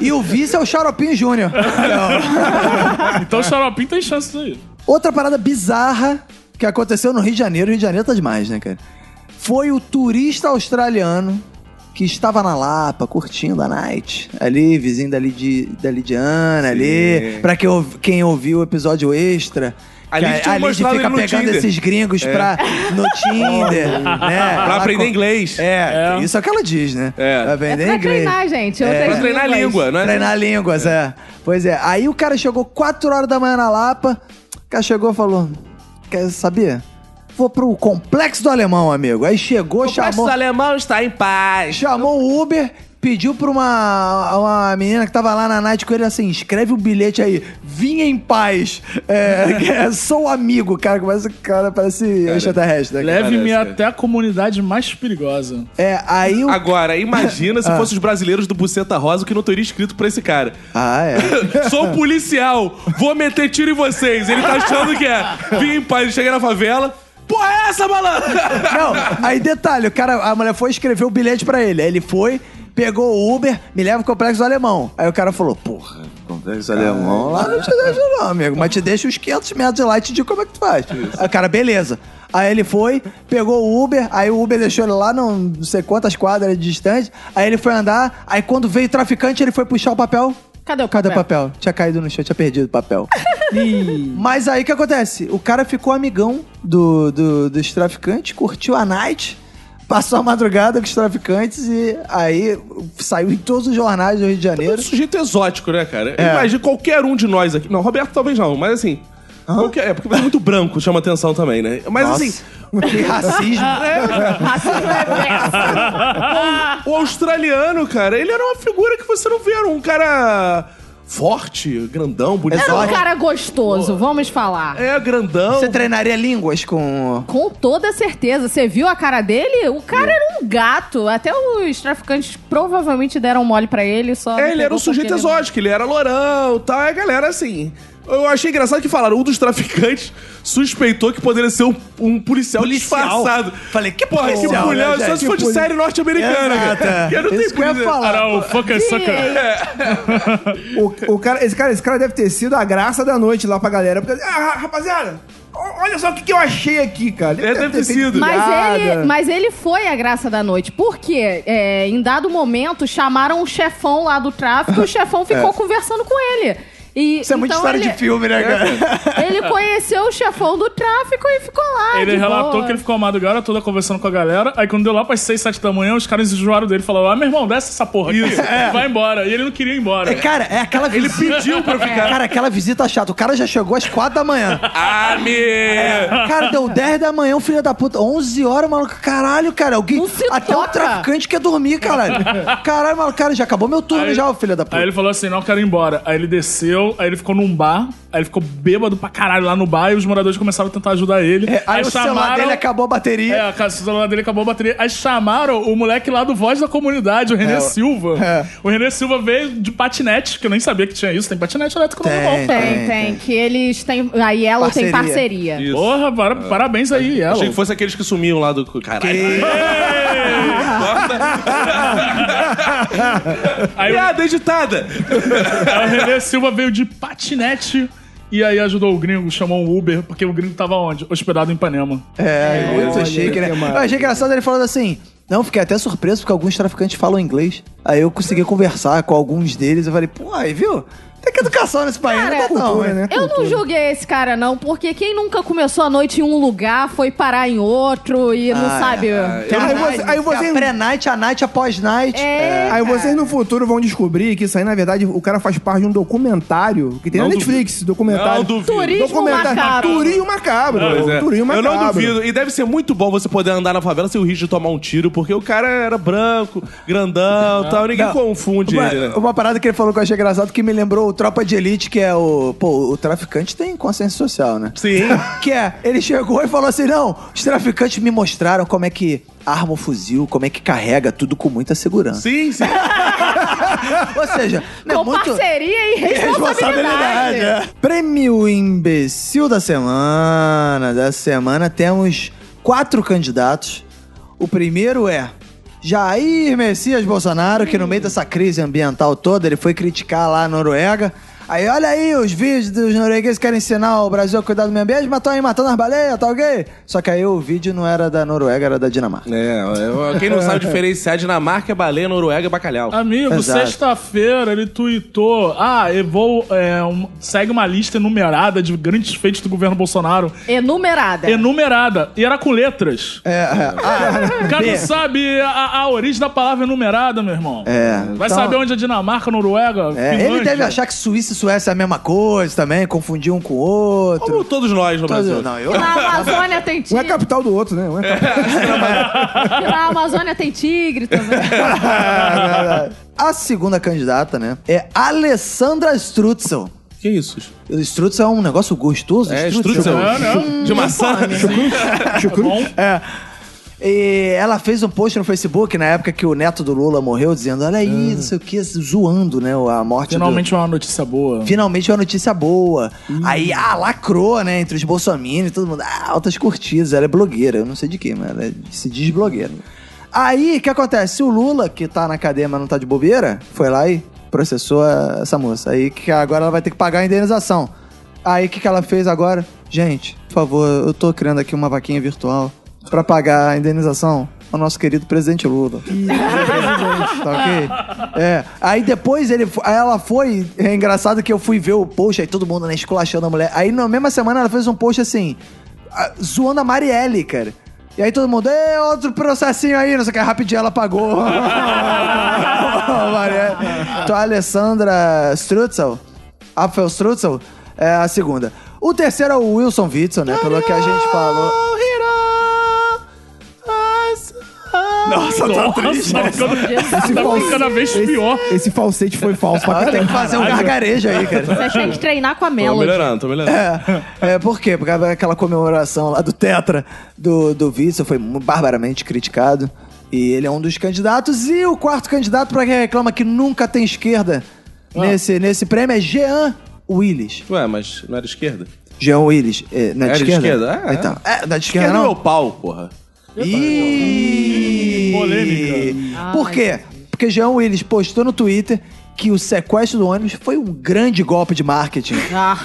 Speaker 2: E o vice é o Xaropinho Júnior.
Speaker 5: Então o Xaropim tem chance disso aí.
Speaker 2: Outra parada bizarra que aconteceu no Rio de Janeiro. Rio de Janeiro tá demais, né, cara? Foi o turista australiano que estava na Lapa, curtindo a night. Ali, vizinho dali de, da Lidiana, ali. Pra quem, ouv- quem ouviu o episódio extra.
Speaker 3: Ali
Speaker 2: que
Speaker 3: tinha
Speaker 2: a, a Lid
Speaker 3: mostrado
Speaker 2: fica
Speaker 3: ele no
Speaker 2: pegando
Speaker 3: Tinder. É.
Speaker 2: esses gringos pra, no Tinder, né?
Speaker 3: Pra
Speaker 2: Lá
Speaker 3: aprender
Speaker 2: com-
Speaker 3: inglês.
Speaker 2: É,
Speaker 5: É.
Speaker 2: isso é o que ela diz, né?
Speaker 3: É.
Speaker 2: Pra
Speaker 4: É
Speaker 2: aprender
Speaker 4: pra
Speaker 2: inglês.
Speaker 4: treinar, gente. outras
Speaker 3: Pra treinar a
Speaker 4: línguas.
Speaker 3: língua, não é?
Speaker 2: Treinar línguas, é. Pois é. Aí o cara chegou 4 horas da manhã na Lapa, o cara chegou e falou: Quer saber? Vou pro Complexo do Alemão, amigo. Aí chegou, chamou,
Speaker 3: alemão está em paz.
Speaker 2: chamou o Uber, pediu pra uma, uma menina que tava lá na night com ele assim: escreve o bilhete aí, vinha em paz. É, sou amigo, cara. Começa, cara, parece extraterrestre. né, cara?
Speaker 5: Leve-me
Speaker 3: cara.
Speaker 5: até a comunidade mais perigosa.
Speaker 2: É, aí o.
Speaker 3: Agora, imagina se fossem os brasileiros do Buceta Rosa que não teria escrito pra esse cara.
Speaker 2: Ah, é.
Speaker 3: Sou um policial, vou meter tiro em vocês. Ele tá achando que é. Vim em paz, ele chega na favela. Porra, é essa, malandro? É
Speaker 2: Não, aí detalhe, o cara, a mulher foi escrever o bilhete pra ele. Aí ele foi, pegou o Uber, me leva ao complexo do alemão. Aí o cara falou, porra, complexo do alemão lá não te deixa não, amigo. Mas te deixa uns 500 metros de lá e te digo como é que tu faz. Aí o cara, beleza. Aí ele foi, pegou o Uber, aí o Uber deixou ele lá, não, não sei quantas quadras distante. Aí ele foi andar, aí quando veio o traficante, ele foi puxar o papel.
Speaker 4: Cadê o
Speaker 2: Cadê o
Speaker 4: papel?
Speaker 2: papel? Tinha caído no chão, tinha perdido o papel. Mas aí o que acontece? O cara ficou amigão do, do- dos traficantes, curtiu a night, passou a madrugada com os traficantes e aí saiu em todos os jornais do Rio de
Speaker 3: Um
Speaker 2: Janeiro.
Speaker 3: sujeito exótico, né, cara?
Speaker 2: É.
Speaker 3: Imagina qualquer um de nós aqui. Não, Roberto talvez não, mas assim. qualquer- é, porque é muito branco, chama atenção também, né? Mas
Speaker 2: Nossa,
Speaker 3: assim,
Speaker 2: que racismo.
Speaker 4: Assim é
Speaker 3: o australiano, cara, ele era uma figura que você não vê, era um cara forte, grandão, bonito.
Speaker 4: Era um cara gostoso, vamos falar.
Speaker 3: É, grandão.
Speaker 2: Você treinaria línguas com...
Speaker 4: Com toda certeza. Você viu a cara dele? O cara era um gato. Até os traficantes provavelmente deram um mole pra ele. Só
Speaker 3: É,
Speaker 4: não
Speaker 3: ele era
Speaker 4: pegou
Speaker 3: um sujeito
Speaker 4: porque ele-
Speaker 3: exótico, ele era lourão e tal. E a galera, assim. Eu achei engraçado que falaram, um dos traficantes suspeitou que poderia ser um, um policial,
Speaker 2: Policial?
Speaker 3: disfarçado.
Speaker 2: Falei, que
Speaker 3: Porra,
Speaker 2: policial,
Speaker 3: que mulher,
Speaker 2: né,
Speaker 3: só
Speaker 2: gente?
Speaker 3: se for de
Speaker 2: Que
Speaker 3: série norte-americana,
Speaker 2: Exato,
Speaker 3: cara.
Speaker 2: é.
Speaker 3: Que não tem
Speaker 2: Isso que eu ia
Speaker 3: polícia.
Speaker 2: falar.
Speaker 5: Era o fucker sucker.
Speaker 6: O, o cara, esse, cara, esse cara deve ter sido a graça da noite lá pra galera. Porque, ah, rapaziada, o- olha só o que, que eu achei aqui, cara.
Speaker 3: É, deve ter sido.
Speaker 4: Mas ele,
Speaker 6: piada.
Speaker 4: mas ele foi a graça da noite. Porque é, em dado momento chamaram o chefão lá do tráfico e o chefão ficou conversando com ele. E,
Speaker 2: Isso é muita
Speaker 4: então
Speaker 2: história
Speaker 4: ele,
Speaker 2: de filme, né, cara?
Speaker 4: Ele conheceu o chefão do tráfico e ficou lá.
Speaker 5: Ele
Speaker 4: Ah, de
Speaker 5: relatou
Speaker 4: boa.
Speaker 5: que ele ficou a madrugada toda conversando com a galera. Aí quando deu lá pras 6, 7 da manhã, os caras enjoaram dele e falaram: Ah, meu irmão, desce essa porra aqui. Vai embora. E ele não queria ir embora.
Speaker 2: É, Cara, é aquela visita... Ele pediu pra ficar. Cara, aquela visita chata. O cara já chegou às quatro da manhã. É,
Speaker 3: Ah, me...
Speaker 2: Cara, deu 10 da manhã, o filho da puta. 11 horas, maluco. Caralho, cara. Alguém,
Speaker 4: Não se
Speaker 2: até o
Speaker 4: toca.
Speaker 2: traficante quer dormir, caralho. Caralho, maluco. Cara, já acabou meu turno
Speaker 5: Aí-
Speaker 2: já, o filho da puta.
Speaker 5: Aí ele falou assim: não, quero ir embora. Aí ele desceu, morreu, aí ele ficou num bar, aí ele ficou bêbado pra caralho lá no bar e os moradores começaram a tentar ajudar ele.
Speaker 2: É, aí o celular dele acabou a bateria.
Speaker 5: É, a casa do celular dele acabou a bateria. Aí chamaram o moleque lá do Voz da Comunidade, o René
Speaker 2: É, o-
Speaker 5: Silva.
Speaker 2: é.
Speaker 5: O René Silva veio de patinete, que eu nem sabia que tinha isso. Tem patinete elétrico
Speaker 2: Tem.
Speaker 5: no Leblon.
Speaker 4: Tem, tem. Que eles têm. A Yellow
Speaker 2: Parceria.
Speaker 4: tem parceria.
Speaker 3: Isso.
Speaker 5: Porra, para- parabéns aí, ela.
Speaker 3: Achei que fosse aqueles que sumiam lá do. Caralho.
Speaker 5: Aí, o-
Speaker 2: Ah,
Speaker 3: Piada Ah, editada!
Speaker 5: aí o René Silva veio de patinete. E aí ajudou o gringo, chamou um Uber, porque o gringo tava onde? Hospedado em Ipanema.
Speaker 2: É, muito
Speaker 6: olha,
Speaker 2: chique, né?
Speaker 6: que
Speaker 2: Eu
Speaker 6: maravilha.
Speaker 2: achei engraçado ele falando assim. Não, fiquei até surpreso porque alguns traficantes falam inglês. Aí eu consegui conversar com alguns deles. Eu falei, pô, aí viu? Tem que educação nesse país,
Speaker 4: Cara,
Speaker 2: não tá não,
Speaker 6: cultura,
Speaker 2: né?
Speaker 6: né?
Speaker 4: Eu não julguei esse cara, não, porque quem nunca começou a noite em um lugar foi parar em outro e não
Speaker 2: Ah,
Speaker 4: sabe. É,
Speaker 6: Aí você- aí você-
Speaker 2: A pré-night, a night, É. a pós-night.
Speaker 6: É,
Speaker 4: cara.
Speaker 6: Aí vocês no futuro vão descobrir que isso aí, na verdade, o cara faz parte de um documentário que tem
Speaker 3: Não
Speaker 6: na
Speaker 3: duvido.
Speaker 6: Netflix. Documentário.
Speaker 3: Não duvido.
Speaker 4: Turismo
Speaker 6: documentário. tá,
Speaker 4: macabro.
Speaker 6: Turismo macabro.
Speaker 3: Pois é.
Speaker 6: Turismo
Speaker 3: Eu
Speaker 6: macabro.
Speaker 3: não duvido. E deve ser muito bom você poder andar na favela sem o risco de tomar um tiro, porque o cara era branco, grandão e tal. Ninguém
Speaker 2: Não.
Speaker 3: confunde
Speaker 2: Uma,
Speaker 3: ele, né?
Speaker 2: uma parada que ele falou que eu achei engraçado que me lembrou o Tropa de Elite, que é o. Pô, o traficante tem consciência social, né?
Speaker 3: Sim.
Speaker 2: Que é, ele chegou e falou assim: não, os traficantes me mostraram como é que arma o fuzil, como é que carrega, tudo com muita segurança.
Speaker 3: Sim, sim.
Speaker 2: Ou seja, não é
Speaker 4: Com
Speaker 2: muito.
Speaker 4: parceria e responsabilidade.
Speaker 2: Responsabilidade. é. Prêmio Imbecil da Semana. Da semana temos quatro candidatos. O primeiro é Jair Messias Bolsonaro, que no meio dessa crise ambiental toda, ele foi criticar lá a Noruega. Aí, olha aí, os vídeos dos noruegueses querem ensinar o Brasil a cuidar do meio ambiente, mas estão aí matando as baleias, tá ok? Só que aí o vídeo não era da Noruega, era da Dinamarca.
Speaker 3: É, quem não sabe diferenciar Dinamarca é baleia, Noruega é bacalhau.
Speaker 5: Amigo,
Speaker 2: Exato.
Speaker 5: sexta-feira ele tweetou: Ah, eu vou. é, um- segue uma lista enumerada de grandes feitos do governo Bolsonaro.
Speaker 4: Enumerada.
Speaker 5: Enumerada. E era com letras.
Speaker 2: É, é. Ah,
Speaker 5: O cara não sabe a, a origem da palavra enumerada, meu irmão.
Speaker 2: É, então-
Speaker 5: Vai saber onde é Dinamarca, Noruega?
Speaker 2: é, ele
Speaker 5: Finlândia?
Speaker 2: deve achar que Suíça e Suécia é a mesma coisa também, confundir um com o outro.
Speaker 3: Como todos nós no
Speaker 2: Todos-
Speaker 3: Brasil.
Speaker 2: não, eu-
Speaker 4: Que na Amazônia tem
Speaker 6: Um é
Speaker 4: tigre.
Speaker 6: capital do outro, né? Um é capital.
Speaker 4: Que na Amazônia tem tigre também.
Speaker 2: A segunda candidata, né, é Alessandra Strutzel.
Speaker 3: Que isso?
Speaker 2: Strutzel é um negócio gostoso?
Speaker 3: É, strutzel.
Speaker 5: Não, não.
Speaker 3: De maçã.
Speaker 5: Tá bom?
Speaker 2: É. E ela fez um post no Facebook na época que o neto do Lula morreu, dizendo, olha aí,
Speaker 3: Ah.
Speaker 2: não sei o que, zoando, né, a morte do...
Speaker 5: Finalmente uma notícia boa.
Speaker 2: Finalmente uma notícia boa. Aí, ah, lacrou, né, entre os bolsominions e todo mundo. Ah, altas curtidas. Ela é blogueira, eu não sei de quem, mas ela se diz blogueira. Aí, o que acontece? O Lula, que tá na cadeia, mas não tá de bobeira, foi lá e processou a- essa moça. Aí, que agora ela vai ter que pagar a indenização. Aí, o que, que ela fez agora? Gente, por favor, eu tô criando aqui uma vaquinha virtual pra pagar a indenização ao nosso querido presidente Lula tá ok? É. Aí depois ele, fo- aí ela foi. É engraçado que eu fui ver o post, aí todo mundo né, esculachando a mulher. Aí na mesma semana ela fez um post assim, a- zoando a Marielle, cara. E aí todo mundo, é outro processinho aí, não sei o que, rapidinho ela pagou. Marielle. então a Alessandra Strutzel, Apfel Strutzel, é a segunda. O terceiro é o Wilson Witzel, né? Pelo que a gente falou.
Speaker 5: Nossa, tá triste. Tá ficando, tá ficando cada vez pior.
Speaker 6: Esse falsete foi falso pra
Speaker 2: Ah, Tem
Speaker 6: caralho.
Speaker 2: que fazer um gargarejo aí, cara.
Speaker 4: Você tem que treinar com a
Speaker 3: Tô
Speaker 4: Melody.
Speaker 3: melhorando, tô melhorando.
Speaker 2: É, é, por quê? Porque aquela comemoração lá do Tetra do, do Witzel foi mu- barbaramente criticado. E ele é um dos candidatos. E o quarto candidato, pra quem reclama que nunca tem esquerda nesse, nesse prêmio, é Jean Willis.
Speaker 3: Ué, mas não era esquerda?
Speaker 2: Jean Willis, é, não é
Speaker 3: Era
Speaker 2: de
Speaker 3: de
Speaker 2: esquerda?
Speaker 3: esquerda, é,
Speaker 2: Então, é, não é de esquerda,
Speaker 3: Esquerda é meu
Speaker 2: não?
Speaker 3: pau, porra.
Speaker 2: Ih!
Speaker 5: Polêmica.
Speaker 2: Por quê? Porque Jean Willis postou no Twitter que o sequestro do ônibus foi um grande golpe de marketing.
Speaker 4: Ah,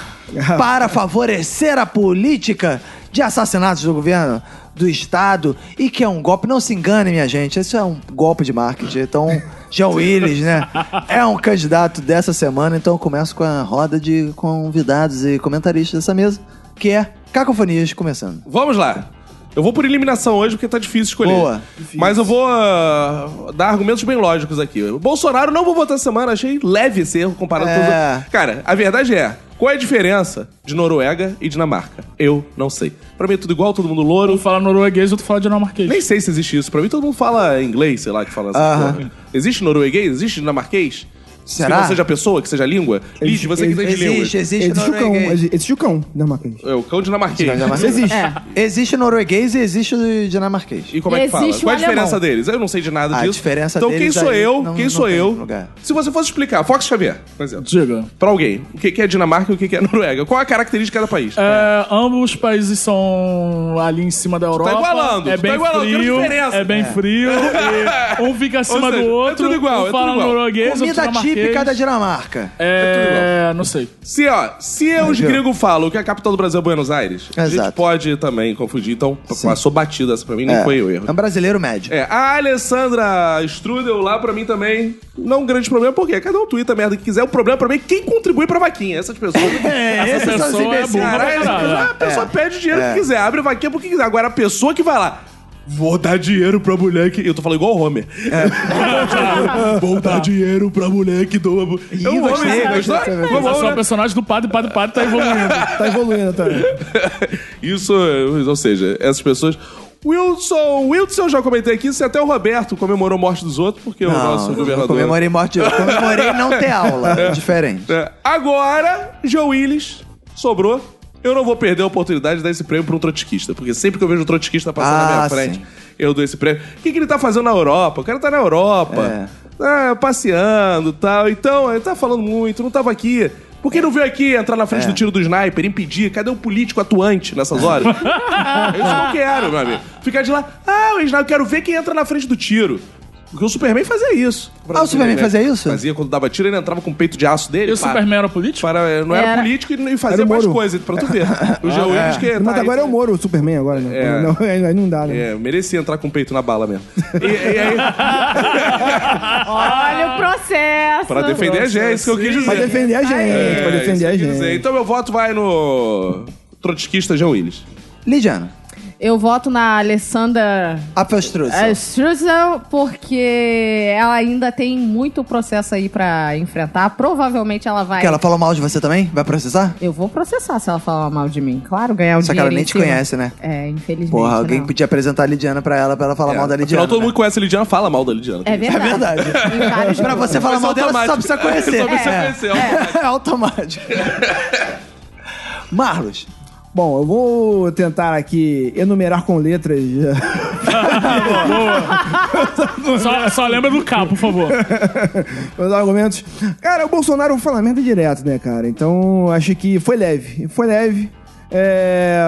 Speaker 2: para favorecer a política de assassinatos do governo do estado e que é um golpe, não se engane minha gente, isso é um golpe de marketing. Então, Jean Willis, né, é um candidato dessa semana, então eu começo com a roda de convidados e comentaristas dessa mesa, que é Cacofonias começando.
Speaker 3: Vamos lá. Eu vou por eliminação hoje porque tá difícil escolher.
Speaker 2: Boa.
Speaker 3: Mas eu vou ah, dar argumentos bem lógicos aqui. O Bolsonaro não vou votar essa semana, achei leve esse erro comparado com os
Speaker 2: É.
Speaker 3: outros. Cara, a verdade é, qual é a diferença de Noruega e Dinamarca? Eu não sei. Pra mim é tudo igual, todo mundo
Speaker 5: Um
Speaker 3: louro.
Speaker 5: fala norueguês, outro fala dinamarquês.
Speaker 3: Nem sei se existe isso. Pra mim todo mundo fala inglês, sei lá, que fala essa
Speaker 2: Aham.
Speaker 3: porra. Existe norueguês? Existe dinamarquês?
Speaker 2: Será?
Speaker 3: Que não seja pessoa, que seja língua? Liz, você que entende línguas.
Speaker 2: existe, existe,
Speaker 6: Existe o cão,
Speaker 2: norueguês.
Speaker 6: exi- existe né, o cão dinamarquês.
Speaker 3: É o cão dinamarquês.
Speaker 6: Isso existe.
Speaker 4: É.
Speaker 2: Existe norueguês e existe o dinamarquês.
Speaker 3: E como é que fala?
Speaker 4: Existe o
Speaker 3: Qual a diferença
Speaker 4: alemão.
Speaker 3: deles? Eu não sei de nada
Speaker 2: A
Speaker 3: disso.
Speaker 2: diferença
Speaker 3: então,
Speaker 2: deles
Speaker 3: quem sou
Speaker 2: aí
Speaker 3: eu?
Speaker 2: não-
Speaker 3: quem
Speaker 2: não
Speaker 3: sou
Speaker 2: tem
Speaker 3: eu?
Speaker 2: lugar.
Speaker 3: Se você fosse explicar, Fox Xavier, por exemplo,
Speaker 5: Diga.
Speaker 3: pra alguém, o que que é Dinamarca e o que que é Noruega? Qual a característica de cada país?
Speaker 5: É, ambos os países são ali em cima da Europa.
Speaker 3: igualando,
Speaker 5: É
Speaker 3: tu tá
Speaker 5: bem
Speaker 3: igualando, eu quero
Speaker 5: frio.
Speaker 3: diferença.
Speaker 5: É bem frio. e um fica acima
Speaker 3: seja,
Speaker 5: do
Speaker 3: é
Speaker 5: outro.
Speaker 3: tudo igual,
Speaker 5: um
Speaker 3: é tudo
Speaker 5: fala
Speaker 3: igual.
Speaker 5: norueguês, outro
Speaker 2: Comida
Speaker 5: dinamarquês.
Speaker 2: típica da Dinamarca.
Speaker 5: É, não sei.
Speaker 3: Se, ó, se os gregos falam que a capital do Brasil é Buenos Aires, a gente
Speaker 2: Exato.
Speaker 3: pode também confundir. Então, p- passou batida essa pra mim, não
Speaker 2: É.
Speaker 3: foi o erro.
Speaker 2: É um brasileiro médio.
Speaker 3: É, a Alessandra Strudel lá pra mim também, não um grande problema, porque cada um twitta a merda que quiser. O problema pra mim é quem contribui pra vaquinha, essas pessoas.
Speaker 5: É, essa
Speaker 2: esses são os
Speaker 5: pessoa é
Speaker 2: imbecis.
Speaker 5: burra pra
Speaker 3: Caralho, "Ah,
Speaker 5: caralho.
Speaker 3: a pessoa pede o dinheiro
Speaker 2: É.
Speaker 3: que quiser, abre a vaquinha porque quiser. Agora, a pessoa que vai lá, vou dar dinheiro pra mulher que. Eu tô falando igual o Homer. vou dar dinheiro pra mulher que doa.
Speaker 2: É. Ih,
Speaker 3: É um Homer,
Speaker 2: gostei,
Speaker 3: você gostou?
Speaker 6: gostei, gostei.
Speaker 3: Vamos,
Speaker 5: Essa é
Speaker 3: né?
Speaker 5: o personagem do padre, o padre, o padre tá evoluindo.
Speaker 6: Tá evoluindo, tá?
Speaker 3: Isso, ou seja, essas pessoas. Wilson, Wilson, eu já comentei aqui, se até o Roberto comemorou a morte dos outros, porque É o nosso
Speaker 2: eu
Speaker 3: governador.
Speaker 2: comemorei morte. Eu comemorei não ter aula. É Diferente.
Speaker 3: É, Agora, Joe Willis sobrou. Eu não vou perder a oportunidade de dar esse prêmio pra um trotskista, porque sempre que eu vejo um trotskista passando na
Speaker 2: Ah,
Speaker 3: minha frente,
Speaker 2: sim.
Speaker 3: eu dou esse prêmio. O que, que ele tá fazendo na Europa? O cara tá na Europa,
Speaker 2: É.
Speaker 3: tá passeando e tal. Então, ele tá falando muito, não tava aqui. Por que não veio aqui entrar na
Speaker 2: É.
Speaker 3: frente do tiro do sniper, impedir? Cadê o político atuante nessas horas? Isso eu não quero, meu amigo. Ficar de lá, ah, o sniper, eu quero ver quem entra na frente do tiro. Porque o Superman fazia isso.
Speaker 2: Ah, o Superman
Speaker 3: né?
Speaker 2: fazia isso?
Speaker 3: Fazia quando dava tiro, ele entrava com o peito de aço dele.
Speaker 5: E o
Speaker 3: pá.
Speaker 5: Superman era político?
Speaker 3: Para, eh, não era,
Speaker 4: Era.
Speaker 3: político e fazia
Speaker 6: o
Speaker 3: mais
Speaker 6: Moro.
Speaker 3: coisa, pra tu ver. O Jean Willis que tá
Speaker 6: Mas
Speaker 3: aí,
Speaker 6: agora é o Moro, o Superman agora, né?
Speaker 3: É.
Speaker 6: Não, aí não dá, né?
Speaker 3: É, merecia entrar com o peito na bala mesmo. E, e aí,
Speaker 4: Olha o processo.
Speaker 3: pra defender a gente, é isso que eu quis dizer.
Speaker 6: Pra defender a gente,
Speaker 3: É,
Speaker 6: pra
Speaker 3: isso
Speaker 6: defender
Speaker 3: que
Speaker 6: a
Speaker 3: eu quis dizer.
Speaker 6: gente.
Speaker 3: Então meu voto vai no trotskista Jean Willis.
Speaker 2: Lidiana,
Speaker 4: Eu voto na Alessandra
Speaker 2: a Pastruzzi.
Speaker 4: É, Susan, porque ela ainda tem muito processo aí pra enfrentar. Provavelmente ela vai.
Speaker 2: Que ela falou mal de você também? Vai processar?
Speaker 4: Eu vou processar se ela falar mal de mim. Claro, ganhar um
Speaker 2: Só que
Speaker 4: dinheiro.
Speaker 2: ela nem te conhece, né?
Speaker 4: É, infelizmente.
Speaker 2: Porra, alguém
Speaker 4: não.
Speaker 2: podia apresentar a Lidiana pra ela pra ela falar mal da Lidiana.
Speaker 3: É. Afinal, todo
Speaker 2: né?
Speaker 3: mundo que conhece a Lidiana, fala mal da Lidiana.
Speaker 4: É
Speaker 2: É
Speaker 4: verdade.
Speaker 2: verdade.
Speaker 4: Em vários
Speaker 2: pra você falar
Speaker 3: Mas
Speaker 2: mal dela, você só
Speaker 3: É automático. É
Speaker 2: precisa conhecer.
Speaker 3: Só precisa conhecer, automático.
Speaker 2: É automático. Marlos,
Speaker 6: Bom, eu vou tentar aqui enumerar com letras
Speaker 5: Só, só lembra do cabo, por favor.
Speaker 6: Os argumentos. Cara, o Bolsonaro fala merda direto, né, cara? Então, acho que foi leve. Foi leve. É...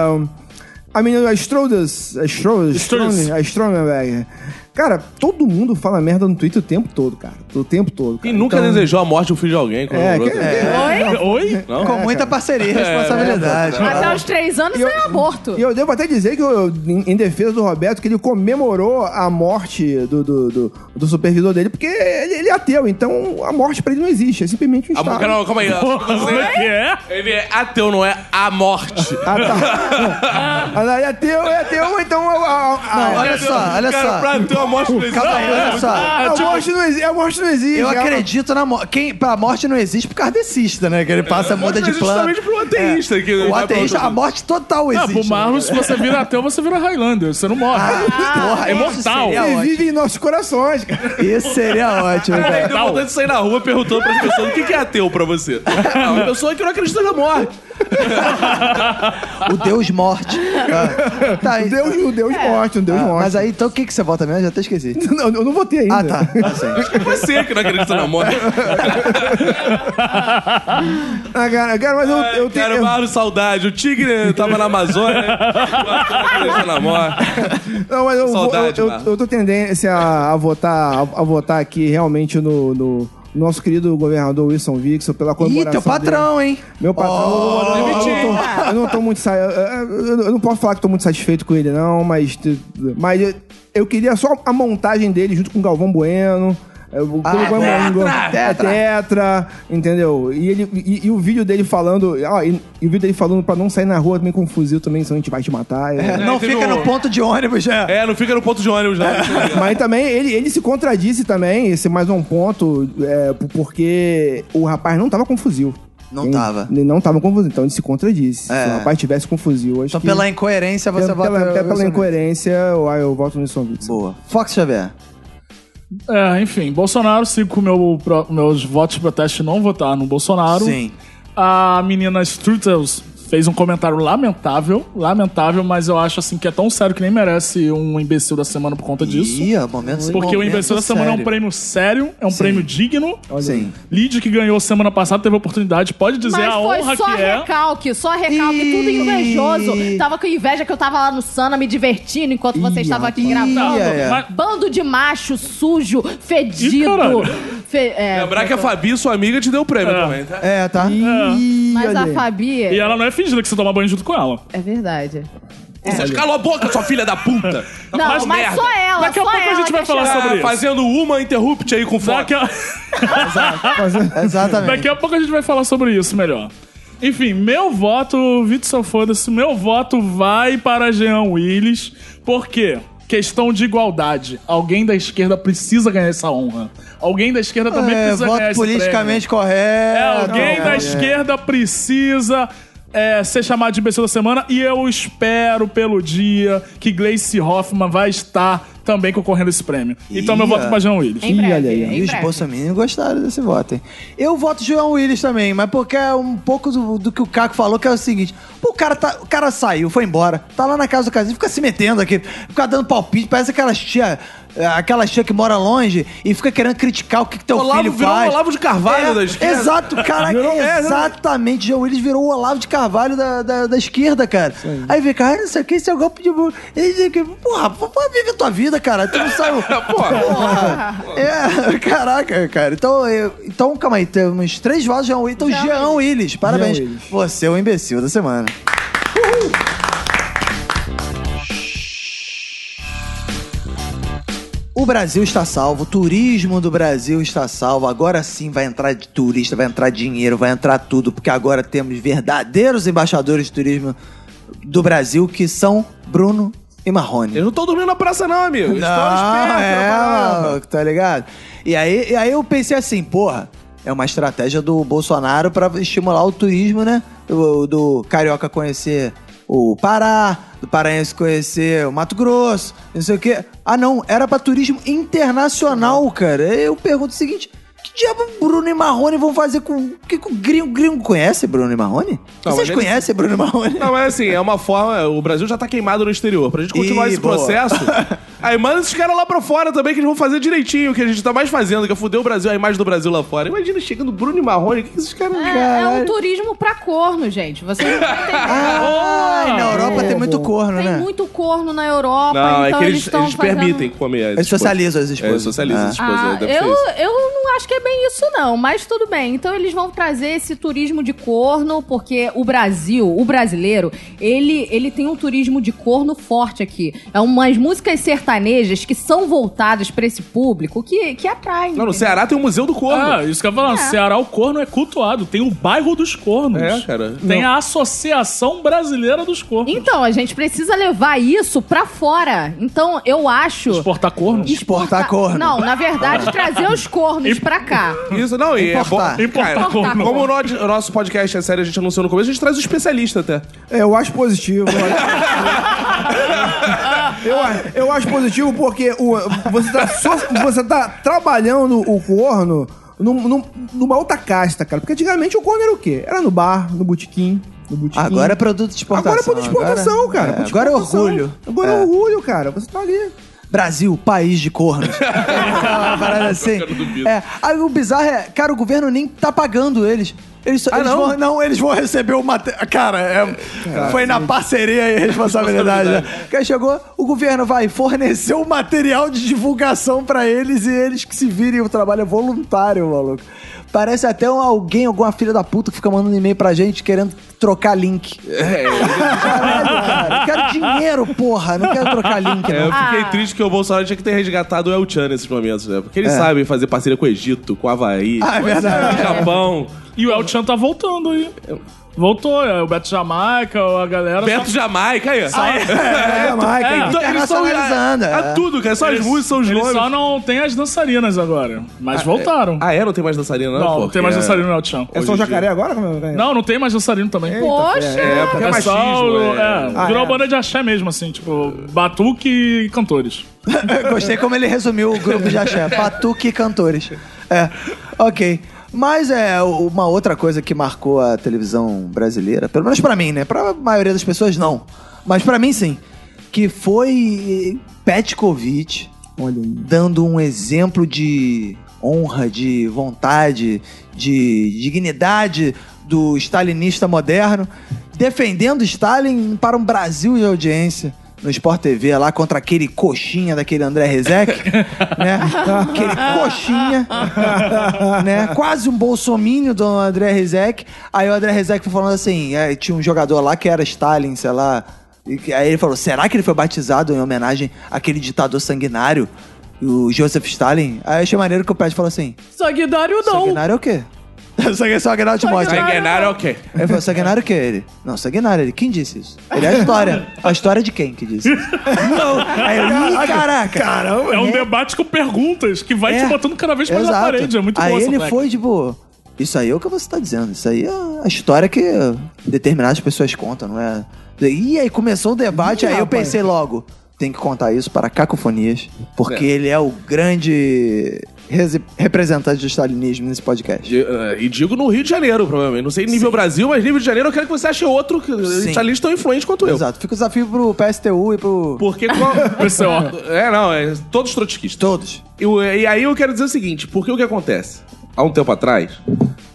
Speaker 6: A menina, a Strodas, a Strodas,
Speaker 5: Strauss.
Speaker 6: Strone- a Stromberg. Cara, todo mundo fala merda no Twitter o tempo todo, cara. O tempo todo.
Speaker 3: Quem
Speaker 6: cara.
Speaker 3: nunca
Speaker 6: Então,
Speaker 3: desejou a morte de um filho de alguém? quando né?
Speaker 6: É,
Speaker 3: namorou
Speaker 6: que-
Speaker 3: também?
Speaker 6: é.
Speaker 4: Oi?
Speaker 5: Oi?
Speaker 3: Não? É,
Speaker 2: com muita parceria e responsabilidade.
Speaker 4: Até os três anos
Speaker 6: Eu-
Speaker 4: é aborto.
Speaker 6: E eu devo até dizer que, eu, em, em defesa do Roberto, que ele comemorou a morte do, do, do- do supervisor dele, porque ele, ele é ateu, então a morte pra ele não existe, é simplesmente um
Speaker 2: Ah,
Speaker 3: A,
Speaker 6: estado.
Speaker 3: não, calma aí.
Speaker 5: Como é que é?
Speaker 3: Ele é ateu, não é a morte.
Speaker 6: Ah, tá. Ah, não, é ateu, é ateu, então a, a, a,
Speaker 2: Não, olha só, olha
Speaker 3: Cara,
Speaker 2: só.
Speaker 3: pra ateu a morte não existe.
Speaker 2: Calma aí, olha só.
Speaker 6: a morte não existe. A morte não existe.
Speaker 2: Ah, tipo, Eu
Speaker 6: cara.
Speaker 2: acredito na morte. Quem... Pra morte não existe pro kardecista, né? Que ele passa muda de plano.
Speaker 3: é Justamente pro ateísta. Que vai
Speaker 2: O
Speaker 3: pra
Speaker 2: ateísta,
Speaker 3: outra-
Speaker 2: a morte total
Speaker 5: Ah,
Speaker 2: existe.
Speaker 5: pro Marlos, se você vira ateu, você vira Highlander. Você não morre.
Speaker 2: Porra,
Speaker 5: É
Speaker 2: isso
Speaker 5: mortal.
Speaker 2: seria
Speaker 6: Ele
Speaker 2: ótimo.
Speaker 6: vive em nossos corações, cara.
Speaker 2: Isso seria ótimo,
Speaker 6: é.
Speaker 3: Cara,
Speaker 2: cara.
Speaker 3: eu deu vontade de sair na rua perguntando pras pessoas o que que é ateu pra você. Ah, uma pessoa que não acredita na morte.
Speaker 2: O Deus Morte. Ah. Tá aí.
Speaker 6: Deus, o Deus morte, um Deus
Speaker 2: Ah,
Speaker 6: morte.
Speaker 2: Mas aí, então o que, que você vota mesmo? Já até esqueci.
Speaker 6: Não, eu não votei ainda.
Speaker 2: Ah, tá. Tá certo.
Speaker 3: É você que não acredita na morte.
Speaker 6: Ah, cara, cara, mas eu, eu tenho.
Speaker 3: Cara,
Speaker 6: eu-
Speaker 3: Mauro, saudade. O tigre tava na Amazônia. né? O ateu não acredita na morte.
Speaker 6: Não, mas eu, vou-
Speaker 3: Saudade,
Speaker 6: eu, eu,
Speaker 3: Marcos.
Speaker 6: eu tô tendência a, a votar, a, a votar aqui realmente no, no nosso querido governador Wilson Vixon pela
Speaker 2: Ih,
Speaker 6: comemoração
Speaker 2: teu patrão, hein?
Speaker 6: dele. Meu patrão. eu, não- eu não tô, eu não tô muito sa- eu- eu, eu não posso falar que tô muito satisfeito com ele, não, mas. Mas eu, eu queria só a montagem dele junto com o Galvão Bueno. é, o Galvão Bueno, é
Speaker 2: Ah, tetra.
Speaker 6: tetra, entendeu? E, ele, e, e o vídeo dele falando, ó, e, e o vídeo dele falando pra não sair na rua também com um fuzil também, senão a gente vai te matar. É.
Speaker 2: Não
Speaker 3: teve
Speaker 2: fica
Speaker 3: um-
Speaker 2: no ponto de ônibus, né? já.
Speaker 3: É, não fica no ponto de ônibus, não.
Speaker 6: Mas também ele, ele se contradisse também, esse é mais um ponto, é, p- porque o rapaz não tava com fuzil.
Speaker 2: Não
Speaker 6: Ele-
Speaker 2: tava.
Speaker 6: Ele não tava com fuzil, então ele se contradisse.
Speaker 2: É.
Speaker 6: Se o rapaz tivesse com fuzil, acho
Speaker 2: Então,
Speaker 6: que...
Speaker 2: pela incoerência, você
Speaker 6: pela,
Speaker 2: vota.
Speaker 6: ah, pela,
Speaker 2: Wilson
Speaker 6: pela
Speaker 2: Nunes.
Speaker 6: incoerência, eu, eu voto no Wilson Witzel.
Speaker 2: Boa. Fox Xavier.
Speaker 5: É, enfim, Bolsonaro, sigo com meu, pro- meus votos de protesto de não votar no Bolsonaro.
Speaker 2: Sim.
Speaker 5: A menina Strutels fez um comentário lamentável, lamentável, mas eu acho assim que é tão sério que nem merece um imbecil da semana por conta disso.
Speaker 2: Ia, momentos
Speaker 5: Porque o imbecil da semana é um prêmio sério, é um prêmio digno.
Speaker 2: Sim.
Speaker 5: Lid, que ganhou semana passada, teve a oportunidade, pode dizer
Speaker 4: Mas
Speaker 5: a honra
Speaker 4: foi só
Speaker 5: que é.
Speaker 4: recalque, só recalque, tudo invejoso. Tava com inveja que eu tava lá no Sana me divertindo enquanto você estava aqui gravando.
Speaker 2: Ia, ia.
Speaker 5: Mas-
Speaker 4: Bando de macho sujo,
Speaker 5: Ih,
Speaker 4: fedido.
Speaker 5: caralho.
Speaker 4: Fe- é,
Speaker 3: Lembrar que a Fabi, sua amiga, te deu o prêmio
Speaker 5: É.
Speaker 3: também, tá?
Speaker 2: É, tá?
Speaker 4: mas a Fabi.
Speaker 5: E ela não é fingida que você toma banho junto com ela.
Speaker 4: É verdade.
Speaker 3: Ou seja, calou a boca, sua filha da puta! Tá
Speaker 4: Não,
Speaker 3: fazendo
Speaker 4: mas
Speaker 3: merda.
Speaker 4: só ela.
Speaker 5: Daqui a
Speaker 4: só
Speaker 5: pouco a
Speaker 4: ela
Speaker 5: gente
Speaker 4: que
Speaker 5: vai
Speaker 4: é
Speaker 5: falar
Speaker 4: chata.
Speaker 5: sobre-
Speaker 3: Ah, fazendo uma interrupt aí com foto.
Speaker 5: Daqui a,
Speaker 2: Exatamente.
Speaker 5: daqui a pouco a gente vai falar sobre isso melhor. Enfim, meu voto, Vitor só foda-se, meu voto vai para Jean Willis, porque questão de igualdade. Alguém da esquerda precisa ganhar essa honra. Alguém da esquerda também
Speaker 2: É,
Speaker 5: precisa ganhar
Speaker 2: voto
Speaker 5: esse prêmio.
Speaker 2: politicamente correto.
Speaker 5: É, alguém da
Speaker 2: É.
Speaker 5: esquerda precisa é, ser chamado de imbecil da semana e eu espero pelo dia que Gleice Hoffman vai estar também concorrendo a esse prêmio. Então meu
Speaker 2: Ia.
Speaker 5: voto pra Jean Willis.
Speaker 4: Em breve,
Speaker 6: Ih, olha aí,
Speaker 4: em
Speaker 2: E os
Speaker 4: breve.
Speaker 2: bolsominions gostaram desse voto, hein? Eu voto João Willis também, mas porque é um pouco do, do que o Caco falou, que é o seguinte: pô, o cara, tá, o cara saiu, foi embora, tá lá na casa do casinho, fica se metendo aqui, fica dando palpite, parece aquela tia, eh, aquela tia que mora longe e fica querendo criticar o que, que teu
Speaker 3: Olavo
Speaker 2: filho
Speaker 3: virou
Speaker 2: faz. É,
Speaker 3: um Olavo de Carvalho da esquerda.
Speaker 2: Exato, cara,
Speaker 3: Virou- é,
Speaker 2: exatamente. João Willis virou o Olavo de Carvalho da, da, da esquerda, cara. Aí vem, cara, não sei o que, esse é o golpe de. bu- e diz que, Porra, pode viver tua vida, cara. Tu não saiu.
Speaker 3: Pô,
Speaker 2: Porra. É, caraca, cara. Então, eu- então calma aí, temos três votos Jean Willis. Então, Jean, Willis, parabéns.
Speaker 6: Willis.
Speaker 2: Você é o imbecil da semana. O Brasil está salvo, o turismo do Brasil está salvo. Agora sim vai entrar de turista, vai entrar dinheiro, vai entrar tudo, porque agora temos verdadeiros embaixadores de turismo do Brasil que são Bruno e Marrone.
Speaker 3: eu não tô dormindo na praça, não, amigo. Estou
Speaker 2: Não,
Speaker 3: esperto,
Speaker 2: é,
Speaker 3: parada.
Speaker 2: maluco, tá ligado? E aí, e aí eu pensei assim, porra, é uma estratégia do Bolsonaro pra estimular o turismo, né? Do, do carioca conhecer o Pará, do paraense conhecer o Mato Grosso, não sei o quê. Ah, não, era pra turismo internacional,
Speaker 3: Uhum.
Speaker 2: cara. Aí Eu pergunto o seguinte. Que diabo Bruno e Marrone vão fazer com. O que que o gringo, gringo conhece Bruno e Marrone?
Speaker 3: Não, mas
Speaker 2: Vocês
Speaker 3: ele-
Speaker 2: conhecem Bruno e Marrone?
Speaker 3: Não, mas assim, é uma forma. O Brasil já tá queimado no exterior. Pra gente continuar
Speaker 2: Ih,
Speaker 3: esse
Speaker 2: boa.
Speaker 3: processo, aí manda esses caras lá pra fora também, que eles vão fazer direitinho o que a gente tá mais fazendo, que é fuder o Brasil, a imagem do Brasil lá fora. Imagina chegando Bruno e Marrone, o que, que esses caras.
Speaker 4: É, é um turismo pra corno, gente. Vocês não vão entender.
Speaker 2: Ah, na Europa tem muito corno,
Speaker 4: Tem
Speaker 2: né?
Speaker 4: muito corno na Europa,
Speaker 3: Não, é
Speaker 4: então
Speaker 3: que
Speaker 4: eles
Speaker 3: eles,
Speaker 4: estão
Speaker 3: eles
Speaker 4: fazendo...
Speaker 3: permitem comer. as
Speaker 2: Eles
Speaker 3: esposas.
Speaker 2: socializam as
Speaker 3: É,
Speaker 2: esposas.
Speaker 3: socializam
Speaker 2: Ah.
Speaker 3: as esposas.
Speaker 4: Ah,
Speaker 3: deve ser
Speaker 4: eu,
Speaker 3: isso.
Speaker 4: eu não acho que é bem isso, não, mas tudo bem. Então eles vão trazer esse turismo de corno, porque o Brasil, o brasileiro, ele, ele tem um turismo de corno forte aqui. É umas músicas sertanejas que são voltadas pra esse público que, que
Speaker 3: Não, é
Speaker 4: atrai.
Speaker 3: no
Speaker 4: entendeu?
Speaker 3: Ceará tem o Museu do Corno.
Speaker 5: Ah, isso que eu ia falar. Ceará, o corno é cultuado. Tem o bairro dos cornos.
Speaker 3: É, cara.
Speaker 5: Tem a Associação Brasileira dos Cornos.
Speaker 4: Então, a gente precisa levar isso pra fora. Então, eu acho.
Speaker 5: Exportar cornos.
Speaker 2: Exportar corno.
Speaker 4: Não, na verdade, trazer os cornos pra cá.
Speaker 3: Isso, não, e é bom.
Speaker 2: Importar.
Speaker 5: Importar
Speaker 3: Cara,
Speaker 5: corno.
Speaker 3: Como o no- o nosso podcast é sério, a gente anunciou no começo, a gente traz o especialista até.
Speaker 6: É, eu acho positivo. eu, a- eu acho positivo porque o- você, tá só- você tá trabalhando o corno num- num- numa outra casta, cara. Porque antigamente o corno era o quê? Era no bar, no botequim. No botequim.
Speaker 2: Agora é produto de exportação.
Speaker 6: Agora é produto de exportação,
Speaker 2: Agora-
Speaker 6: cara.
Speaker 2: é,
Speaker 6: Produto de
Speaker 2: agora é
Speaker 6: exportação.
Speaker 2: orgulho.
Speaker 6: Agora é.
Speaker 2: É.
Speaker 6: orgulho, cara. Você tá ali.
Speaker 2: Brasil, país de cornos. é uma parada assim. É. Aí o bizarro é, cara, o governo nem tá pagando eles. Eles, só, eles
Speaker 3: não?
Speaker 2: Vão, não, eles vão receber o material. Cara, é- foi na parceria e responsabilidade. né? Porque aí chegou, o governo vai fornecer o material de divulgação pra eles e eles que se virem. O trabalho é voluntário, maluco. Parece até um, alguém, alguma filha da puta que fica mandando e-mail pra gente querendo trocar link. Caralho, cara. Eu quero dinheiro, porra. Não quero trocar link,
Speaker 3: É,
Speaker 2: não.
Speaker 3: eu fiquei triste que o Bolsonaro tinha que ter resgatado o El Chan nesses momentos, né? Porque ele sabe fazer parceria com o Egito, com o Havaí,
Speaker 2: É. Ah, é
Speaker 3: com o
Speaker 2: verdade.
Speaker 3: Japão.
Speaker 5: E o El Chan tá voltando aí. Voltou, é, o Beto Jamaica, a galera.
Speaker 3: Beto Jamaica aí. ó.
Speaker 6: É, Jamaica.
Speaker 5: É.
Speaker 6: hein?
Speaker 3: Então, eles são-
Speaker 2: internacionalizando,
Speaker 3: Ah,
Speaker 2: é.
Speaker 3: tudo, cara. Só as músicas, são os
Speaker 5: Eles
Speaker 3: nomes.
Speaker 5: só não tem as dançarinas agora. Mas voltaram.
Speaker 3: Ah, é? Não tem mais dançarina, não?
Speaker 5: não, não
Speaker 3: Porque
Speaker 5: tem mais
Speaker 3: é-
Speaker 5: dançarino no El Chan.
Speaker 6: É só o jacaré agora? Como é?
Speaker 5: Não, não tem mais dançarino também.
Speaker 4: Poxa!
Speaker 3: É, porque é
Speaker 5: É
Speaker 3: machismo.
Speaker 5: só o-
Speaker 3: é.
Speaker 5: é,
Speaker 6: Ah,
Speaker 5: virou
Speaker 6: é.
Speaker 5: banda de axé mesmo, assim, tipo, batuque e cantores.
Speaker 2: Gostei como ele resumiu o grupo de axé. Patuque e cantores. É, ok. Mas é o- uma outra coisa que marcou a televisão brasileira, pelo menos pra mim, né? Pra maioria das pessoas, não. Mas pra mim, sim. Que foi eh, Petkovic
Speaker 6: Olha aí.
Speaker 2: dando um exemplo de honra, de vontade, de dignidade do stalinista moderno, defendendo Stalin para um Brasil de audiência no Sport TV lá contra aquele coxinha daquele André Rezec, né? Aquele coxinha, né? Quase um bolsomínio do André Rezec. Aí o André Rezec foi falando assim, é, tinha um jogador lá que era Stalin, sei lá, e que- aí ele falou, será que ele foi batizado em homenagem àquele ditador sanguinário? O Joseph Stalin? Aí eu achei maneiro que o Pet falou assim:
Speaker 3: é.
Speaker 4: Sanguinário não!
Speaker 2: Sanguinário é o quê? Sangu- Sanguinário te mostra.
Speaker 3: Sanguinário é o quê?
Speaker 2: Ele falou: Sanguinário o quê? Ele? Não, Sanguinário, ele. Quem disse isso? Ele é a história. A história de quem que disse isso? não! Aí eu, "Ih, caraca!
Speaker 5: É um debate com perguntas que vai
Speaker 2: Né? É.
Speaker 5: te botando cada vez mais na
Speaker 2: Exato.
Speaker 5: parede. É muito
Speaker 2: Aí
Speaker 5: boa essa
Speaker 2: ele
Speaker 5: técnica.
Speaker 2: foi, tipo. Isso aí é o que você tá dizendo. Isso aí é a história que determinadas pessoas contam, não é? E aí começou o debate,
Speaker 6: Ih,
Speaker 2: aí eu
Speaker 6: rapaz.
Speaker 2: pensei logo. Tem que contar isso para Cacofonias, porque ele é o grande resi- representante do stalinismo nesse podcast.
Speaker 3: De- eh, E digo no Rio de Janeiro, provavelmente. Não sei nível Brasil, mas nível de Janeiro eu quero que você ache outro que
Speaker 2: Sim.
Speaker 3: estadista tão influente quanto eu.
Speaker 2: Exato. Fica o desafio pro PSTU e pro.
Speaker 3: Porque qual...
Speaker 5: PCO.
Speaker 3: É, não, é todos trotskistas.
Speaker 2: Todos.
Speaker 3: Eu- e aí eu quero dizer o seguinte, porque o que acontece? Há um tempo atrás,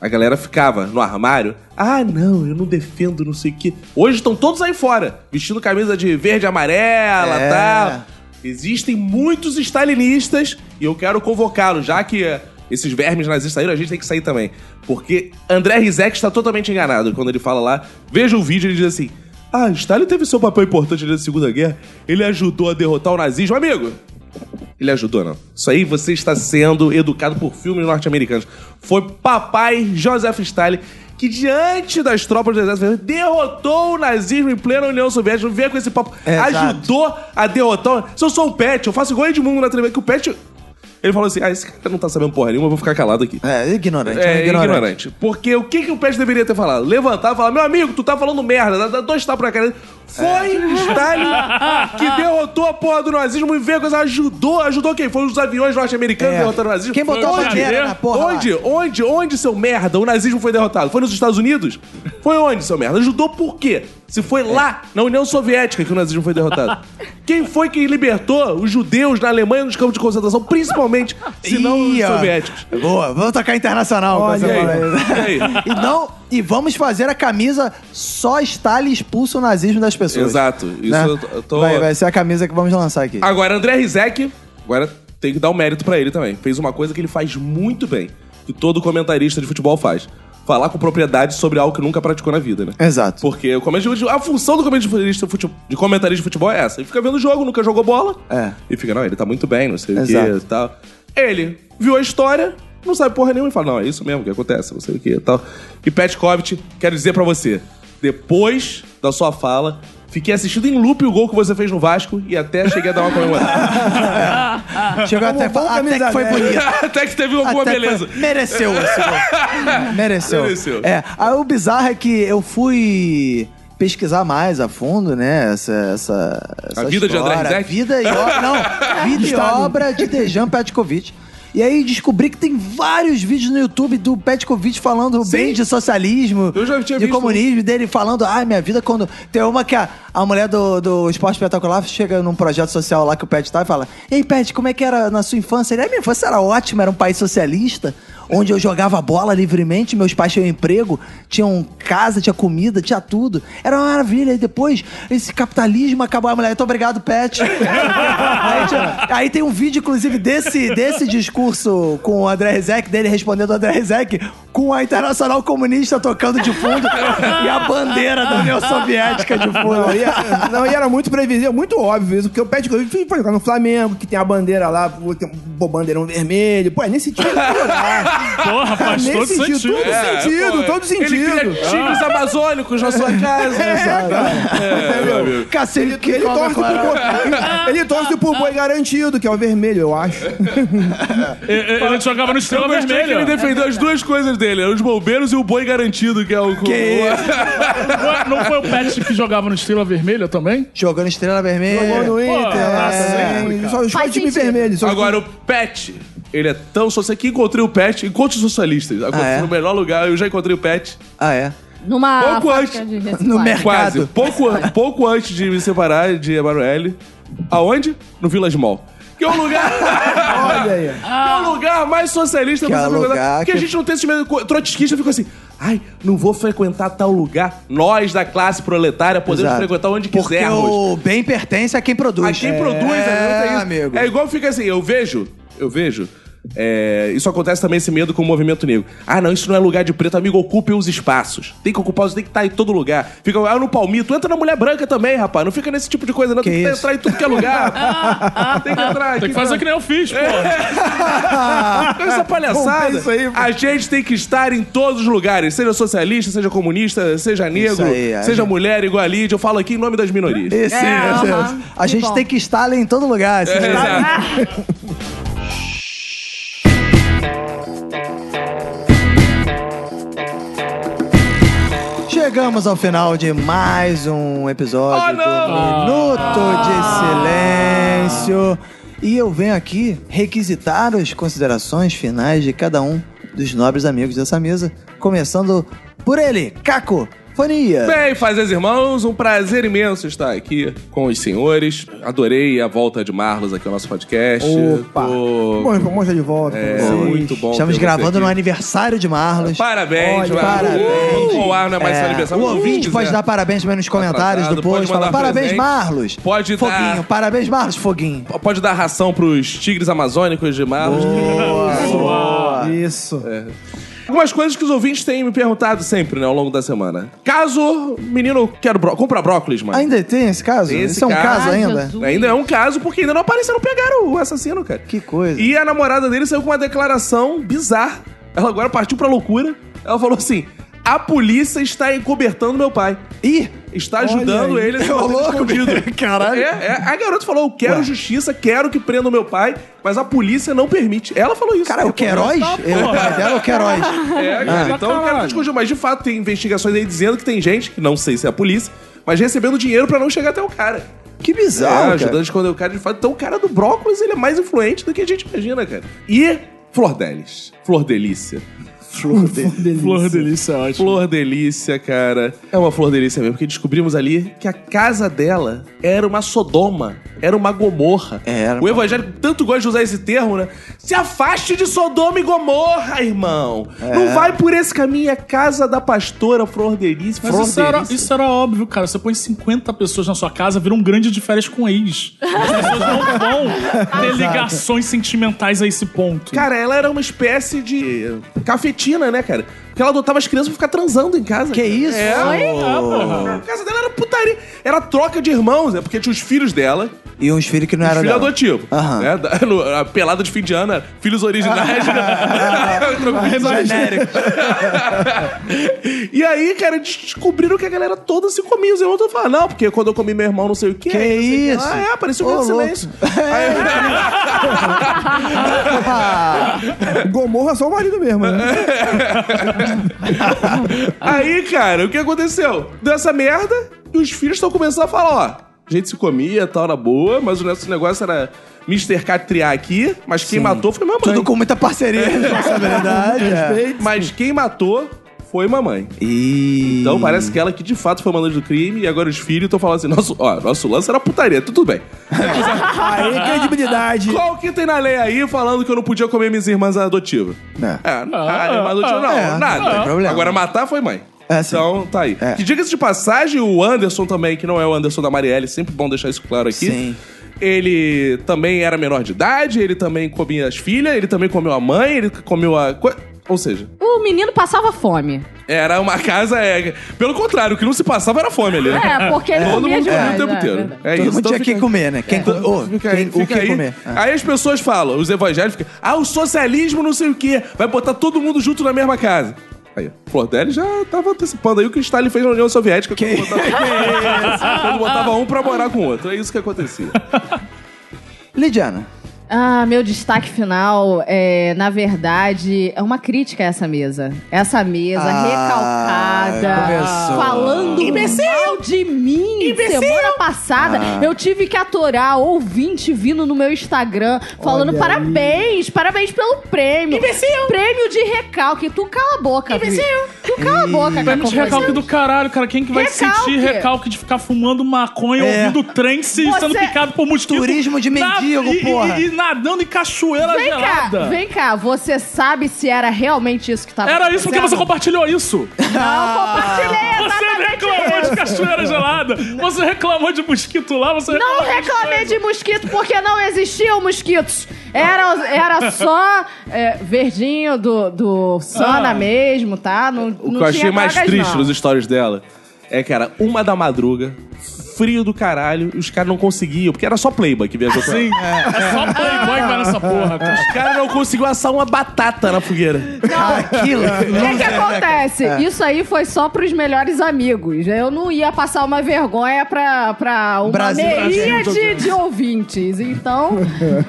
Speaker 3: a galera ficava no armário, ah, não, eu não defendo não sei o quê. Hoje estão todos aí fora, vestindo camisa de verde e amarela
Speaker 2: É.
Speaker 3: tal. Existem muitos stalinistas e eu quero convocá-los, já que eh, esses vermes nazistas saíram, a gente tem que sair também. Porque André Rizek está totalmente enganado quando ele fala lá. Veja o vídeo, ele diz assim: Ah, Stalin teve seu papel importante na Segunda Guerra, ele ajudou a derrotar o nazismo. Amigo, ele ajudou, não. Isso aí você está sendo educado por filmes norte-americanos. Foi papai Joseph Stalin que, diante das tropas do exército, vermelho, derrotou o nazismo em plena União Soviética. Não Vem com esse papo.
Speaker 2: Exato.
Speaker 3: Ajudou a derrotar. o- Se eu sou o Pet, eu faço igual Edmundo na televisão, que o Pet... Ele falou assim, ah, esse cara não tá sabendo porra nenhuma, eu vou ficar calado aqui.
Speaker 2: É, ignorante.
Speaker 3: É,
Speaker 2: né?
Speaker 3: ignorante. Porque o que, que o Pet deveria ter falado? Levantar e falar, meu amigo, tu tá falando merda, dá- dá dois tapas na cara. dele. Foi
Speaker 2: É.
Speaker 3: Stalin que derrotou a porra do nazismo e veio com essa. Ajudou, ajudou quem? Foi os aviões norte-americanos
Speaker 2: É.
Speaker 3: derrotando o nazismo?
Speaker 2: Quem botou
Speaker 3: Foi
Speaker 2: a bandeira na porra lá?
Speaker 3: Onde? Onde? Onde, seu merda? O nazismo foi derrotado? Foi nos Estados Unidos? Foi onde, seu merda? Ajudou por quê? Se foi lá,
Speaker 2: É.
Speaker 3: na União Soviética, que o nazismo foi derrotado. Quem foi que libertou os judeus na Alemanha nos campos de concentração, principalmente, se não os
Speaker 2: Ih, ó.
Speaker 3: soviéticos?
Speaker 2: Boa, vamos tocar internacional. com
Speaker 6: Olha
Speaker 2: essa
Speaker 6: aí.
Speaker 2: palavra aí.
Speaker 3: Olha aí.
Speaker 2: e, não, e vamos fazer a camisa só Stalin expulsa o nazismo das pessoas.
Speaker 3: Exato. Isso
Speaker 2: né?
Speaker 3: eu t- eu tô.
Speaker 2: vai, vai ser a camisa que vamos lançar aqui.
Speaker 3: Agora, André Rizek, agora tem que dar o mérito pra ele também. Fez uma coisa que ele faz muito bem, que todo comentarista de futebol faz. Falar com propriedade sobre algo que nunca praticou na vida, né?
Speaker 2: Exato.
Speaker 3: Porque o comentarista, a função do comentarista de fute- de comentarista de futebol é essa. Ele fica vendo o jogo, nunca jogou bola.
Speaker 2: É.
Speaker 3: E fica, não, ele tá muito bem, não sei o
Speaker 2: Exato.
Speaker 3: que e tal. Ele viu a história, não sabe porra nenhuma e fala, não, é isso mesmo que acontece, não sei o que e tal. E Petkovic, quero dizer pra você, depois da sua fala, fiquei assistindo em loop o gol que você fez no Vasco e até cheguei a dar uma comemorada.
Speaker 2: Chegou
Speaker 3: Tá
Speaker 2: até,
Speaker 6: bom
Speaker 2: até
Speaker 6: camisa
Speaker 2: que foi
Speaker 6: dez.
Speaker 2: bonito.
Speaker 3: até que teve alguma
Speaker 2: Até
Speaker 3: beleza.
Speaker 2: foi- Mereceu esse gol. Mereceu.
Speaker 3: Mereceu.
Speaker 2: É, aí o bizarro é que eu fui pesquisar mais a fundo, né? Essa. essa, essa
Speaker 3: vida de
Speaker 2: história,
Speaker 3: André Rizek?
Speaker 2: Vida e obra. Não, vida e obra de Dejan Petkovic. E aí descobri que tem vários vídeos no YouTube do Petkovic falando bem de socialismo,
Speaker 3: Eu já tinha
Speaker 2: de
Speaker 3: visto.
Speaker 2: comunismo, dele falando, ai, minha vida quando... Tem uma que a, a mulher do, do Esporte Espetacular chega num projeto social lá que o Pet tá e fala, ei, Pet, como é que era na sua infância? Ele, "Ah, minha infância era ótima, era um país socialista, onde eu jogava bola livremente, meus pais tinham emprego, tinham casa, tinha comida, tinha tudo. Era uma maravilha. E depois, esse capitalismo acabou. A mulher, muito obrigado, Pet. aí, tinha- aí tem um vídeo, inclusive, desse, desse discurso com o André Rezek, dele respondendo o André Rezek, com a Internacional Comunista tocando de fundo e a bandeira da União Soviética de fundo.
Speaker 6: Não, e, é- a- não, e era muito previsível, muito óbvio isso, porque o Petkovic foi jogar no Flamengo, que tem a bandeira lá, pô, tem um bo- bandeirão vermelho. Pô, é nesse time que tem que jogar.
Speaker 5: Porra, faz
Speaker 6: Nesse
Speaker 5: todo
Speaker 6: sentido,
Speaker 5: sentido.
Speaker 6: todo
Speaker 3: É, Ele
Speaker 6: sentido, todo sentido.
Speaker 3: cria tigres amazônicos na sua casa. É, meu amigo.
Speaker 2: Cacete,
Speaker 6: Ele torce, pro boi, ele torce pro boi garantido, que é o vermelho, eu acho.
Speaker 5: Ele, ele jogava no
Speaker 3: Eu
Speaker 5: Estrela
Speaker 3: gostei que ele
Speaker 5: Vermelha.
Speaker 3: defendeu as duas coisas dele, os bombeiros e o boi garantido, que é o...
Speaker 2: Que
Speaker 5: Ué, Não foi o Pet que jogava no Estrela Vermelha também?
Speaker 2: Jogando estrela
Speaker 6: Jogou
Speaker 2: vermelha.
Speaker 6: no Inter.
Speaker 5: tá
Speaker 6: é, só escolhe
Speaker 4: Faz
Speaker 6: time
Speaker 4: sentido.
Speaker 6: vermelho. Só
Speaker 3: Agora, o Pet. Ele é tão socialista que encontrei o Pet. Encontre os socialistas. Encontrei
Speaker 2: é?
Speaker 3: No melhor lugar, eu já encontrei o Pet.
Speaker 2: Ah, é.
Speaker 4: Numa
Speaker 3: Pouco
Speaker 4: fábrica
Speaker 3: antes.
Speaker 4: de reciclagem.
Speaker 2: No mercado.
Speaker 3: Quase. Pouco, an- pouco antes de me separar de Emanuele. Aonde? No Village Mall. Que é o lugar.
Speaker 6: Olha aí.
Speaker 3: que é o lugar mais socialista
Speaker 2: Que é
Speaker 3: possível
Speaker 2: o
Speaker 3: encontrar.
Speaker 2: lugar
Speaker 3: Porque
Speaker 2: que-
Speaker 3: a gente não tem esse medo. co- Trotskista fica assim. Ai, não vou frequentar tal lugar. Nós, da classe proletária, podemos
Speaker 2: Exato.
Speaker 3: frequentar onde
Speaker 2: Porque
Speaker 3: quisermos.
Speaker 2: o bem pertence a quem produz.
Speaker 3: A quem produz,
Speaker 2: é,
Speaker 3: é, não tem isso.
Speaker 2: amigo.
Speaker 3: É igual fica assim, eu vejo, eu vejo. é, isso acontece também, esse medo com o movimento negro. Ah, não, isso não é lugar de preto, amigo. Ocupe os espaços. Tem que ocupar, você tem que estar em todo lugar. Fica ah, no palmito, entra na mulher branca também, rapaz. Não fica nesse tipo de coisa, não.
Speaker 2: Que
Speaker 3: tem que
Speaker 2: isso?
Speaker 3: entrar em tudo que é lugar. tem que entrar aqui.
Speaker 5: Ah, Tem que fazer que nem eu fiz, pô.
Speaker 3: Com essa palhaçada, a gente tem que estar em todos os lugares, seja socialista, seja comunista, seja negro,
Speaker 2: aí, a
Speaker 3: seja
Speaker 2: gente-
Speaker 3: mulher igual a Lídia. Eu falo aqui em nome das minorias.
Speaker 2: Esse,
Speaker 4: É,
Speaker 2: esse-
Speaker 4: aham.
Speaker 2: A
Speaker 4: Que
Speaker 2: gente
Speaker 4: bom.
Speaker 2: tem que estar ali em todo lugar. assim, Esse
Speaker 3: É,
Speaker 2: lugar-
Speaker 3: exato.
Speaker 2: Chegamos ao final de mais um episódio
Speaker 3: Oh, não!
Speaker 2: do Minuto de Silêncio. E eu venho aqui requisitar as considerações finais de cada um dos nobres amigos dessa mesa. Começando por ele, Caco Fonia.
Speaker 3: Bem, fazeres irmãos, um prazer imenso estar aqui com os senhores. Adorei a volta de Marlos aqui ao nosso podcast.
Speaker 6: Opa.
Speaker 3: Tô-
Speaker 6: Bom, bom, já de volta.
Speaker 3: É,
Speaker 6: Bom.
Speaker 3: muito bom.
Speaker 2: Estamos
Speaker 3: ter você
Speaker 2: gravando
Speaker 3: aqui.
Speaker 2: no aniversário de Marlos.
Speaker 3: Parabéns,
Speaker 2: Olha,
Speaker 3: Marlos.
Speaker 2: parabéns.
Speaker 3: Uh, o ar não é mais
Speaker 2: É,
Speaker 3: seu aniversário.
Speaker 2: o
Speaker 3: mas
Speaker 2: ouvinte
Speaker 3: se
Speaker 2: pode
Speaker 3: quiser.
Speaker 2: dar parabéns também nos comentários
Speaker 3: Atrasado,
Speaker 2: do post.
Speaker 3: pode
Speaker 2: Fala,
Speaker 3: mandar
Speaker 2: parabéns,
Speaker 3: presente.
Speaker 2: Marlos.
Speaker 3: Pode dar-
Speaker 2: Foguinho, parabéns, Marlos, foguinho.
Speaker 3: É. Pode dar ração pros tigres amazônicos de Marlos.
Speaker 6: Isso.
Speaker 3: Algumas coisas que os ouvintes têm me perguntado sempre, né, ao longo da semana. Caso, menino, quero bró compra brócolis, mano.
Speaker 2: Ainda tem esse caso?
Speaker 3: Tem esse
Speaker 2: Isso é um
Speaker 3: caso.
Speaker 2: caso
Speaker 4: Ai,
Speaker 2: ainda?
Speaker 4: Jesus.
Speaker 3: Ainda é um caso, porque ainda não apareceram, pegaram o assassino, cara.
Speaker 2: Que coisa.
Speaker 3: E a namorada dele saiu com uma declaração bizarra. Ela agora partiu pra loucura. Ela falou assim: a polícia está encobertando meu pai. Ih! Está ajudando ele a se manter
Speaker 2: louco,
Speaker 3: escondido. Caralho. a garota falou: eu quero justiça, quero que prendam meu pai, mas a polícia não permite. Ela falou isso.
Speaker 2: Cara, o Queiroz? É, o pai dela é o Queiroz.
Speaker 3: É, cara, então o cara tá escondido. Mas de fato tem investigações aí dizendo que tem gente, que não sei se é a polícia, mas recebendo dinheiro pra não chegar até o cara.
Speaker 2: Que
Speaker 3: É,
Speaker 2: bizarro, cara.
Speaker 3: ajudando a esconder o cara de fato. Então o cara do brócolis, ele é mais influente do que a gente imagina, cara. E Flor Delis. Flor Delícia.
Speaker 2: Flor dele.
Speaker 5: Flor delícia, é ótimo.
Speaker 3: Flor Delícia, cara. É uma Flor Delícia mesmo, porque descobrimos ali que a casa dela era uma Sodoma, era uma Gomorra.
Speaker 2: É, Era.
Speaker 3: O evangélico tanto gosta de usar esse termo, né? Se afaste de Sodoma e Gomorra, irmão.
Speaker 2: É.
Speaker 3: Não vai por esse caminho, é casa da pastora Flor Delícia.
Speaker 5: Mas
Speaker 3: Flor
Speaker 5: isso era,
Speaker 3: Delícia.
Speaker 5: isso era óbvio, cara. Você põe 50 pessoas na sua casa, vira um grande de férias com ex. As pessoas não vão ter ligações sentimentais a esse ponto.
Speaker 3: Cara, ela era uma espécie de cafetina, né, cara? Porque ela adotava as crianças pra ficar transando em casa.
Speaker 2: Que isso?
Speaker 3: É, A casa dela era putaria. Era troca de irmãos, né? Porque tinha os filhos dela,
Speaker 2: E uns filhos que não
Speaker 3: os
Speaker 2: eram
Speaker 3: filhos
Speaker 2: dela.
Speaker 3: adotivos.
Speaker 2: Aham.
Speaker 3: Né? Da- no- a pelada de fim de ano, era filhos originais. né? Trocou de filhos. e aí, cara, descobriram que a galera toda se comia. Os irmãos todos falaram, não, porque quando eu comi meu irmão, não sei o quê.
Speaker 2: Que
Speaker 3: não sei o quê
Speaker 2: isso?
Speaker 3: lá." Ah, é, parecia um
Speaker 2: Ô,
Speaker 3: grande
Speaker 2: louco.
Speaker 3: silêncio. Aí-
Speaker 6: O Gomorra é só o marido mesmo, né?
Speaker 3: Aí, cara, o que aconteceu? Deu essa merda e os filhos estão começando a falar, ó. A gente se comia, tal, era boa, mas o nosso negócio era Mr. Catriar aqui, mas quem matou foi mamãe.
Speaker 2: Tudo com muita parceria e responsabilidade. é.
Speaker 6: Respeito.
Speaker 3: Mas quem matou foi mamãe.
Speaker 2: E...
Speaker 3: Então parece que ela que de fato foi mandante do crime e agora os filhos estão falando assim, nosso, ó, nosso lance era putaria, tudo bem.
Speaker 6: Aí, credibilidade.
Speaker 3: Qual que tem na lei aí falando que eu não podia comer minhas irmãs adotivas?
Speaker 2: É.
Speaker 3: É, ah, irmã adotiva não,
Speaker 2: é,
Speaker 3: nada.
Speaker 2: não tem problema.
Speaker 3: Agora matar foi mãe.
Speaker 2: É, sim.
Speaker 3: Então, tá aí.
Speaker 2: É.
Speaker 3: Que diga-se de passagem, o Anderson também, que não é o Anderson da Marielle, sempre bom deixar isso claro aqui.
Speaker 2: Sim.
Speaker 3: Ele também era menor de idade, ele também comia as filhas, ele também comeu a mãe, ele comeu a. co- Ou seja,
Speaker 4: O menino passava fome.
Speaker 3: era uma casa. É, pelo contrário, o que não se passava era fome ali. né?
Speaker 4: É, porque ele
Speaker 3: Todo
Speaker 4: comia
Speaker 3: mundo comia
Speaker 4: demais.
Speaker 3: o tempo
Speaker 4: é,
Speaker 3: inteiro.
Speaker 4: verdade.
Speaker 3: É
Speaker 2: Todo
Speaker 3: isso.
Speaker 2: mundo
Speaker 3: então
Speaker 2: tinha
Speaker 3: fica
Speaker 2: que comer, né? Quem, ô,
Speaker 3: Fica
Speaker 2: quem-
Speaker 3: aí,
Speaker 2: o
Speaker 3: fica
Speaker 2: que
Speaker 3: aí.
Speaker 2: comer? Ah.
Speaker 3: Aí as pessoas falam, os evangélicos ficam, ah, o socialismo não sei o quê, vai botar todo mundo junto na mesma casa. Aí, o Flordelli já tava antecipando aí o que o Stalin fez na União Soviética quando botava, quando botava um pra morar com o outro. É isso que acontecia.
Speaker 2: Lidiana.
Speaker 4: Ah, meu destaque final é, na verdade, é uma crítica a essa mesa. Essa mesa
Speaker 2: Ah,
Speaker 4: recalcada,
Speaker 2: começou.
Speaker 4: falando mal de mim. Semana passada,
Speaker 5: Ah.
Speaker 4: eu tive que aturar ouvinte vindo no meu Instagram falando
Speaker 6: Olha
Speaker 4: parabéns, parabéns pelo prêmio. Prêmio de recalque. Tu cala a boca, Imbecil. Tu cala a boca, cara.
Speaker 5: Prêmio de recalque do caralho, cara. Quem que vai
Speaker 4: Recalque.
Speaker 5: sentir recalque de ficar fumando maconha,
Speaker 2: É.
Speaker 5: ouvindo trem, se
Speaker 4: Você-
Speaker 5: sendo picado por mosquito?
Speaker 2: Turismo de
Speaker 5: na-
Speaker 2: mendigo,
Speaker 5: e, e-
Speaker 2: porra.
Speaker 5: E, nadando em cachoeira
Speaker 4: Vem cá,
Speaker 5: gelada.
Speaker 4: vem cá, você sabe se era realmente isso que tava
Speaker 5: Era isso porque você
Speaker 4: acontecendo?
Speaker 5: compartilhou isso.
Speaker 4: Não compartilhei
Speaker 5: Você
Speaker 4: exatamente
Speaker 5: reclamou
Speaker 4: isso.
Speaker 5: de cachoeira gelada. Você reclamou de mosquito lá. Você
Speaker 4: Não
Speaker 5: reclamou de
Speaker 4: reclamei de mosquito porque não existiam mosquitos. Era, era só é, verdinho do, do Sana
Speaker 5: Ah.
Speaker 4: mesmo, tá? Não,
Speaker 3: O que
Speaker 4: não
Speaker 3: eu
Speaker 4: tinha
Speaker 3: achei mais
Speaker 4: pragas,
Speaker 3: triste
Speaker 4: não.
Speaker 3: nos stories dela é que era uma da madruga, frio do caralho, e os caras não conseguiam, porque era só Playboy que viajou com ela.
Speaker 5: Sim, é só playboy que vai nessa porra, cara.
Speaker 3: Os caras não conseguiam assar uma batata na fogueira.
Speaker 2: Aquilo.
Speaker 4: O que, que acontece?
Speaker 2: É.
Speaker 4: Isso aí foi só pros melhores amigos. Eu não ia passar uma vergonha pra, pra uma
Speaker 2: Brasil,
Speaker 4: meia de, de ouvintes. Então,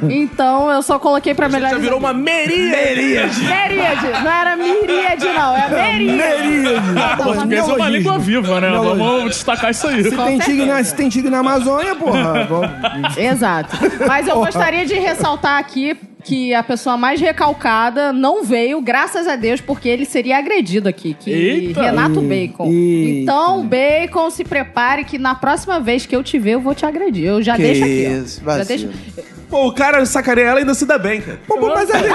Speaker 4: então eu só coloquei pra melhores
Speaker 3: Já virou
Speaker 4: amigos.
Speaker 3: uma meria.
Speaker 4: Meríade. Não era miríade, não. É meríade.
Speaker 5: Ah, Português é uma
Speaker 6: neologismo.
Speaker 5: língua viva, né? Vamos destacar isso aí.
Speaker 6: Tem tigre, na, se tem tigre na Amazônia, porra. vamos-
Speaker 4: Exato. Mas eu gostaria de ressaltar aqui que a pessoa mais recalcada não veio, graças a Deus, porque ele seria agredido aqui, que
Speaker 5: Eita.
Speaker 4: Renato Bacon.
Speaker 6: Eita.
Speaker 4: Então, Bacon, se prepare que na próxima vez que eu te ver, eu vou te agredir. Eu já
Speaker 2: Que
Speaker 4: deixo aqui. ó.
Speaker 2: isso,
Speaker 4: já
Speaker 2: vacilo.
Speaker 4: deixo...
Speaker 3: Pô, o cara sacaneia ela e ainda se dá bem, cara.
Speaker 6: Pô, pô, mas é-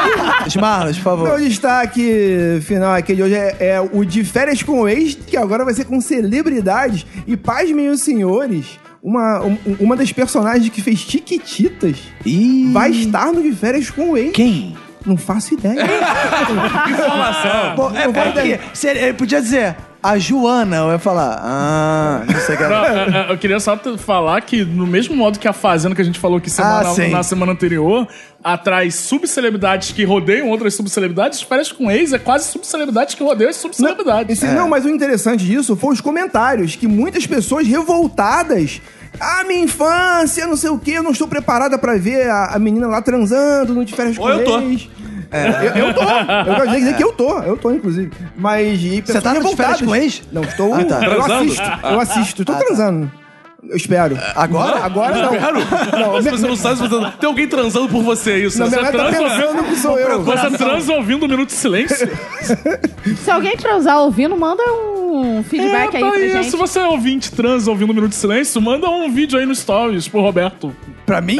Speaker 2: Esmarlos, por
Speaker 6: Meu
Speaker 2: favor.
Speaker 6: destaque final aqui de hoje é, é o de férias com o ex, que agora vai ser com celebridades. E pasmem os senhores, uma, um- uma das personagens que fez Tiquititas
Speaker 2: Ih,
Speaker 6: vai estar no de férias com o ex.
Speaker 2: Quem?
Speaker 6: Não faço ideia.
Speaker 5: Ah!
Speaker 3: Informação.
Speaker 2: Bom, é, é que, se ele, ele podia dizer a Joana, eu ia falar. Ah, não sei o que.
Speaker 5: Não,
Speaker 2: ela-
Speaker 5: é, é, eu queria só te falar que, no mesmo modo que a Fazenda que a gente falou aqui semana-
Speaker 2: Ah, sim.
Speaker 5: na semana anterior, atrai subcelebridades que rodeiam outras subcelebridades, férias com ex é quase subcelebridades que rodeiam as subcelebridades.
Speaker 2: É.
Speaker 6: Esse- Não, mas o interessante disso foi os comentários, que muitas pessoas revoltadas. Ah, minha infância, não sei o quê, eu não estou preparada pra ver a, a menina lá transando, não de férias
Speaker 3: Ou
Speaker 6: com
Speaker 3: eu tô.
Speaker 6: ex. Eu, eu tô. Eu quero dizer que eu tô. Eu tô, inclusive. Mas. e
Speaker 2: Você
Speaker 6: pessoas
Speaker 2: tá no de férias
Speaker 6: revoltadas.
Speaker 2: com ex?
Speaker 6: Não, estou.
Speaker 2: Ah, tá. Ah,
Speaker 6: Eu
Speaker 3: Transando?
Speaker 6: assisto. Eu assisto. Tô transando. Eu espero.
Speaker 2: É, Agora?
Speaker 6: Agora não.
Speaker 3: Claro. se você não sabe, se você não... tem alguém transando por você, é isso.
Speaker 6: Não,
Speaker 3: Você
Speaker 6: minha mãe tá
Speaker 5: transa?
Speaker 6: pensando que sou
Speaker 2: é
Speaker 6: eu.
Speaker 5: Você transa ouvindo um minuto de silêncio?
Speaker 4: Se alguém transar ouvindo, manda um feedback
Speaker 5: É,
Speaker 4: aí
Speaker 5: tá
Speaker 4: pra gente.
Speaker 5: Se você é ouvinte trans ouvindo um minuto de silêncio, manda um vídeo aí no Stories pro Roberto.
Speaker 2: Pra mim?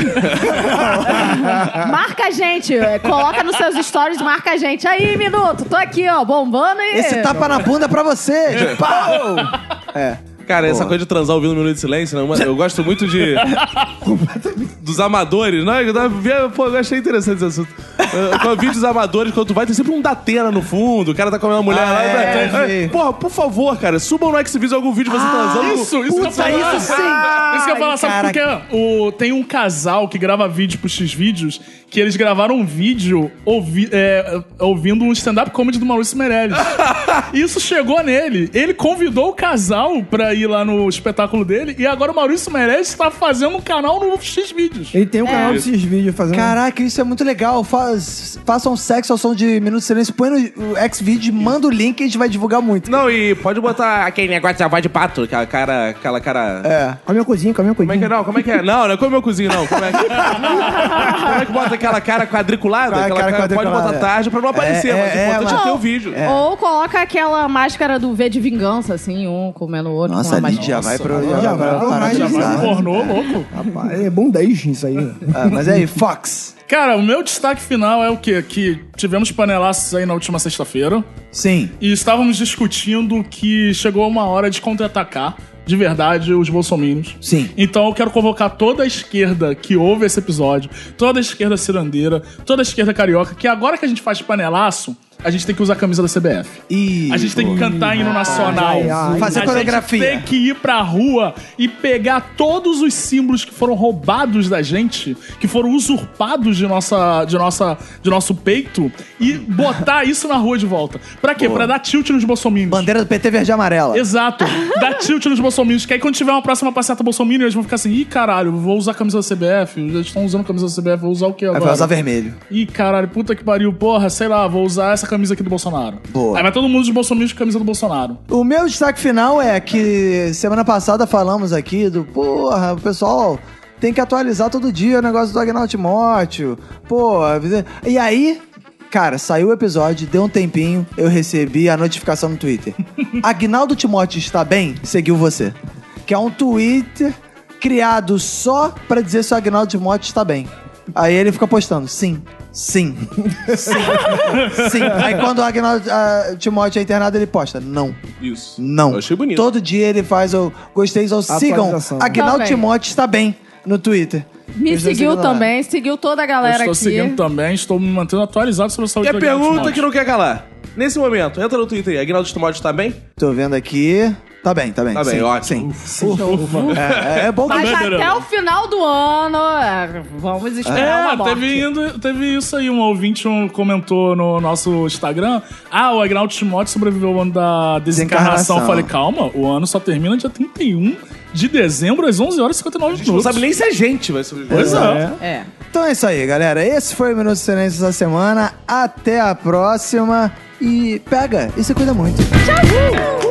Speaker 4: Marca a gente. é, Coloca nos seus stories, marca a gente. Aí, minuto. Tô aqui, ó, bombando e...
Speaker 2: Esse tapa na bunda é pra vocês. Pau! É.
Speaker 3: Cara, essa
Speaker 2: Boa.
Speaker 3: coisa de transar ouvindo um minuto de silêncio, né? Uma- eu gosto muito de. dos amadores, né? Eu tava vendo- Pô, eu achei interessante esse assunto. Eu, eu vi dos amadores, quando tu vai, tem sempre um Datena no fundo, o cara tá comendo uma mulher
Speaker 2: Ah,
Speaker 3: lá.
Speaker 2: é,
Speaker 3: tá-
Speaker 2: vi.
Speaker 3: porra, por favor, cara, subam no Xvideos algum vídeo você transando.
Speaker 5: Isso, isso
Speaker 2: Puta,
Speaker 5: que eu ia falar.
Speaker 2: isso sim.
Speaker 5: isso que eu ia falar,
Speaker 2: Ai,
Speaker 5: sabe por quê? O, tem um casal que grava vídeo pros X-Vídeos que eles gravaram um vídeo ouvi- é, ouvindo um stand-up comedy do Maurício Meirelles. isso chegou nele. Ele convidou o casal pra ir lá no espetáculo dele e agora o Maurício Meirelles tá fazendo um canal no X-Vídeos.
Speaker 6: Ele tem um
Speaker 3: É.
Speaker 6: canal desses vídeos fazendo.
Speaker 2: Caraca, isso é muito legal. Faz, façam sexo ao som de Minuto de Silêncio. Põe no X-Video, manda o link e a gente vai divulgar muito.
Speaker 3: Não, e pode botar aquele negócio de avó de pato, aquela cara. Aquela cara.
Speaker 2: É.
Speaker 6: Come meu cozinho, come meu
Speaker 3: Como é que é?
Speaker 6: cozinho.
Speaker 3: Não, como é que é? Não, não é como meu cozinho, não. Como é que, como é que bota aquela cara quadriculada?
Speaker 2: Cara,
Speaker 3: Aquela
Speaker 2: cara
Speaker 3: cara, pode
Speaker 2: quadriculada,
Speaker 3: botar
Speaker 2: é.
Speaker 3: tarde pra não
Speaker 2: É,
Speaker 3: aparecer, mas
Speaker 2: é,
Speaker 3: o importante é,
Speaker 2: mano.
Speaker 3: ter o vídeo.
Speaker 4: Ou coloca aquela máscara do V de vingança, assim, um comendo o outro.
Speaker 2: Nossa, é
Speaker 4: com
Speaker 2: a
Speaker 4: uma
Speaker 2: Lid já vai pro.
Speaker 6: já vai pro mais
Speaker 5: Já
Speaker 2: pro
Speaker 5: vai
Speaker 6: bizarro.
Speaker 5: no
Speaker 2: É bizarro.
Speaker 5: pornô, louco.
Speaker 6: Rapaz, é bondage isso aí.
Speaker 2: Ah, Mas aí, Fox.
Speaker 5: Cara, o meu destaque final é o quê? Que tivemos panelaços aí na última sexta-feira.
Speaker 2: Sim.
Speaker 5: E estávamos discutindo que chegou uma hora de contra-atacar, de verdade, os bolsominions.
Speaker 2: Sim.
Speaker 5: Então eu quero convocar toda a esquerda que ouve esse episódio, toda a esquerda cirandeira, toda a esquerda carioca, que agora que a gente faz panelaço, a gente tem que usar a camisa da CBF.
Speaker 2: Ih,
Speaker 5: A gente tem que cantar hino nacional.
Speaker 6: ai, ai.
Speaker 2: Fazer
Speaker 5: a
Speaker 2: coreografia.
Speaker 5: Gente tem que ir pra rua e pegar todos os símbolos que foram roubados da gente, que foram usurpados de nossa, de nossa, de nosso peito e botar isso na rua de volta. Pra quê? Pra dar tilt nos bolsominions.
Speaker 2: Bandeira do PT verde e amarela.
Speaker 5: Exato. Dá tilt nos bolsominions. Que aí quando tiver uma próxima passeata bolsominion, eles vão ficar assim, ih, caralho, vou usar a camisa da CBF, eles estão usando a camisa da CBF, vou usar o quê
Speaker 2: Aí
Speaker 5: agora?
Speaker 2: vai usar vermelho.
Speaker 5: Ih, caralho, puta que pariu, porra, sei lá, vou usar essa camisa aqui do Bolsonaro.
Speaker 2: Boa.
Speaker 5: Aí vai todo mundo de Bolsonaro com a camisa do Bolsonaro.
Speaker 2: O meu destaque final é que semana passada falamos aqui do porra, o pessoal tem que atualizar todo dia o negócio do Agnaldo Timóteo. Pô, e aí, cara, saiu o episódio, deu um tempinho, eu recebi a notificação no Twitter. Agnaldo Timóteo está bem? Seguiu você. Que é um Twitter criado só pra dizer se o Agnaldo Timóteo está bem. Aí ele fica postando, sim, sim, sim, sim. Aí quando o Agnaldo ah, Timóteo é internado, ele posta, não.
Speaker 3: Isso.
Speaker 2: Não.
Speaker 3: Eu achei bonito.
Speaker 2: Todo dia ele faz o gostei ou sigam.
Speaker 6: Atualização.
Speaker 2: Aguinaldo
Speaker 4: Tá bem.
Speaker 2: Timóteo está bem no Twitter.
Speaker 4: Me
Speaker 2: Eu já
Speaker 4: seguiu
Speaker 2: sigo lá.
Speaker 4: também, seguiu toda a
Speaker 5: Eu
Speaker 4: galera
Speaker 5: estou
Speaker 4: aqui.
Speaker 5: seguindo também, estou me mantendo atualizado sobre a
Speaker 3: E
Speaker 5: saúde
Speaker 3: a
Speaker 5: do Agnaldo
Speaker 3: pergunta
Speaker 5: Timóteo.
Speaker 3: que não quer calar. Nesse momento, entra no Twitter aí. Agnaldo Timóteo tá bem?
Speaker 2: Tô vendo aqui. Tá bem, tá bem.
Speaker 3: Tá bem,
Speaker 2: sim,
Speaker 3: ótimo.
Speaker 2: Sim. É, é bom que.
Speaker 4: Mas
Speaker 5: Tá bem,
Speaker 4: até o final do ano, é, vamos esperar uma
Speaker 5: É,
Speaker 4: morte.
Speaker 5: teve, indo- teve isso aí. Um ouvinte um, comentou no nosso Instagram. Ah, o Agnaldo Timóteo sobreviveu ao ano da desencarnação.
Speaker 2: Desencarnação.
Speaker 5: Eu falei, calma, o ano só termina dia 31 de dezembro às 11 horas e 59
Speaker 3: Não
Speaker 5: minutos.
Speaker 3: sabe nem se a gente vai sobreviver.
Speaker 5: Pois é.
Speaker 4: É.
Speaker 2: Então é isso aí, galera. Esse foi o Minuto de Silêncio da semana. Até a próxima. E pega e se cuida muito.
Speaker 4: Tchau!